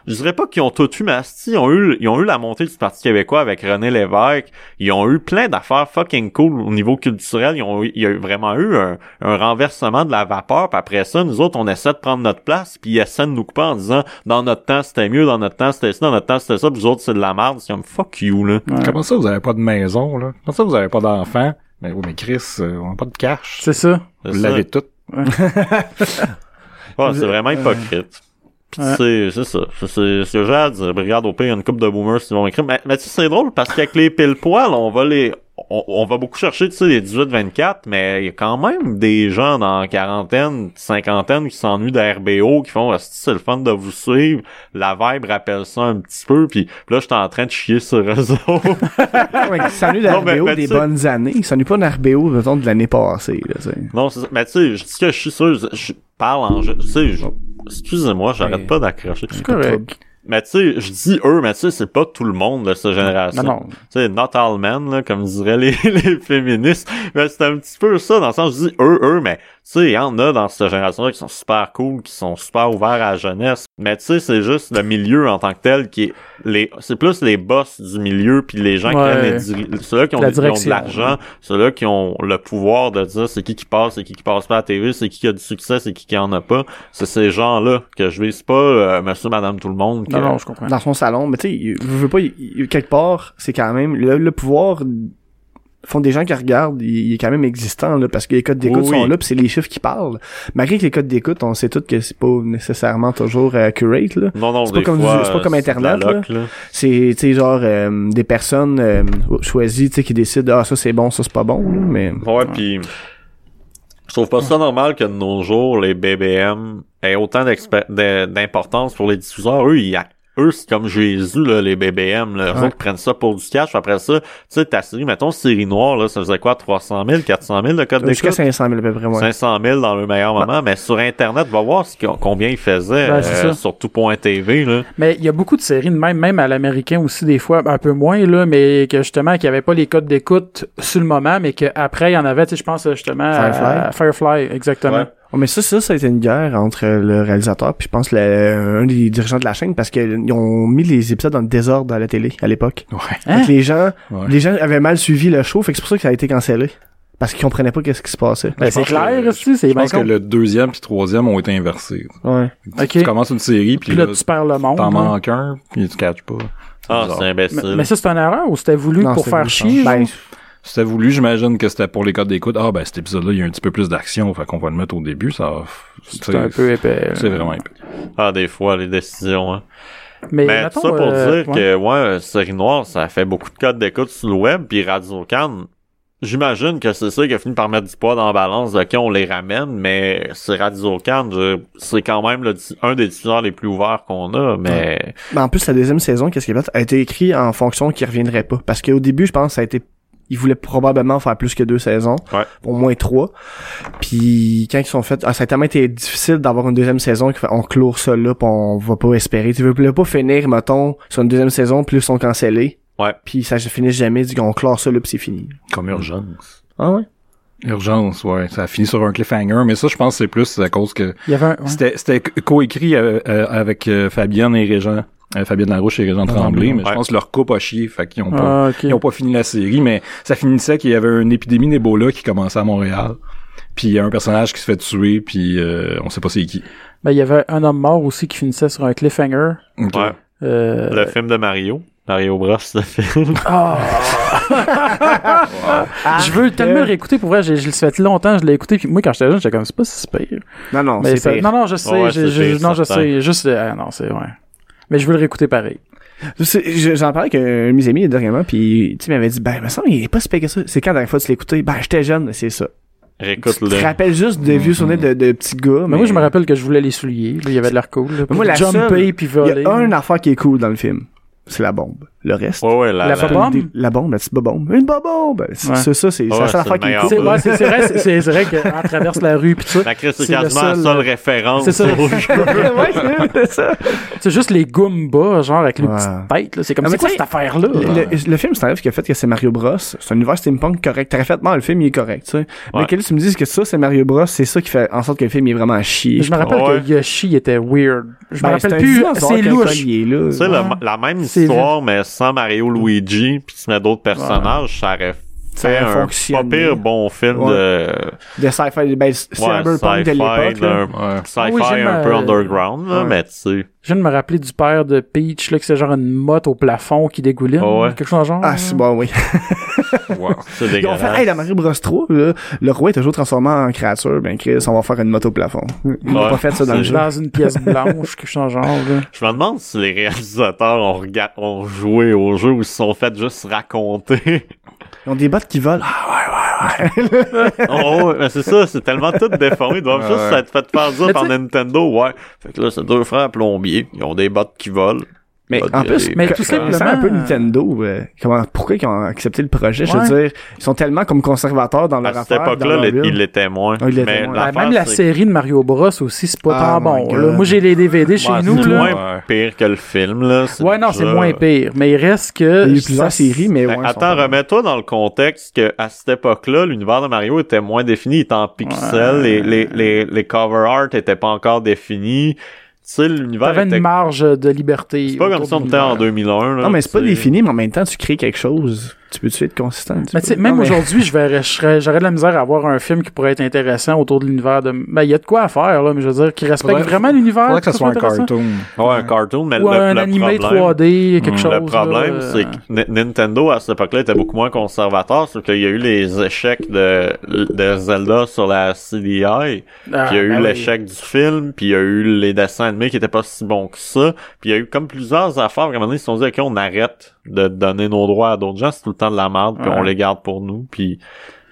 je dirais pas qu'ils ont tout eu, mais asti, ils ont eu, ils ont eu la montée du Parti québécois avec René Lévesque. Ils ont eu plein d'affaires fucking cool au niveau culturel. Ils ont, eu- il y a eu vraiment eu un, un renversement de la vapeur. Puis après ça, nous autres, on essaie de prendre notre place, puis ils essaient de nous couper en disant, dans notre temps, c'était mieux, dans notre temps, c'était ça, dans notre temps, c'était ça, puis nous autres, c'est de la merde. C'est comme, fuck you, là. Comment ça, vous avez pas de maison, là? Comment ça, vous avez pas d'enfants? Mais oui, mais Chris, euh, on a pas de cash. C'est ça. C'est Vous ça. l'avez tout. Ouais, c'est vraiment hypocrite. Puis euh, Ouais. c'est, c'est ça. C'est, c'est ce que j'ai à dire. Regarde, au pire, il y a une couple de boomers qui vont écrire. Mais, mais tu sais, c'est drôle parce qu'avec les pile poils, on va les, on, on va beaucoup chercher, tu sais, les 18-24, mais il y a quand même des gens dans la quarantaine, cinquantaine qui s'ennuient de RBO, qui font, Asti, c'est le fun de vous suivre. La vibe rappelle ça un petit peu. Puis là, j'étais en train de chier sur eux autres. Ah, Ouais, ils s'ennuient Non, mais- d'RBO mais des tu sais- bonnes années. Ils s'ennuient pas d'RBO, mettons, de l'année passée, là, tu sais. Non, c'est ça. Mais tu sais, je dis que je suis sûr, je, je parle en jeu. Tu sais, je- excusez-moi, j'arrête Mais- pas d'accrocher. Correct. Mais tu sais, je dis eux, mais tu sais, c'est pas tout le monde de cette génération. Non, non. Tu sais, not all men, là, comme diraient les, les féministes. Mais c'est un petit peu ça, dans le sens, je dis eux, eux, mais tu sais, il y en a dans cette génération-là qui sont super cool, qui sont super ouverts à la jeunesse. Mais tu sais, c'est juste le milieu en tant que tel qui est les, c'est plus les boss du milieu puis les gens qui Ouais. prennent les diri- ceux-là qui ont, La qui ont de direction. l'argent, ceux-là qui ont le pouvoir de dire c'est qui qui passe, c'est qui qui passe pas à la TV, c'est qui qui a du succès, c'est qui qui en a pas. C'est ces gens-là que je vise pas, euh, monsieur, madame, tout le monde. que- Non, non, je comprends. dans son salon. Mais tu sais, il- je veux pas, il- il- quelque part, c'est quand même le, le pouvoir font des gens qui regardent, il, il est quand même existant là, parce que les codes d'écoute Oui, sont oui. là, puis c'est les chiffres qui parlent. Malgré que les codes d'écoute, on sait tous que c'est pas nécessairement toujours euh, accurate là. Non, non, C'est pas des comme fois, du- c'est pas euh, comme Internet, de la loc, là. C'est tu sais genre euh, des personnes euh, choisies, tu sais qui décident ah ça c'est bon, ça c'est pas bon, là, mais Ouais, puis je trouve pas ça normal que de nos jours, les BBM aient autant d'expé- de- d'importance pour les diffuseurs. Eux, ils a- eux, c'est comme Jésus, là, les BBM, là. Eux Ouais. autres prennent ça pour du cash. Après ça, tu sais, ta série, mettons, série noire, là, ça faisait quoi, 300 000, 400 000 de code jusqu'à d'écoute? 500 000 à peu près ouais. 500 000 dans le meilleur moment, mais sur Internet, va voir ce qu'ils ont- combien ils faisaient Ben, c'est euh, ça. sur tout.tv, là. Mais il y a beaucoup de séries de même, même à l'américain aussi, des fois, un peu moins, là, mais que justement, qu'il n'y avait pas les codes d'écoute sur le moment, mais qu'après, il y en avait, tu sais, je pense justement à- Firefly. à Firefly, exactement. Ouais. Oh, mais ça, ça, ça a été une guerre entre euh, le réalisateur puis je pense le, un des dirigeants de la chaîne parce qu'ils ont mis les épisodes dans le désordre à la télé à l'époque. Ouais. Hein? Fait que les gens, Ouais. les gens avaient mal suivi le show, fait que c'est pour ça que ça a été cancellé parce qu'ils comprenaient pas qu'est-ce qui se passait. Ben, c'est pense clair, que- aussi, c'est Je bien pense que con. le deuxième puis troisième ont été inversés. Ouais. Tu- Ok. Tu commences une série puis Puis là, là, tu hein? perds le monde. t'en là. manques un puis tu catches pas. Ah, bizarre. c'est Mais, imbécile. mais ça, c'est une erreur ou c'était voulu Non, pour c'est faire vrai, chier? Ben, genre? C'était voulu, j'imagine que c'était pour les codes d'écoute. Ah ben cet épisode-là, il y a un petit peu plus d'action, fait qu'on va le mettre au début, ça. va- C'est un peu épais. là. C'est vraiment épais. Ah, des fois, les décisions, hein. Mais, Mais mettons, tout Ben, ça pour euh, dire ouais. que, ouais, euh, Série Noire, ça fait beaucoup de codes d'écoute sur le web, puis Radio Cannes, j'imagine que c'est ça qui a fini par mettre du poids dans la balance, de qui on les ramène, mais c'est Radio Cannes, je- c'est quand même le di- un des diffuseurs les plus ouverts qu'on a, mais ben, en plus, la deuxième saison, qu'est-ce qui est plate, a été écrit en fonction qu'ils reviendrait pas parce qu'au début, je pense, ça a été ils voulaient probablement faire plus que deux saisons, Ouais. au moins trois. Puis quand ils sont faits, ah, ça a tellement été difficile d'avoir une deuxième saison qu'on clore ça là, puis on va pas espérer. Tu veux voulais pas finir, mettons, sur une deuxième saison, puis ils sont cancellés. Ouais. Puis ça se finit jamais, du qu'on clore ça là, puis c'est fini. Comme urgence. Ah ouais. Urgence, ouais. Ça a fini sur un cliffhanger, mais ça, je pense que c'est plus à cause que Il y avait un. ouais. C'était, c'était coécrit euh, euh, avec euh, Fabienne et Régent. euh, Fabienne Larouche et Régent Tremblay, mais ouais. je pense que leur couple a chié, fait qu'ils ont pas, Ah, ok. ils ont pas fini la série, mais ça finissait qu'il y avait une épidémie d'Ebola qui commençait à Montréal. Puis il y a un personnage qui se fait tuer, puis euh, on sait pas c'est qui. Ben, il y avait un homme mort aussi qui finissait sur un cliffhanger. Ok. ouais, Euh, le film de Mario, Mario Bros, le film. je veux tellement réécouter pour vrai, j'ai- je le fait longtemps, je l'ai écouté, puis moi quand j'étais jeune, j'étais comme c'est pas si pire. Non non, Mais c'est Ben, ça- pire. non non, je sais, Ouais, j'ai- c'est j'ai- pire, non je certain. sais, juste euh, ah, non c'est ouais. Mais je veux le réécouter pareil. C'est- je- J'en parlais avec un de mes amis dernièrement, puis tu sais, il m'avait dit, ben, il me semble, il est pas si pire que ça. C'est quand la dernière fois que tu l'écoutais? Ben, j'étais jeune, c'est ça. Tu Réécoute-le. te rappelles juste de vieux souvenirs de, de petits gars. Mais moi je me rappelle que je voulais les souliers, là, il y avait de l'air cool, là, euh, Mais moi, la jumper seule- puis Il voler. y a un affaire qui est cool dans le film. C'est la bombe. Le reste. Ouais, ouais, la, La la- papa- Bombe? des- La bombe, la petite bombe. Une bombe! C'est Ouais. c'est ça, c'est Ah Ouais, la seule c'est affaire le qui est meilleur. C'est cool. ouais, c'est- c'est vrai, c'est- c'est vrai qu'on traverse la rue puis tout ça. la crise, c'est C'est le quasiment la seul- euh, euh, seule référence C'est ça. au jeu. Ouais, c'est- c'est ça. C'est juste les Goombas genre avec les Ouais. petites têtes là, c'est comme Ah, mais c'est quoi tu cette sais, affaire là. Le, le- le film, c'est un rêve qui a fait que c'est Mario Bros. C'est un univers steampunk correct. Très faitement, le film, il est correct, tu sais. Ouais. Mais que là, tu me dises que ça, c'est Mario Bros, c'est ça qui fait en sorte que le film, il est vraiment à chier. Je me rappelle Ouais. que Yoshi était weird. Je Ben, me c'est rappelle un plus, dinosaure c'est qui a le louche. collier, là. Tu sais, le- la même C'est histoire, mais sans Mario Luigi, puis tu mets d'autres personnages, ça aurait Ça fait aurait un pas fonctionné. pire bon film Ouais. de... De sci-fi, ben, cyberpunk de sci-fi, ben, l'époque, là. d'un- Ouais. Sci-fi Ah oui, j'aime, un peu euh, underground, là, ouais. mais tu sais. Je viens de me rappeler du père de Peach, là, que c'est genre une motte au plafond qui dégouline. Ah ouais. Quelque chose dans le genre. Ah, c'est bon, oui. Wow. C'est Ils ont dégueulasse. fait, hey, la Marie Bros 3, là, le roi est toujours transformé en créature. Ben, Chris, on va faire une moto au plafond. Ils n'ont Ouais, pas fait ça dans le c'est- jeu. Dans une pièce blanche, quelque chose dans le genre, là. Je me demande si les réalisateurs ont, rega- ont joué au jeu ou se sont fait juste raconter. Ils ont des bottes qui volent. Ah, ouais, ouais, ouais. oh, ouais, mais c'est ça, c'est tellement tout déformé. Ils doivent Ouais, juste ouais. s'être fait faire dire Mais par tu sais- Nintendo, ouais. Fait que là, c'est deux frères plombiers. Ils ont des bottes qui volent. mais Bottes en de- plus, des- mais que- tout ça simplement- sent un peu Nintendo. euh, comment, pourquoi ils ont accepté le projet? Je Ouais. veux dire, ils sont tellement comme conservateurs dans leur à cette affaire. dans époque-là, leur les- build. ils l'étaient moins. Ah, ils l'étaient mais moins. Ah, l'affaire, même la c'est série de Mario Bros aussi, c'est pas Ah, tant bon, my là. God. Moi, j'ai les DVD chez ouais, nous, c'est là. moins pire que le film, là. Ouais, non, c'est déjà- moins pire. Mais il reste que. Il y a eu plusieurs ça- séries, mais ouais, Ben, ils sont attends, pas- remets-toi dans le contexte que à cette époque-là, l'univers de Mario était moins défini, il était en pixels, les, les, les, les cover art étaient pas encore définis. Tu sais, l'univers T'avais était... une marge de liberté. Ben, C'est pas comme autour ça on de était en l'univers. 2001. Là, Non, mais c'est pas tu sais. défini, mais en même temps, tu crées quelque chose. Tu peux-tu être consistant? un petit Mais peu? tu sais, Non, même mais- aujourd'hui, je verrais, je serais- j'aurais de la misère à voir un film qui pourrait être intéressant autour de l'univers de. Ben, il y a de quoi à faire, là, mais je veux dire, qui respecte Faudrait- vraiment l'univers. Faudrait que ce soit un intéressant. cartoon. Ouais, un cartoon, mais Ou le, un le animé problème, 3D, quelque Mm. chose. Le problème, là, euh. c'est que Ni- Nintendo, à cette époque-là, était beaucoup moins conservateur, sauf qu'il y a eu les échecs de, de Zelda sur la CDI, Ah, puis il y a eu ben oui. l'échec du film, puis il y a eu les dessins animés qui étaient pas si bons que ça, puis il y a eu comme plusieurs affaires, vraiment, ils se sont dit, OK, on arrête de donner nos droits à d'autres gens, c'est tout le temps de la merde, puis Ouais. on les garde pour nous, puis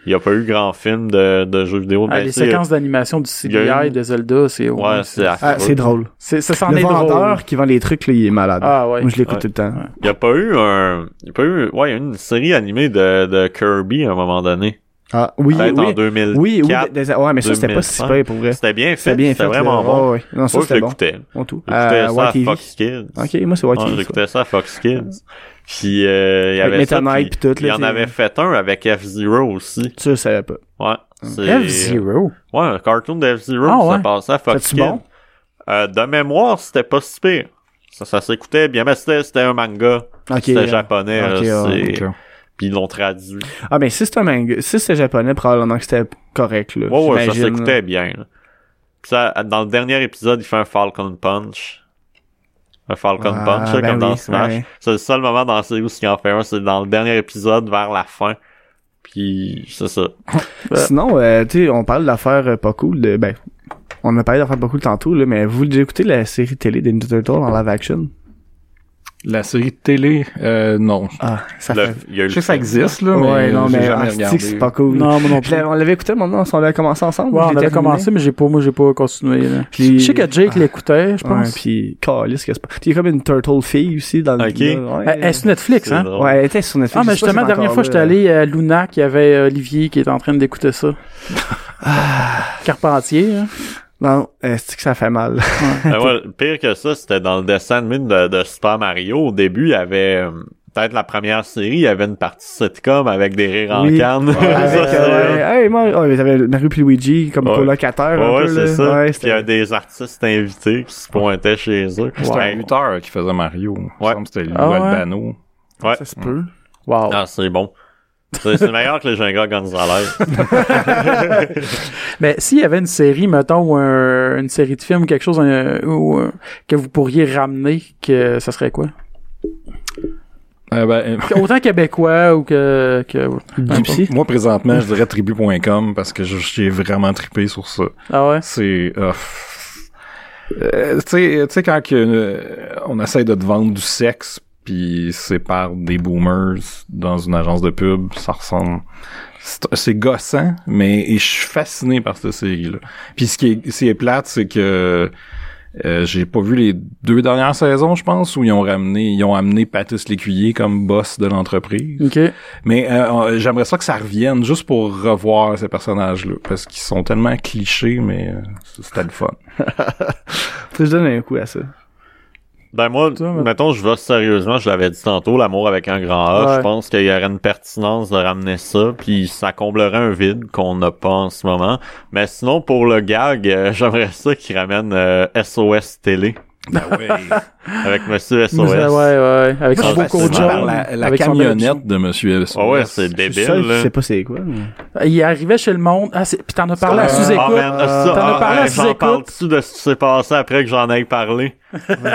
il y a pas eu grand film de, de jeux vidéo. Ah, mais les tu sais, séquences d'animation du il y a CDI une- de Zelda, c'est. Ouais, c'est Ah, affreux. c'est drôle. c'est- Ça s'en Le est drôle. vendeur qui vend les trucs, là, il est malade. Ah, ouais. Moi, je l'écoute Ouais. tout le temps. Il y a pas eu un, il y a pas eu, ouais, il y a eu une série animée de, de Kirby à un moment donné. Ah, oui, Peut-être en oui. 2004. Oui, oui, des- des- ouais, mais ça, c'était pas si 2005. pire pour vrai. C'était bien fait. C'était bien fait. C'était vraiment là. bon. Ouais, ouais. Non, ça, Moi, je c'était bon. l'écoutais. On tout. J'écoutais Euh, ça à White TV. Fox Kids. Ok, moi, c'est White Ouais, TV. ça. j'écoutais ça à Fox Kids. Puis, euh, il y Avec avait ça, Meta Knight puis puis tout, Il y là, en t'sais. avait fait un avec F-Zero aussi. Ça, je savais pas. Ouais. c'est- F-Zero. Ouais, un cartoon de F-Zero. Ah, ouais. Ça passait à Fox C'était-tu Kids. bon? Euh, de mémoire, c'était pas si pire. Ça, ça s'écoutait bien, mais c'était c'était un manga. Ok, C'était euh, japonais. ok, là, ouais, c'est- Ok. Puis ils l'ont traduit. Ah, ben, si c'est un manga, si c'est japonais, probablement que c'était correct, là. Ouais, ouais, ça j'imagine, là. s'écoutait bien. là. Puis ça, dans le dernier épisode, il fait un Falcon Punch. Un Falcon Ah, Punch, là, ben comme dans oui, Smash. ouais. C'est le seul moment dans la série où il en fait un, c'est dans le dernier épisode, vers la fin. Puis, c'est ça. Sinon, euh, tu sais, on parle d'affaires euh, pas cool. De, ben, on a parlé d'affaires pas cool tantôt, là, mais vous déjà écouté la série télé des Ninja Turtles en live action? La série de télé, euh, non. Ah, ça Le- fait... il y a eu Je sais le que ça film. existe, là, mais, Ouais, non, j'ai mais jamais ah, c'est-tu regardé. que c'est pas cool. Non, moi non Je plus. l'avais- on l'avait écouté maintenant, on l'avait commencé ensemble. Ouais, je on l'ai avait terminé. commencé, mais j'ai pas, moi, j'ai pas continué, là. Je l'ai- Je sais que Jake Ah. l'écoutait, je pense. Ouais, puis calisse que c'est pas. Il y a comme une turtle fille aussi dans le Ok. là, Elle- Elle est sur Euh, Netflix, C'est hein? drôle. Ouais, elle était sur Netflix. Ah, mais euh, je sais justement, pas si la c'est dernière encore fois, j'étais là. allé à Luna, qui avait euh, Olivier qui est en train d'écouter ça. Ah. Carpentier, hein. Non, euh, c'est que ça fait mal. Ben ouais, le pire que ça, c'était dans le dessin animé de, de Super Mario. Au début, il y avait euh, peut-être la première série, il y avait une partie sitcom avec des rires Oui. en canne. Avec, Ça, c'est- euh, hey, moi, oh, t'avais Mario puis Luigi comme Ouais. colocataire. Ouais, un ouais, peu, c'est là. ça. Ouais, Puis il y a c'était- des artistes invités qui se pointaient chez eux. C'était Ouais. un lutteur qui faisait Mario. Il me Ouais. semble que C'était Lou Ah ouais? Albano. Ouais. Ça se peut. Wow. Ah, c'est bon. C'est c'est meilleur que les Jenga Gonzalez. Mais s'il y avait une série, mettons, ou un- une série de films, quelque chose un- ou, euh, que vous pourriez ramener, que ça serait quoi? Euh, ben, Que- Autant québécois ou que... que- euh, moi, présentement, je dirais tribu.com parce que je- j'ai vraiment trippé sur ça. Ah ouais? C'est... euh, pff. Euh, tu sais- tu sais, quand que, euh, on essaie de te vendre du sexe, puis c'est par des boomers dans une agence de pub, ça ressemble... C'est c'est gossant, mais et je suis fasciné par cette série-là. Puis ce qui est, ce qui est plate, c'est que euh, j'ai pas vu les deux dernières saisons, je pense, où ils ont ramené, ils ont amené Patrice Lécuyer comme boss de l'entreprise. OK. Mais euh, euh, j'aimerais ça que ça revienne juste pour revoir ces personnages-là, parce qu'ils sont tellement clichés, mais euh, c'était le fun. Tu sais, Je donne un coup à ça. Ben moi, Toi, mais- mettons, je vais sérieusement, je l'avais dit tantôt, l'amour avec un grand A, Ouais. je pense qu'il y aurait une pertinence de ramener ça, puis ça comblerait un vide qu'on n'a pas en ce moment. Mais sinon, pour le gag, euh, j'aimerais ça qu'il ramène euh, SOS Télé, Ben oui. avec Monsieur Ouais, SOS. ouais, ouais. Avec Moi, son je beau trouve coach que c'est jaune, par la, la avec son bel camionnette de Monsieur S. Ah ouais, c'est Je suis seul, débile, je là. sais pas c'est quoi. mais- option. Il arrivait chez le monde. Ah, c'est- puis t'en as parlé à Ah, Ah, sous-écoute. man, ça, T'en as ah, parlé à hey, J'en sous-écoute. parle-tu de ce qui s'est passé après que j'en ai parlé?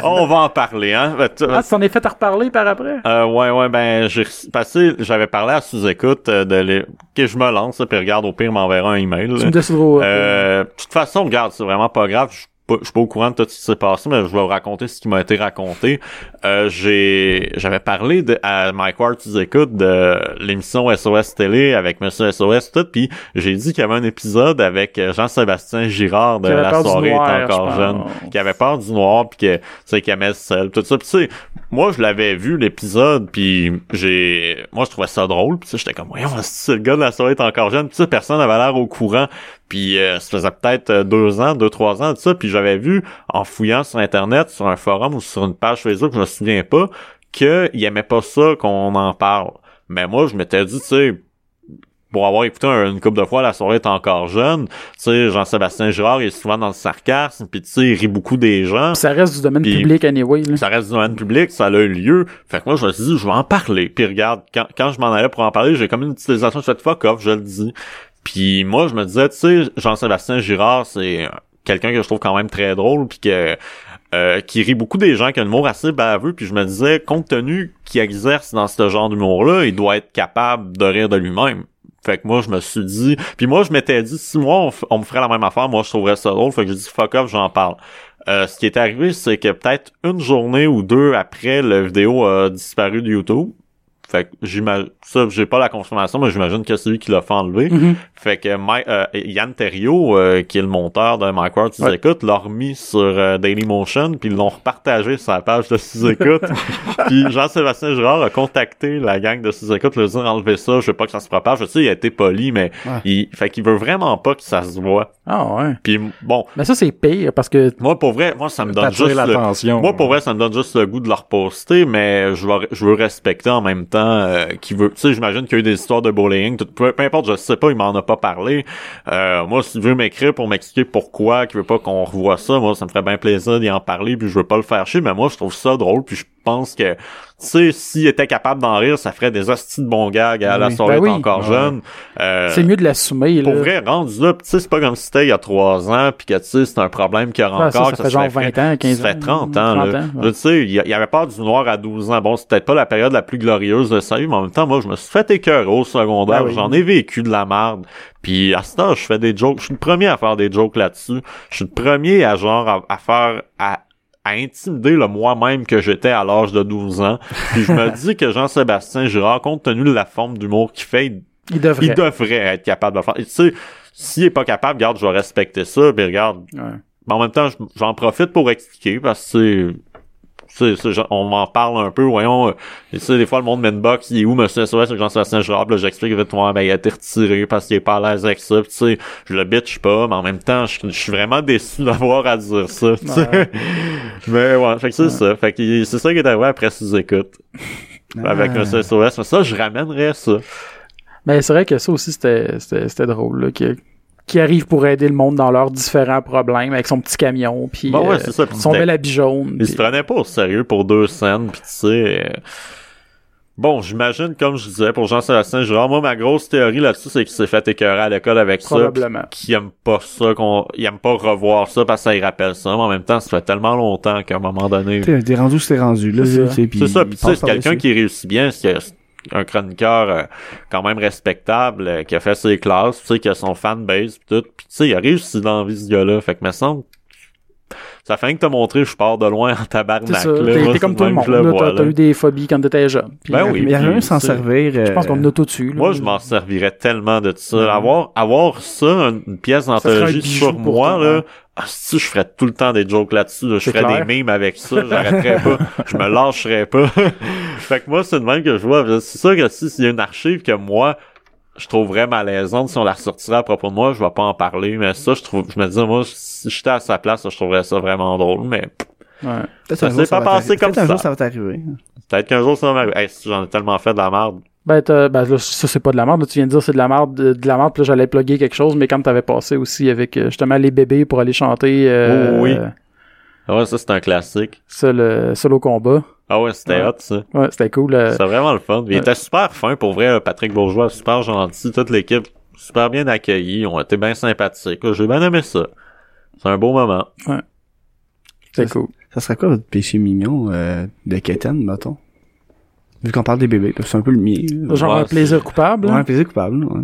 On va en parler, hein? Ben, tu- Ah, tu t'en es fait à reparler par après? Euh, ouais, ouais, ben, j'ai reçu- passé, j'avais parlé à sous-écoute euh, de les, que je me lance, là, puis regarde, au pire, il m'enverra un email. Tu là. me décideras. Euh, de toute façon, regarde, c'est vraiment pas grave. Je suis pas- je suis pas au courant de tout ce qui s'est passé, mais je vais vous raconter ce qui m'a été raconté. Euh, j'ai, j'avais parlé de, à Mike Ward, tu écoutes, de l'émission SOS Télé avec Monsieur SOS, tout, puis j'ai dit qu'il y avait un épisode avec euh, Jean-Sébastien Girard de Qui avait La peur du soirée noir, est encore je jeune, pense. qui avait peur du noir, puis que, tu sais, qu'il aimait le sel, tout ça. Puis tu sais, moi, je l'avais vu, l'épisode, puis j'ai... Moi, je trouvais ça drôle, puis ça, j'étais comme, voyons, c'est le gars de La soirée est encore jeune, puis ça, personne n'avait l'air au courant. Puis euh, ça faisait peut-être euh, deux ans, deux, trois ans de ça. Puis j'avais vu en fouillant sur Internet, sur un forum ou sur une page Facebook, je me souviens pas, Ben, qu'il aimait pas ça qu'on en parle. Mais moi, je m'étais dit, tu sais, pour avoir écouté un- une couple de fois la soirée est encore jeune, tu sais, Jean-Sébastien Girard il est souvent dans le sarcasme, puis tu sais, il rit beaucoup des gens. Puis ça reste du domaine Puis- public anyway. Là. Ça reste du domaine public, ça a eu lieu. Fait que moi, je me suis dit, je vais en parler. Puis regarde, quand, quand je m'en allais pour en parler, j'ai comme une petite hésitation, je fais fuck off, je le dis. Puis moi, je me disais, tu sais, Jean-Sébastien Girard, c'est quelqu'un que je trouve quand même très drôle, puis que euh, qui rit beaucoup des gens, qui a un humour assez baveux, puis je me disais, compte tenu qu'il exerce dans ce genre d'humour-là, il doit être capable de rire de lui-même. Fait que moi, je me suis dit... Puis moi, je m'étais dit, si moi, on, f- on me ferait la même affaire, moi, je trouverais ça drôle. Fait que j'ai dit, fuck off, j'en parle. Euh, ce qui est arrivé, c'est que peut-être une journée ou deux après, la vidéo a disparu de YouTube. Fait que j'imagine... Ça, j'ai pas la confirmation, mais j'imagine que c'est lui qui l'a fait enlever. Mhm. Fait que Mi- euh, Yann Terriot, euh, qui est le monteur de Mike Ward 6 Ouais. écoutes, l'a remis sur euh, Dailymotion, puis ils l'ont repartagé sur la page de 6 écoutes. puis Jean-Sébastien Girard a contacté la gang de 6 écoutes, leur dire enlevez ça, je veux pas que ça se propage. Je sais, il a été poli, mais Ouais. il fait qu'il veut vraiment pas que ça se voit. Ah ouais. Puis bon, Mais ça, c'est pire parce que moi pour vrai, moi ça me donne T'attires juste le- l'attention. moi, pour vrai, ça me donne juste le goût de la reposter, mais je veux, je veux respecter en même temps euh, qui veut. Tu sais, j'imagine qu'il y a eu des histoires de bullying. tout- peu, peu importe, je sais pas, il m'en a pas parlé. Euh, moi, s'il veut m'écrire pour m'expliquer pourquoi, qu'il veut pas qu'on revoie ça, moi, ça me ferait bien plaisir d'y en parler, puis je veux pas le faire chier, mais moi, je trouve ça drôle, puis je pense que, tu sais, s'il était capable d'en rire, ça ferait des hosties de bons gags à la Oui. soirée Ben oui. encore Ouais. jeune. Euh, c'est mieux de l'assumer. pour là. vrai, rendu là, pis tu sais, c'est pas comme si c'était il y a trois ans, puis que tu sais, c'est un problème qu'il y a Ah, encore. ça, ça que fait se genre ferait- 20 ans, 15 ça fait ans, 30 ans, 30 là. ans, ouais. Je- Tu sais, il y, a- il y avait pas du noir à 12 ans. Bon, c'est peut-être pas la période la plus glorieuse de sa vie, mais en même temps, moi, je me suis fait écœurer au secondaire. Ben oui. J'en ai vécu de la merde. Puis à ce temps, je fais des jokes. Je suis le premier à faire des jokes là-dessus. Je suis le premier à genre à, à faire à à intimider le moi-même que j'étais à l'âge de 12 ans. Puis je me dis que Jean-Sébastien Girard, compte tenu de la forme d'humour qu'il fait, il Il devrait. il devrait être capable de le faire. Et tu sais, s'il est pas capable, regarde, je vais respecter ça, mais regarde. Ouais. Mais en même temps, je- j'en profite pour expliquer parce que c'est- c'est- c'est- j'en- on m'en parle un peu, voyons. euh, et Tu sais, des fois, le monde m'inbox, il est où, monsieur SOS, avec Jean-Sébastien Girard, Puis là, j'explique vite, ouais, ben, il a été retiré parce qu'il est pas à l'aise avec ça, Puis tu sais, je le bitch pas, mais en même temps, je je suis vraiment déçu d'avoir à dire ça, tu sais. Mais ouais, fait que c'est ça. Fait que c'est ça qui est arrivé après six écoutes. Ah. Avec monsieur SOS, mais ça, je ramènerais ça. Mais c'est vrai que ça aussi, c'était c'était- c'était drôle. Là, que- qui arrive pour aider le monde dans leurs différents problèmes avec son petit camion, puis Bah ouais, euh, c'est ça, puis son c'était- bel habit jaune. Il puis- se prenait pas au sérieux pour deux scènes, pis tu sais. euh, Bon, j'imagine, comme je disais, pour Jean-Sébastien Girard, moi, ma grosse théorie là-dessus, c'est qu'il s'est fait écœurer à l'école avec ça. pis Probablement. Qu'il aime pas ça, qu'on, il aime pas revoir ça parce que ça lui rappelle ça. Mais en même temps, ça fait tellement longtemps qu'à un moment donné. T'es t'es rendu où c'est rendu, là. C'est tu ça. sais, puis C'est ça, il pis tu sais, passe c'est quelqu'un par-dessus. qui réussit bien, c'est c'est un chroniqueur euh, quand même respectable, euh, qui a fait ses classes, tu sais, qui a son fanbase, pis tout. Pis tu sais, il a réussi dans la vie, ce gars-là. Fait que, me semble, ça fait rien que t'as montré, je pars de loin en tabarnak. C'est ça. là. T'es Moi, t'es comme c'est tout le même monde. que je là, vois, T'as là. t'as eu des phobies quand t'étais jeune. Puis, Ben euh, oui, Il y a puis, rien s'en tu sais, servir. euh, Je pense qu'on en a tout dessus. Moi, je m'en servirais tellement de ça. Avoir, avoir ça, une une pièce serait un d'anthologie bijou sur pour moi, toi, là, hein. ah, si, je ferais tout le temps des jokes là-dessus. là. Je C'est ferais clair. des mimes avec ça. J'arrêterais pas. Je me lâcherais pas. fait que moi, c'est le même que je vois. C'est sûr que si s'il y a une archive que moi, je trouverais malaisante si on la ressortirait à propos de moi, je vais pas en parler. Mais ça, je trouve, je me dis, moi, si j'étais à sa place, je trouverais ça vraiment drôle. Mais Ouais. ça s'est pas passé comme un ça. jour, ça va t'arriver. peut-être qu'un jour, ça va m'arriver. Hey, si j'en ai tellement fait de la merde. Ben, t'as- ben, là, ça, c'est pas de la merde. là. tu viens de dire c'est de la merde, de, de la merde. Puis là, j'allais plugger quelque chose, mais quand t'avais passé aussi avec euh, justement les bébés pour aller chanter euh, Oh oui. euh, Ah Ouais, ça, c'est un classique. seul, solo combat. Ah ouais, c'était Ouais. hot, ça. Ouais, c'était cool. euh, C'était vraiment le fun. Il Ouais. était super fin pour vrai, euh, Patrick Bourgeois, super gentil, toute l'équipe super bien accueillie, on été bien sympathiques. J'ai bien aimé ça. C'est un beau moment. c'était cool. Ça serait quoi votre péché mignon euh, de Keten, mettons? Vu qu'on parle des bébés, parce que c'est un peu le mien. là. Genre Ouais, un plaisir coupable. Ouais, là. un plaisir coupable, ouais.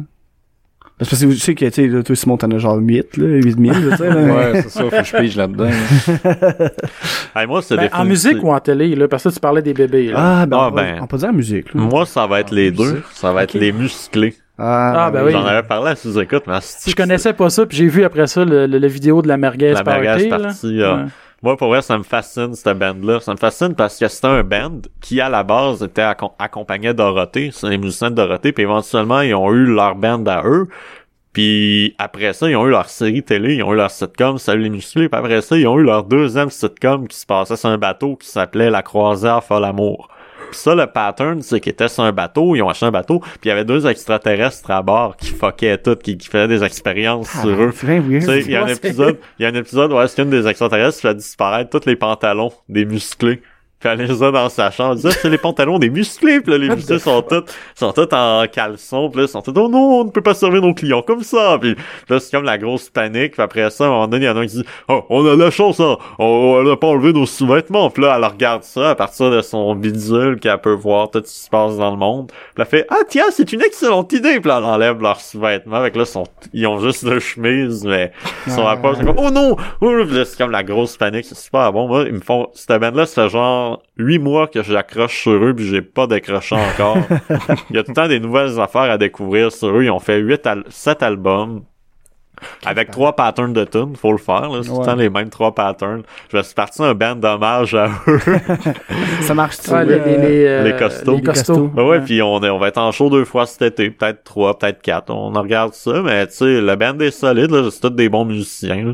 Parce que tu sais que, tu sais, là, toi, Simon, t'en as genre 8, là, 8000, tu sais, là. Ouais, c'est ça, faut que je pige là-dedans. là. Hey, moi, c'est Ben, en définitif- musique ou en télé, là, parce que tu parlais des bébés. Là. Ah, ben, Ah, on, peut- ben. on peut dire la musique, là. Moi, ça va être les deux. Ça va être les musclés. Ah, Ah, ben oui. J'en avais parlé à sous-écoute, mais c'est- je connaissais pas ça, puis j'ai vu après ça le, le- la vidéo de la merguez La merguez party. là. party, ah. Ouais. Moi, pour vrai, ça me fascine, cette band-là. Ça me fascine parce que c'était un band qui, à la base, était accom- accompagné de Dorothée. C'est les musiciens de Dorothée. Puis éventuellement, ils ont eu leur band à eux. Puis après ça, ils ont eu leur série télé, ils ont eu leur sitcom, Salut les musclés. Puis après ça, ils ont eu leur deuxième sitcom qui se passait sur un bateau qui s'appelait La croisière folle amour. Puis ça, le pattern, c'est qu'ils étaient sur un bateau, ils ont acheté un bateau, puis il y avait deux extraterrestres à bord qui fuckaient tout, qui, qui faisaient des expériences Ah, sur eux. C'est bien Tu sais, weird. il y a un Ouais, c'est- épisode, il y a un épisode, ouais, c'est une des extraterrestres qui fait disparaître tous les pantalons des musclés. Puis elle les a dans sa chambre. Elle dit, Ah, c'est les pantalons des musclés. Puis là, les musclés sont tous, sont tous en caleçon. Puis là, ils sont tous, oh non, on ne peut pas servir nos clients comme ça. Puis là, c'est comme la grosse panique. Puis après ça, à un moment donné, il y en a un qui dit, oh, on a la chance, hein. On, n'a pas enlevé nos sous-vêtements. Puis là, elle regarde ça à partir de son bidule qu'elle peut voir tout ce qui se passe dans le monde. Puis elle fait, ah, tiens, c'est une excellente idée. Puis là, elle enlève leurs sous-vêtements. Avec là, ils sont- ils ont juste deux chemises, mais ils sont à poche. C'est comme, oh non! Ouh! Puis là, c'est comme la grosse panique. C'est super bon. Moi, ils me font, cette bande-là, ça fait genre huit mois que j'accroche sur eux puis j'ai pas décroché encore. Il y a tout le temps des nouvelles affaires à découvrir sur eux. Ils ont fait huit, al- sept albums. Avec trois patterns de tunes, faut le faire, là. C'est tout le temps les mêmes trois patterns. Je vais se partir un band d'hommage à eux. Ça marche-tu? Ouais, les, les, euh, les, euh, les costauds. Les costauds. Ben ouais, puis on, est- on va être en show deux fois cet été, peut-être trois, peut-être quatre. On en regarde ça, mais tu sais, la band est solide, là, c'est tous des bons musiciens. là.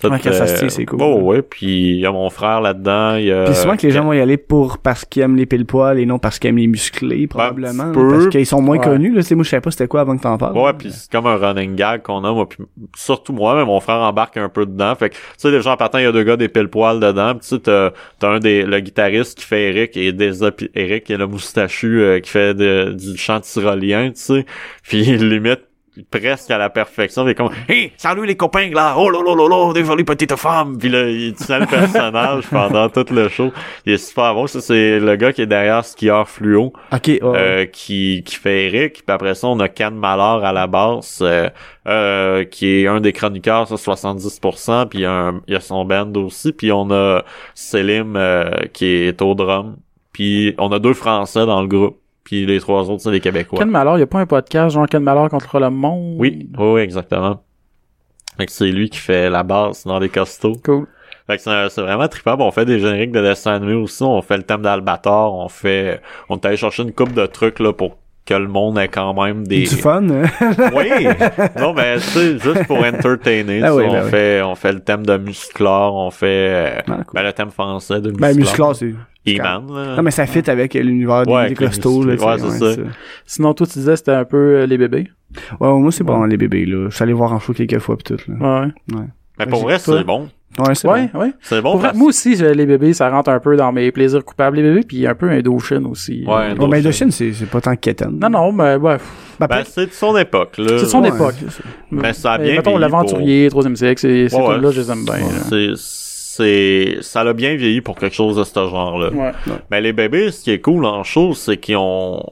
Tout, Ouais, quand ça se tient, c'est cool. Bon, ouais, puis il y a mon frère là-dedans, il y a... Puis souvent que les gens vont y aller pour parce qu'ils aiment les pile poils et non parce qu'ils aiment les Ben, musclés, probablement. petit peu. Parce qu'ils sont moins Ouais. connus, là. Tu sais, moi, je savais pas c'était quoi avant que t'en parles. Ouais, puis c'est comme un running gag qu'on a, moi, puis surtout moi, mais mon frère embarque un peu dedans. Fait que, tu sais, déjà, en partant, il y a deux gars des pile-poils dedans. Puis, tu sais, t'as t'as un des, le guitariste qui fait Eric et des Eric et le moustachu euh, qui fait de- du chant tyrolien, tu sais. Puis, il limite presque à la perfection. Il est comme, hé, salut les copains, là, oh là là là là, des jolies petites femmes. Puis là, il tient le personnage pendant tout le show. Il est super bon. Ça, c'est le gars qui est derrière Skieur Fluo. Ok, ouais. Euh, qui, qui fait Eric. Puis après ça, on a Can Malheur à la basse, euh, euh, qui est un des chroniqueurs, ça, 70%. Puis il y, a un- il y a son band aussi. Puis on a Selim euh, qui est au drum. Puis on a deux Français dans le groupe. Puis les trois autres, c'est des Québécois. Ken Malheur, il a pas un podcast genre Ken Malheur contre le monde. Oui, oui, oui, exactement. Fait que c'est lui qui fait la basse dans les costauds. Cool. Fait que c'est c'est vraiment trippable. On fait des génériques de dessins animés aussi. On fait le thème d'Albator. On fait, on est allé chercher une coupe de trucs, là, pour que le monde ait quand même des... Du fun. hein. Oui! non, mais c'est juste pour entertainer. Ah tu sais, oui, on, ben oui. fait, on fait le thème de Musclor, on fait euh, Ah, cool. ben, le thème français de ben, Musclor. musclor, c'est. He-Man, là. Non, mais ça fit avec Ouais, l'univers des- des avec les costauds, là. musclés. tu Ouais, sais, c'est ça. Sinon, toi, tu disais c'était un peu euh, les bébés. Ouais, moi, c'est bon, les bébés, là. Je suis allé voir en show quelques fois, pis tout, là. Ouais. Mais pour vrai, toi. c'est bon. Ouais, c'est Ouais, bon. ouais. C'est bon Pour vrai, parce- moi aussi, je- les bébés, ça rentre un peu dans mes plaisirs coupables. Les bébés, puis un peu Indochine aussi. Ouais, Bon, ben, Indochine. Indochine, c'est c'est pas tant quétaine. Non, non, mais ouais. pff, Ben, Ben, peut-être- c'est de son époque, là. C'est de son ouais, époque. c'est ça. Mais ça a euh, bien Mettons, vieilli l'aventurier, troisième siècle, c'est ces Ouais, ouais. là je les aime bien. hein. là. C'est, c'est, ça l'a bien vieilli pour quelque chose de ce genre-là. Ouais. Mais les bébés, ce qui est cool en show, c'est qu'ils ont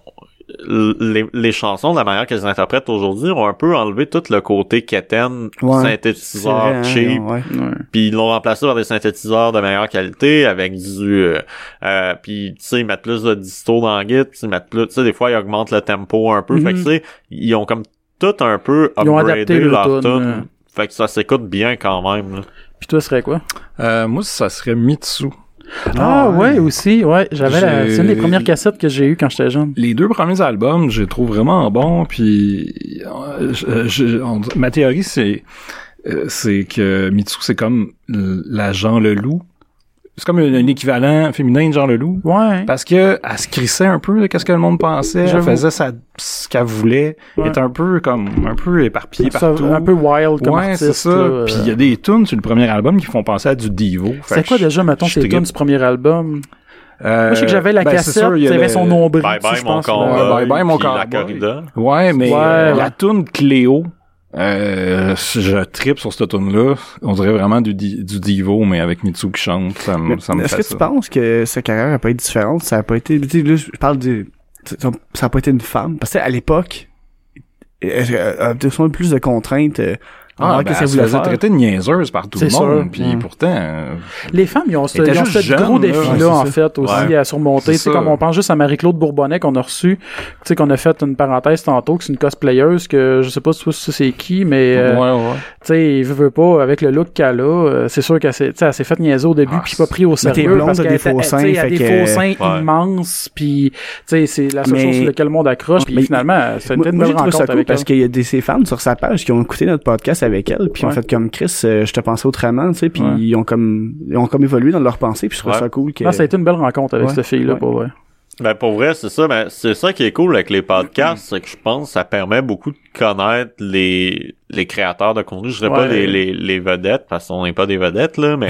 les, les chansons, de la manière qu'elles les interprètent aujourd'hui, ont un peu enlevé tout le côté quétaine, Ouais. C'est synthétiseur, vrai, hein, cheap, ouais. Ouais. puis ils l'ont remplacé par des synthétiseurs de meilleure qualité avec du euh, euh, puis tu sais ils mettent plus de disto dans le guide, puis ils mettent plus tu sais des fois ils augmentent le tempo un peu fait que Mhm. tu sais ils ont comme tout un peu Ils ont adapté upgradé le leur tune, tune. euh. Fait que ça s'écoute bien quand même. là. Puis toi, ce serait quoi? Euh, moi, ça serait Mitsu. Ah, ouais, aussi, ouais. J'avais la- J'ai- C'est une des premières cassettes que j'ai eues quand j'étais jeune. Les deux premiers albums, je les trouve vraiment bons. Puis, euh, je- je- on- ma théorie, c'est euh, c'est que Mitsu, c'est comme l- la Jean Leloup. C'est comme un, un équivalent féminin de Jean Leloup. Ouais. Parce que elle se crissait un peu de qu'est-ce que le monde pensait. Elle J'avoue. faisait sa, ce qu'elle voulait. Elle Ouais. était un peu comme un peu éparpillée Ça, partout. un peu wild comme ouais, c'est artiste. ça. là, euh. Puis il y a des tunes sur le premier album qui font penser à du Divo. Fait C'est que quoi je- déjà, mettons, je tes trippe. tunes du premier album? Euh, Moi, je sais que j'avais la ben, c'est cassette, sûr, il y il a avait le- son nombril. Bye dessus, bye Bah, je mon pense, combat. cowboy. là. Bye bye, mon puis La cowboy. corrida. Ouais, mais Ouais, euh, ouais. la tune Cléo, euh, je tripe sur cette tune là On dirait vraiment du, di- du Divo, mais avec Mitsu qui chante. Ça, me- Mais ça me Est-ce fait que ça. tu penses que sa carrière n'a pas été différente? Ça a pas été. Tu sais, là, je je parle du. tu sais, Ça a pas été une femme. Parce que à l'époque, euh, elle a plus de contraintes. euh, en Ah, dehors ben, que ça elle se voulait faisait faire. traiter de niaiseuse par tout le C'est monde. sûr. Puis Mm. pourtant, euh, Les femmes, ils ont ce, Elle était ils ont juste ce gros jeune, là. défi-là, Ouais, c'est en ça. fait, aussi, Ouais. à surmonter. C'est Tu ça. sais, comme on pense juste à Marie-Claude Bourbonnais qu'on a reçue, tu sais, qu'on a fait une parenthèse tantôt, que c'est une cosplayeuse que je sais pas si si c'est qui, mais, euh, ouais, ouais. tu sais, il veut, veut pas, avec le look qu'elle a, euh, c'est sûr qu'elle s'est, tu sais, elle s'est faite niaiser au début, Ah, puis pas pris au t'es sérieux. blonde, parce t'as qu'elle des faux était- seins, tu sais, elle a fait des que- faux seins Ouais. immenses, puis, tu sais, c'est la seule Mais- chose sur laquelle le monde accroche, puis Mais- finalement, c'est une Moi, belle moi, j'ai trouvé ça rencontre cool avec elle. parce qu'il y a des, ces fans sur sa page qui ont écouté notre podcast avec elle, puis ont Ouais. fait comme Chris, euh, je te pensais autrement, tu sais, puis Ouais. ils ont comme ils ont comme évolué dans leur pensée, puis je trouve Ouais. ça cool que Non, ça a été une belle rencontre avec Ouais, cette fille-là, ouais. pour vrai. Ben pour vrai, c'est ça, mais c'est ça qui est cool avec les podcasts, c'est que je pense que ça permet beaucoup de connaître les les créateurs de contenu. Je dirais pas Ouais. les, les, les vedettes, parce qu'on n'est pas des vedettes là, mais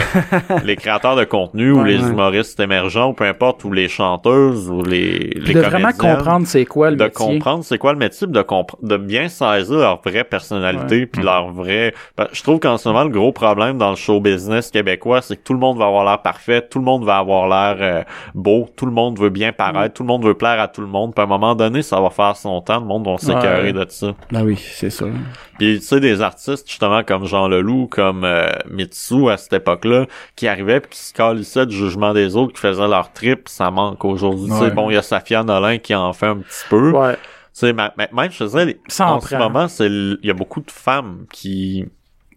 les créateurs de contenu ou Ouais, les ouais. humoristes émergents ou peu importe, ou les chanteuses ou les, les de vraiment comédiennes, comprendre c'est quoi le de métier. comprendre c'est quoi le métier, puis de compre- de bien saisir leur vraie personnalité puis leur vrai. parce que je trouve qu'en ce moment le gros problème dans le show business québécois, c'est que tout le monde va avoir l'air parfait, tout le monde va avoir l'air euh, beau, tout le monde veut bien paraître, Mm. tout le monde veut plaire à tout le monde. Puis à un moment donné, ça va faire son temps, le monde va s'écœurer de ça. Ben oui, c'est ça. Puis tu sais, des artistes justement comme Jean Leloup, comme euh, Mitsu à cette époque-là, qui arrivaient puis qui se calissaient du jugement des autres, qui faisaient leur trip, ça manque aujourd'hui. Tu sais, Ouais. Bon, il y a Safia Nolin qui en fait un petit peu. Ouais. Tu sais, ma- ma- même, je te dirais, les- Ça en en ce prend. moment, c'est l- il y a beaucoup de femmes qui,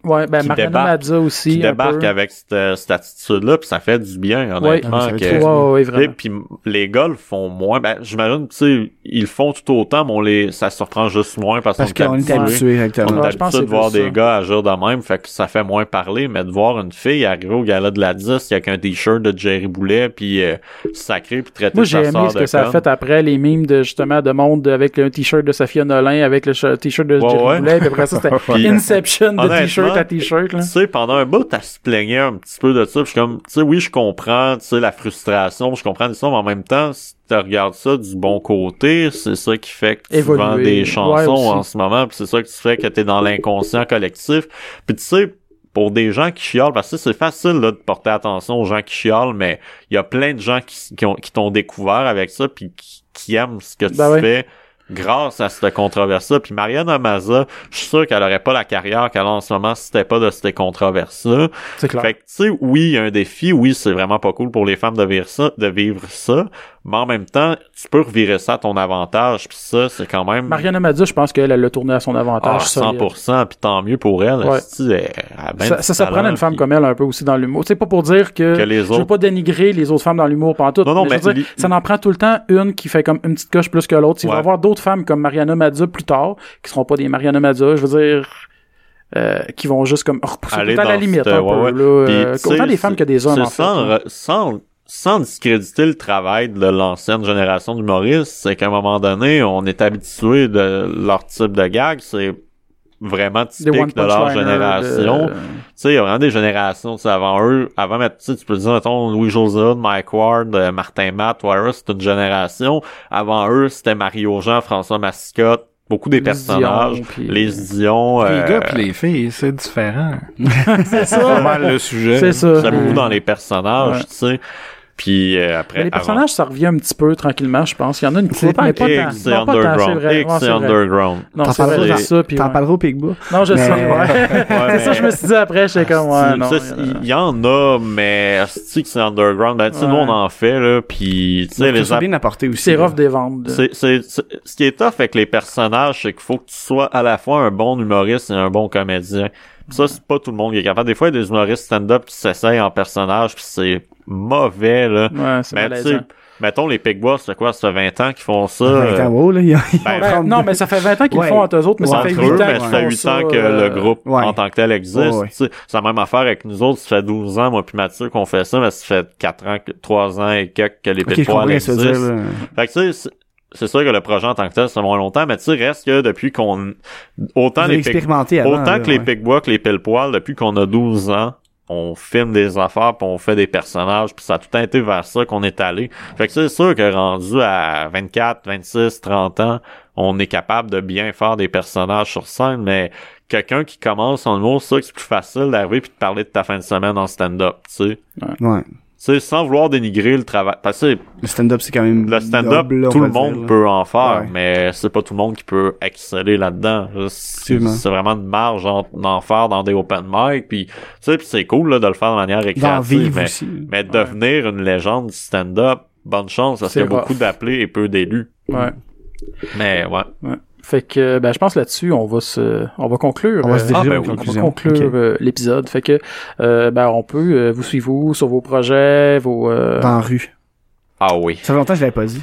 Ouais, ben Qui Mariana débarque- Mazza aussi. qui un débarquent peu. avec cette, cette attitude-là, puis ça fait du bien, Ouais. honnêtement. Ah, que- mais ça fait Ouais, du bien. ouais, ouais, et vraiment. puis m- les gars le font moins. Ben, j'imagine, tu sais, ils le font tout autant, mais on les, ça se surprend juste moins parce, Parce qu'on est habitué. habitué, On exactement. est Ouais, je pense que habitué de c'est voir plus des ça. gars agir de même, fait que ça fait moins parler, mais de voir une fille arriver au gala de la 10 avec un t-shirt de Jerry Boulet, puis euh, sacré, puis traiter Moi, j'ai sa sœur aimé ce de que ça a conne. fait après, les mimes de, justement, de monde avec le t-shirt de Safia Nolin, avec le ch- t-shirt de Ouais, Jerry ouais. Boulet, puis après ça, c'était Puis- Inception de Honnêtement, t-shirt à t-shirt, là. Tu sais, pendant un bout, elle se plaignait un petit peu de ça. Puis je suis comme, tu sais, oui, je comprends, tu sais, la frustration, je comprends l'histoire, mais en même temps, si tu regardes ça du bon côté, c'est ça qui fait que tu Évoluer. vends des chansons Ouais, aussi. en ce moment, puis c'est ça que tu fais que t'es dans l'inconscient collectif. Puis tu sais, pour des gens qui chiolent, parce que c'est facile là, de porter attention aux gens qui chiolent, mais il y a plein de gens qui, qui, ont- qui t'ont découvert avec ça, puis qui, qui aiment ce que tu Ben ouais. fais grâce à cette controverse-là. Puis Marianne Amaza, je suis sûr qu'elle aurait pas la carrière qu'elle a en ce moment si c'était pas de cette controverse-là. C'est clair. Fait que, tu sais, oui, il y a un défi, oui, c'est vraiment pas cool pour les femmes de vivre ça, de vivre ça, mais en même temps, tu peux revirer ça à ton avantage, puis ça, c'est quand même... Mariana Mazza, je pense qu'elle elle l'a tourné à son ah, avantage. solide. 100%, puis tant mieux pour elle. Ouais. esti, elle- elle a ben Ça, du ça, ça talent, prenait une femme puis- comme elle un peu aussi dans l'humour. C'est pas pour dire que, Que les je autres- veux pas dénigrer les autres femmes dans l'humour pendant tout. Non, non, mais je veux mais dire, li- ça en prend tout le temps une qui fait comme une petite coche plus que l'autre. Il va y Ouais. avoir d'autres femmes comme Mariana Mazza plus tard qui seront pas des Mariana Mazza, je veux dire euh, qui vont juste comme repousser tout Aller le temps à la dans limite cette- un ouais, ouais. peu là, Puis, euh, tu sais, autant des femmes c'est- que des hommes c'est en fait. sans, là. re- sans, sans discréditer le travail de l'ancienne génération d'humoristes, c'est qu'à un moment donné, on est habitué de leur type de gag, c'est vraiment Des One euh, typique de Punch leur Liner, génération. de- Tu sais, il y a vraiment des générations, tu sais, avant eux, avant, mais tu sais, tu peux dire, mettons, Louis José, Mike Ward, euh, Martin Matt, Wyrus, c'est une génération. Avant eux, c'était Mario Jean, François Mascotte, beaucoup des Dion, personnages, puis- les Dion, Les euh, gars pis les filles, c'est différent. c'est ça. le sujet. C'est ça. Ben, Ça beaucoup Ouais. dans les personnages, Euh, Ouais. tu sais. Puis euh, après, Mais les avant- personnages, ça revient un petit peu tranquillement, je pense. Il y en a une C'est couple, mais pas X, tant. c'est Non, pas tant, c'est underground. vrai. X, Ouais, c'est c'est vrai. underground. Non, T'en c'est vrai, parleras- c'est ça. puis T'en ouais. parleras au Picbois. Non, je Mais- sais. ouais. c'est Ouais, ça, mais- je me suis dit après, j'étais comme, ouais, Asti, non. ça, il y en a- Il y en a, mais asti que c'est underground. Ben, tu sais, Ouais. nous, on en fait, là, puis, tu sais, Ils les sont bien apporté aussi. C'est là. rough des ventes. C'est, c'est, c'est- ce qui est tough avec les personnages, c'est qu'il faut que tu sois à la fois un bon humoriste et un bon comédien. Puis ça, c'est pas tout le monde qui est capable. Des fois, il y a des humoristes stand-up qui s'essayent en personnage, puis c'est mauvais, là. Ouais, c'est Mais, tu sais, malaisant. mettons, les Pigbois, c'est quoi, ça fait 20 ans qu'ils font ça? euh, Attends, wow, là, ils ont- ils ont ben, Ben, 32. non, mais ça fait 20 ans qu'ils Ouais. le font entre eux autres, mais ça entre fait 8 eux, ans mais qu'ils ça fait font 8 ça, ans que euh, le groupe ouais. en tant que tel existe. Ouais, ouais. tu sais. C'est la même affaire avec nous autres. Ça fait 12 ans, moi puis Mathieu, qu'on fait ça, mais ça fait 4 ans, que- 3 ans et quelques que les Ok, je comprends Pigbois ce que existent. tu veux dire, là. Fait que tu sais, c'est- c'est sûr que le projet en tant que tel, ça va moins longtemps, mais tu sais, reste que depuis qu'on... Autant Vous avez les Pig- expérimenté avant, Autant là, que les ouais. Pigbois que les Pile-Poil, depuis qu'on a 12 ans, on filme des affaires, puis on fait des personnages, puis ça a tout le temps été vers ça qu'on est allé. Fait que c'est sûr que rendu à 24, 26, 30 ans, on est capable de bien faire des personnages sur scène, mais quelqu'un qui commence en humour, c'est sûr que c'est plus facile d'arriver puis de parler de ta fin de semaine en stand-up, tu sais. Ouais. Tu sais, sans vouloir dénigrer le travail. Parce que Le stand-up, c'est quand même. le stand-up, noble, là, on tout va le dire, monde là. peut en faire, Ouais. mais c'est pas tout le monde qui peut exceller là-dedans. C'est Effectivement. c'est vraiment une marge entre d'en faire dans des open mic, puis tu sais, puis c'est cool là, de le faire de manière D'en récréative, vivre mais, aussi. mais devenir une légende du stand-up, bonne chance, parce C'est qu'il y a beaucoup rough. d'appelés et peu d'élus. Ouais, Mais ouais. ouais. Fait que, ben, je pense là-dessus, on va se, on va conclure. On va euh, se diriger Ah, ben aux oui, on va conclusions. conclure Ok. euh, l'épisode. Fait que, euh, ben, on peut euh, vous suivre sur vos projets, vos. euh, Dans la rue. Ah oui. Ça fait longtemps que je l'avais pas dit.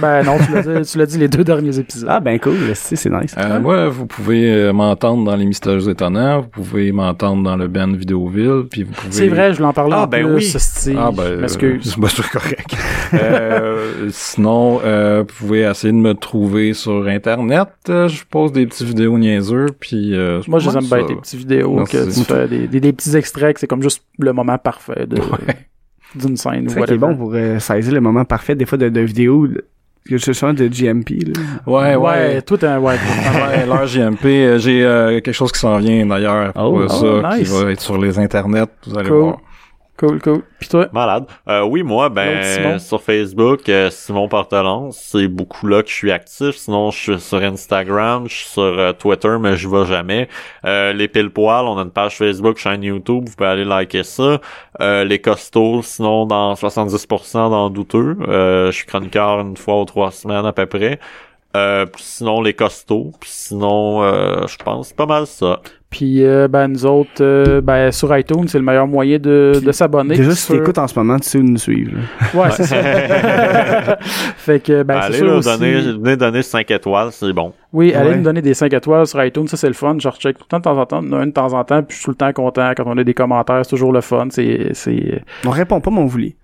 Ben non, tu l'as dit, tu l'as dit les deux derniers épisodes. Ah, ben cool, c'est c'est nice. Euh, moi, vous pouvez euh, m'entendre dans les Mystérieux Étonnants, vous pouvez m'entendre dans le band Vidéoville, puis vous pouvez... C'est vrai, je voulais en parler Ah, en ben plus, oui. hostie. Ah ben, M'excuse. euh, ben, c'est correct. Euh, sinon, euh, vous pouvez essayer de me trouver sur Internet. Euh, je pose des petites vidéos niaiseux, puis... euh, Moi, je les ouais, aime bien, ça- tes petites vidéos Merci. que tu fais, des, des, des petits extraits, que c'est comme juste le moment parfait de- d'une scène ou C'est ça qui whatever. est bon pour euh, saisir le moment parfait, des fois, de, de vidéo, de- que je sens de GMP, là. Ouais, Ouais, ouais. tout un ouais. Ouais, l'heure JMP, euh, j'ai euh, quelque chose qui s'en vient d'ailleurs pour Oh, euh, oh, ça, nice. qui va être sur les internets, vous allez Cool. voir. cool, cool. Puis toi, Malade. Euh, oui, moi, ben, L'autre Simon. sur Facebook, euh, Simon Portelance, c'est beaucoup là que je suis actif. Sinon, je suis sur Instagram, je suis sur euh, Twitter, mais je vais jamais. Euh, les pile poils, on a une page Facebook, chaîne YouTube, vous pouvez aller liker ça. Euh, les costauds, sinon, dans 70% dans douteux. Euh, je suis chroniqueur une fois ou trois semaines à peu près. Euh, puis sinon, les costauds. Puis sinon, euh, je pense pas mal ça. puis euh, ben nous autres, euh, ben sur iTunes, c'est le meilleur moyen de, de s'abonner. Déjà, si Sur- t'écoutes en ce moment, tu sais où nous suivre. là. Ouais, c'est ça. fait que ben c'est allez, sûr là, aussi. donner, venez donner 5 étoiles, c'est bon. Oui, allez Ouais. nous donner des 5 étoiles sur iTunes, ça c'est le fun. Je recheck tout le temps de temps en temps, on en a une de temps en temps, puis je suis tout le temps content quand on a des commentaires, c'est toujours le fun. C'est c'est On répond pas, mais on vous lit.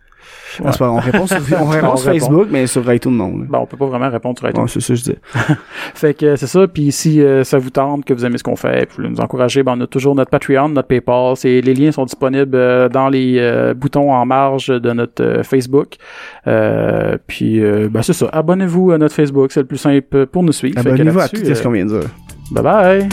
Non, c'est pas- on répond sur, on répond On sur répond. Facebook, mais sur iTunes, non. là. ben on peut pas vraiment répondre sur iTunes. Ouais, c'est ça que je dis. Fait que euh, c'est ça. Puis si euh, ça vous tente, que vous aimez ce qu'on fait, que vous voulez nous encourager, ben, on a toujours notre Patreon, notre PayPal. C'est, les liens sont disponibles euh, dans les euh, boutons en marge de notre euh, Facebook. Euh, puis euh, ben, c'est ça. Abonnez-vous à notre Facebook, c'est le plus simple pour nous suivre. Fait que Abonnez-vous à là-dessus, tout ce qu'on vient de dire. euh, Bye bye.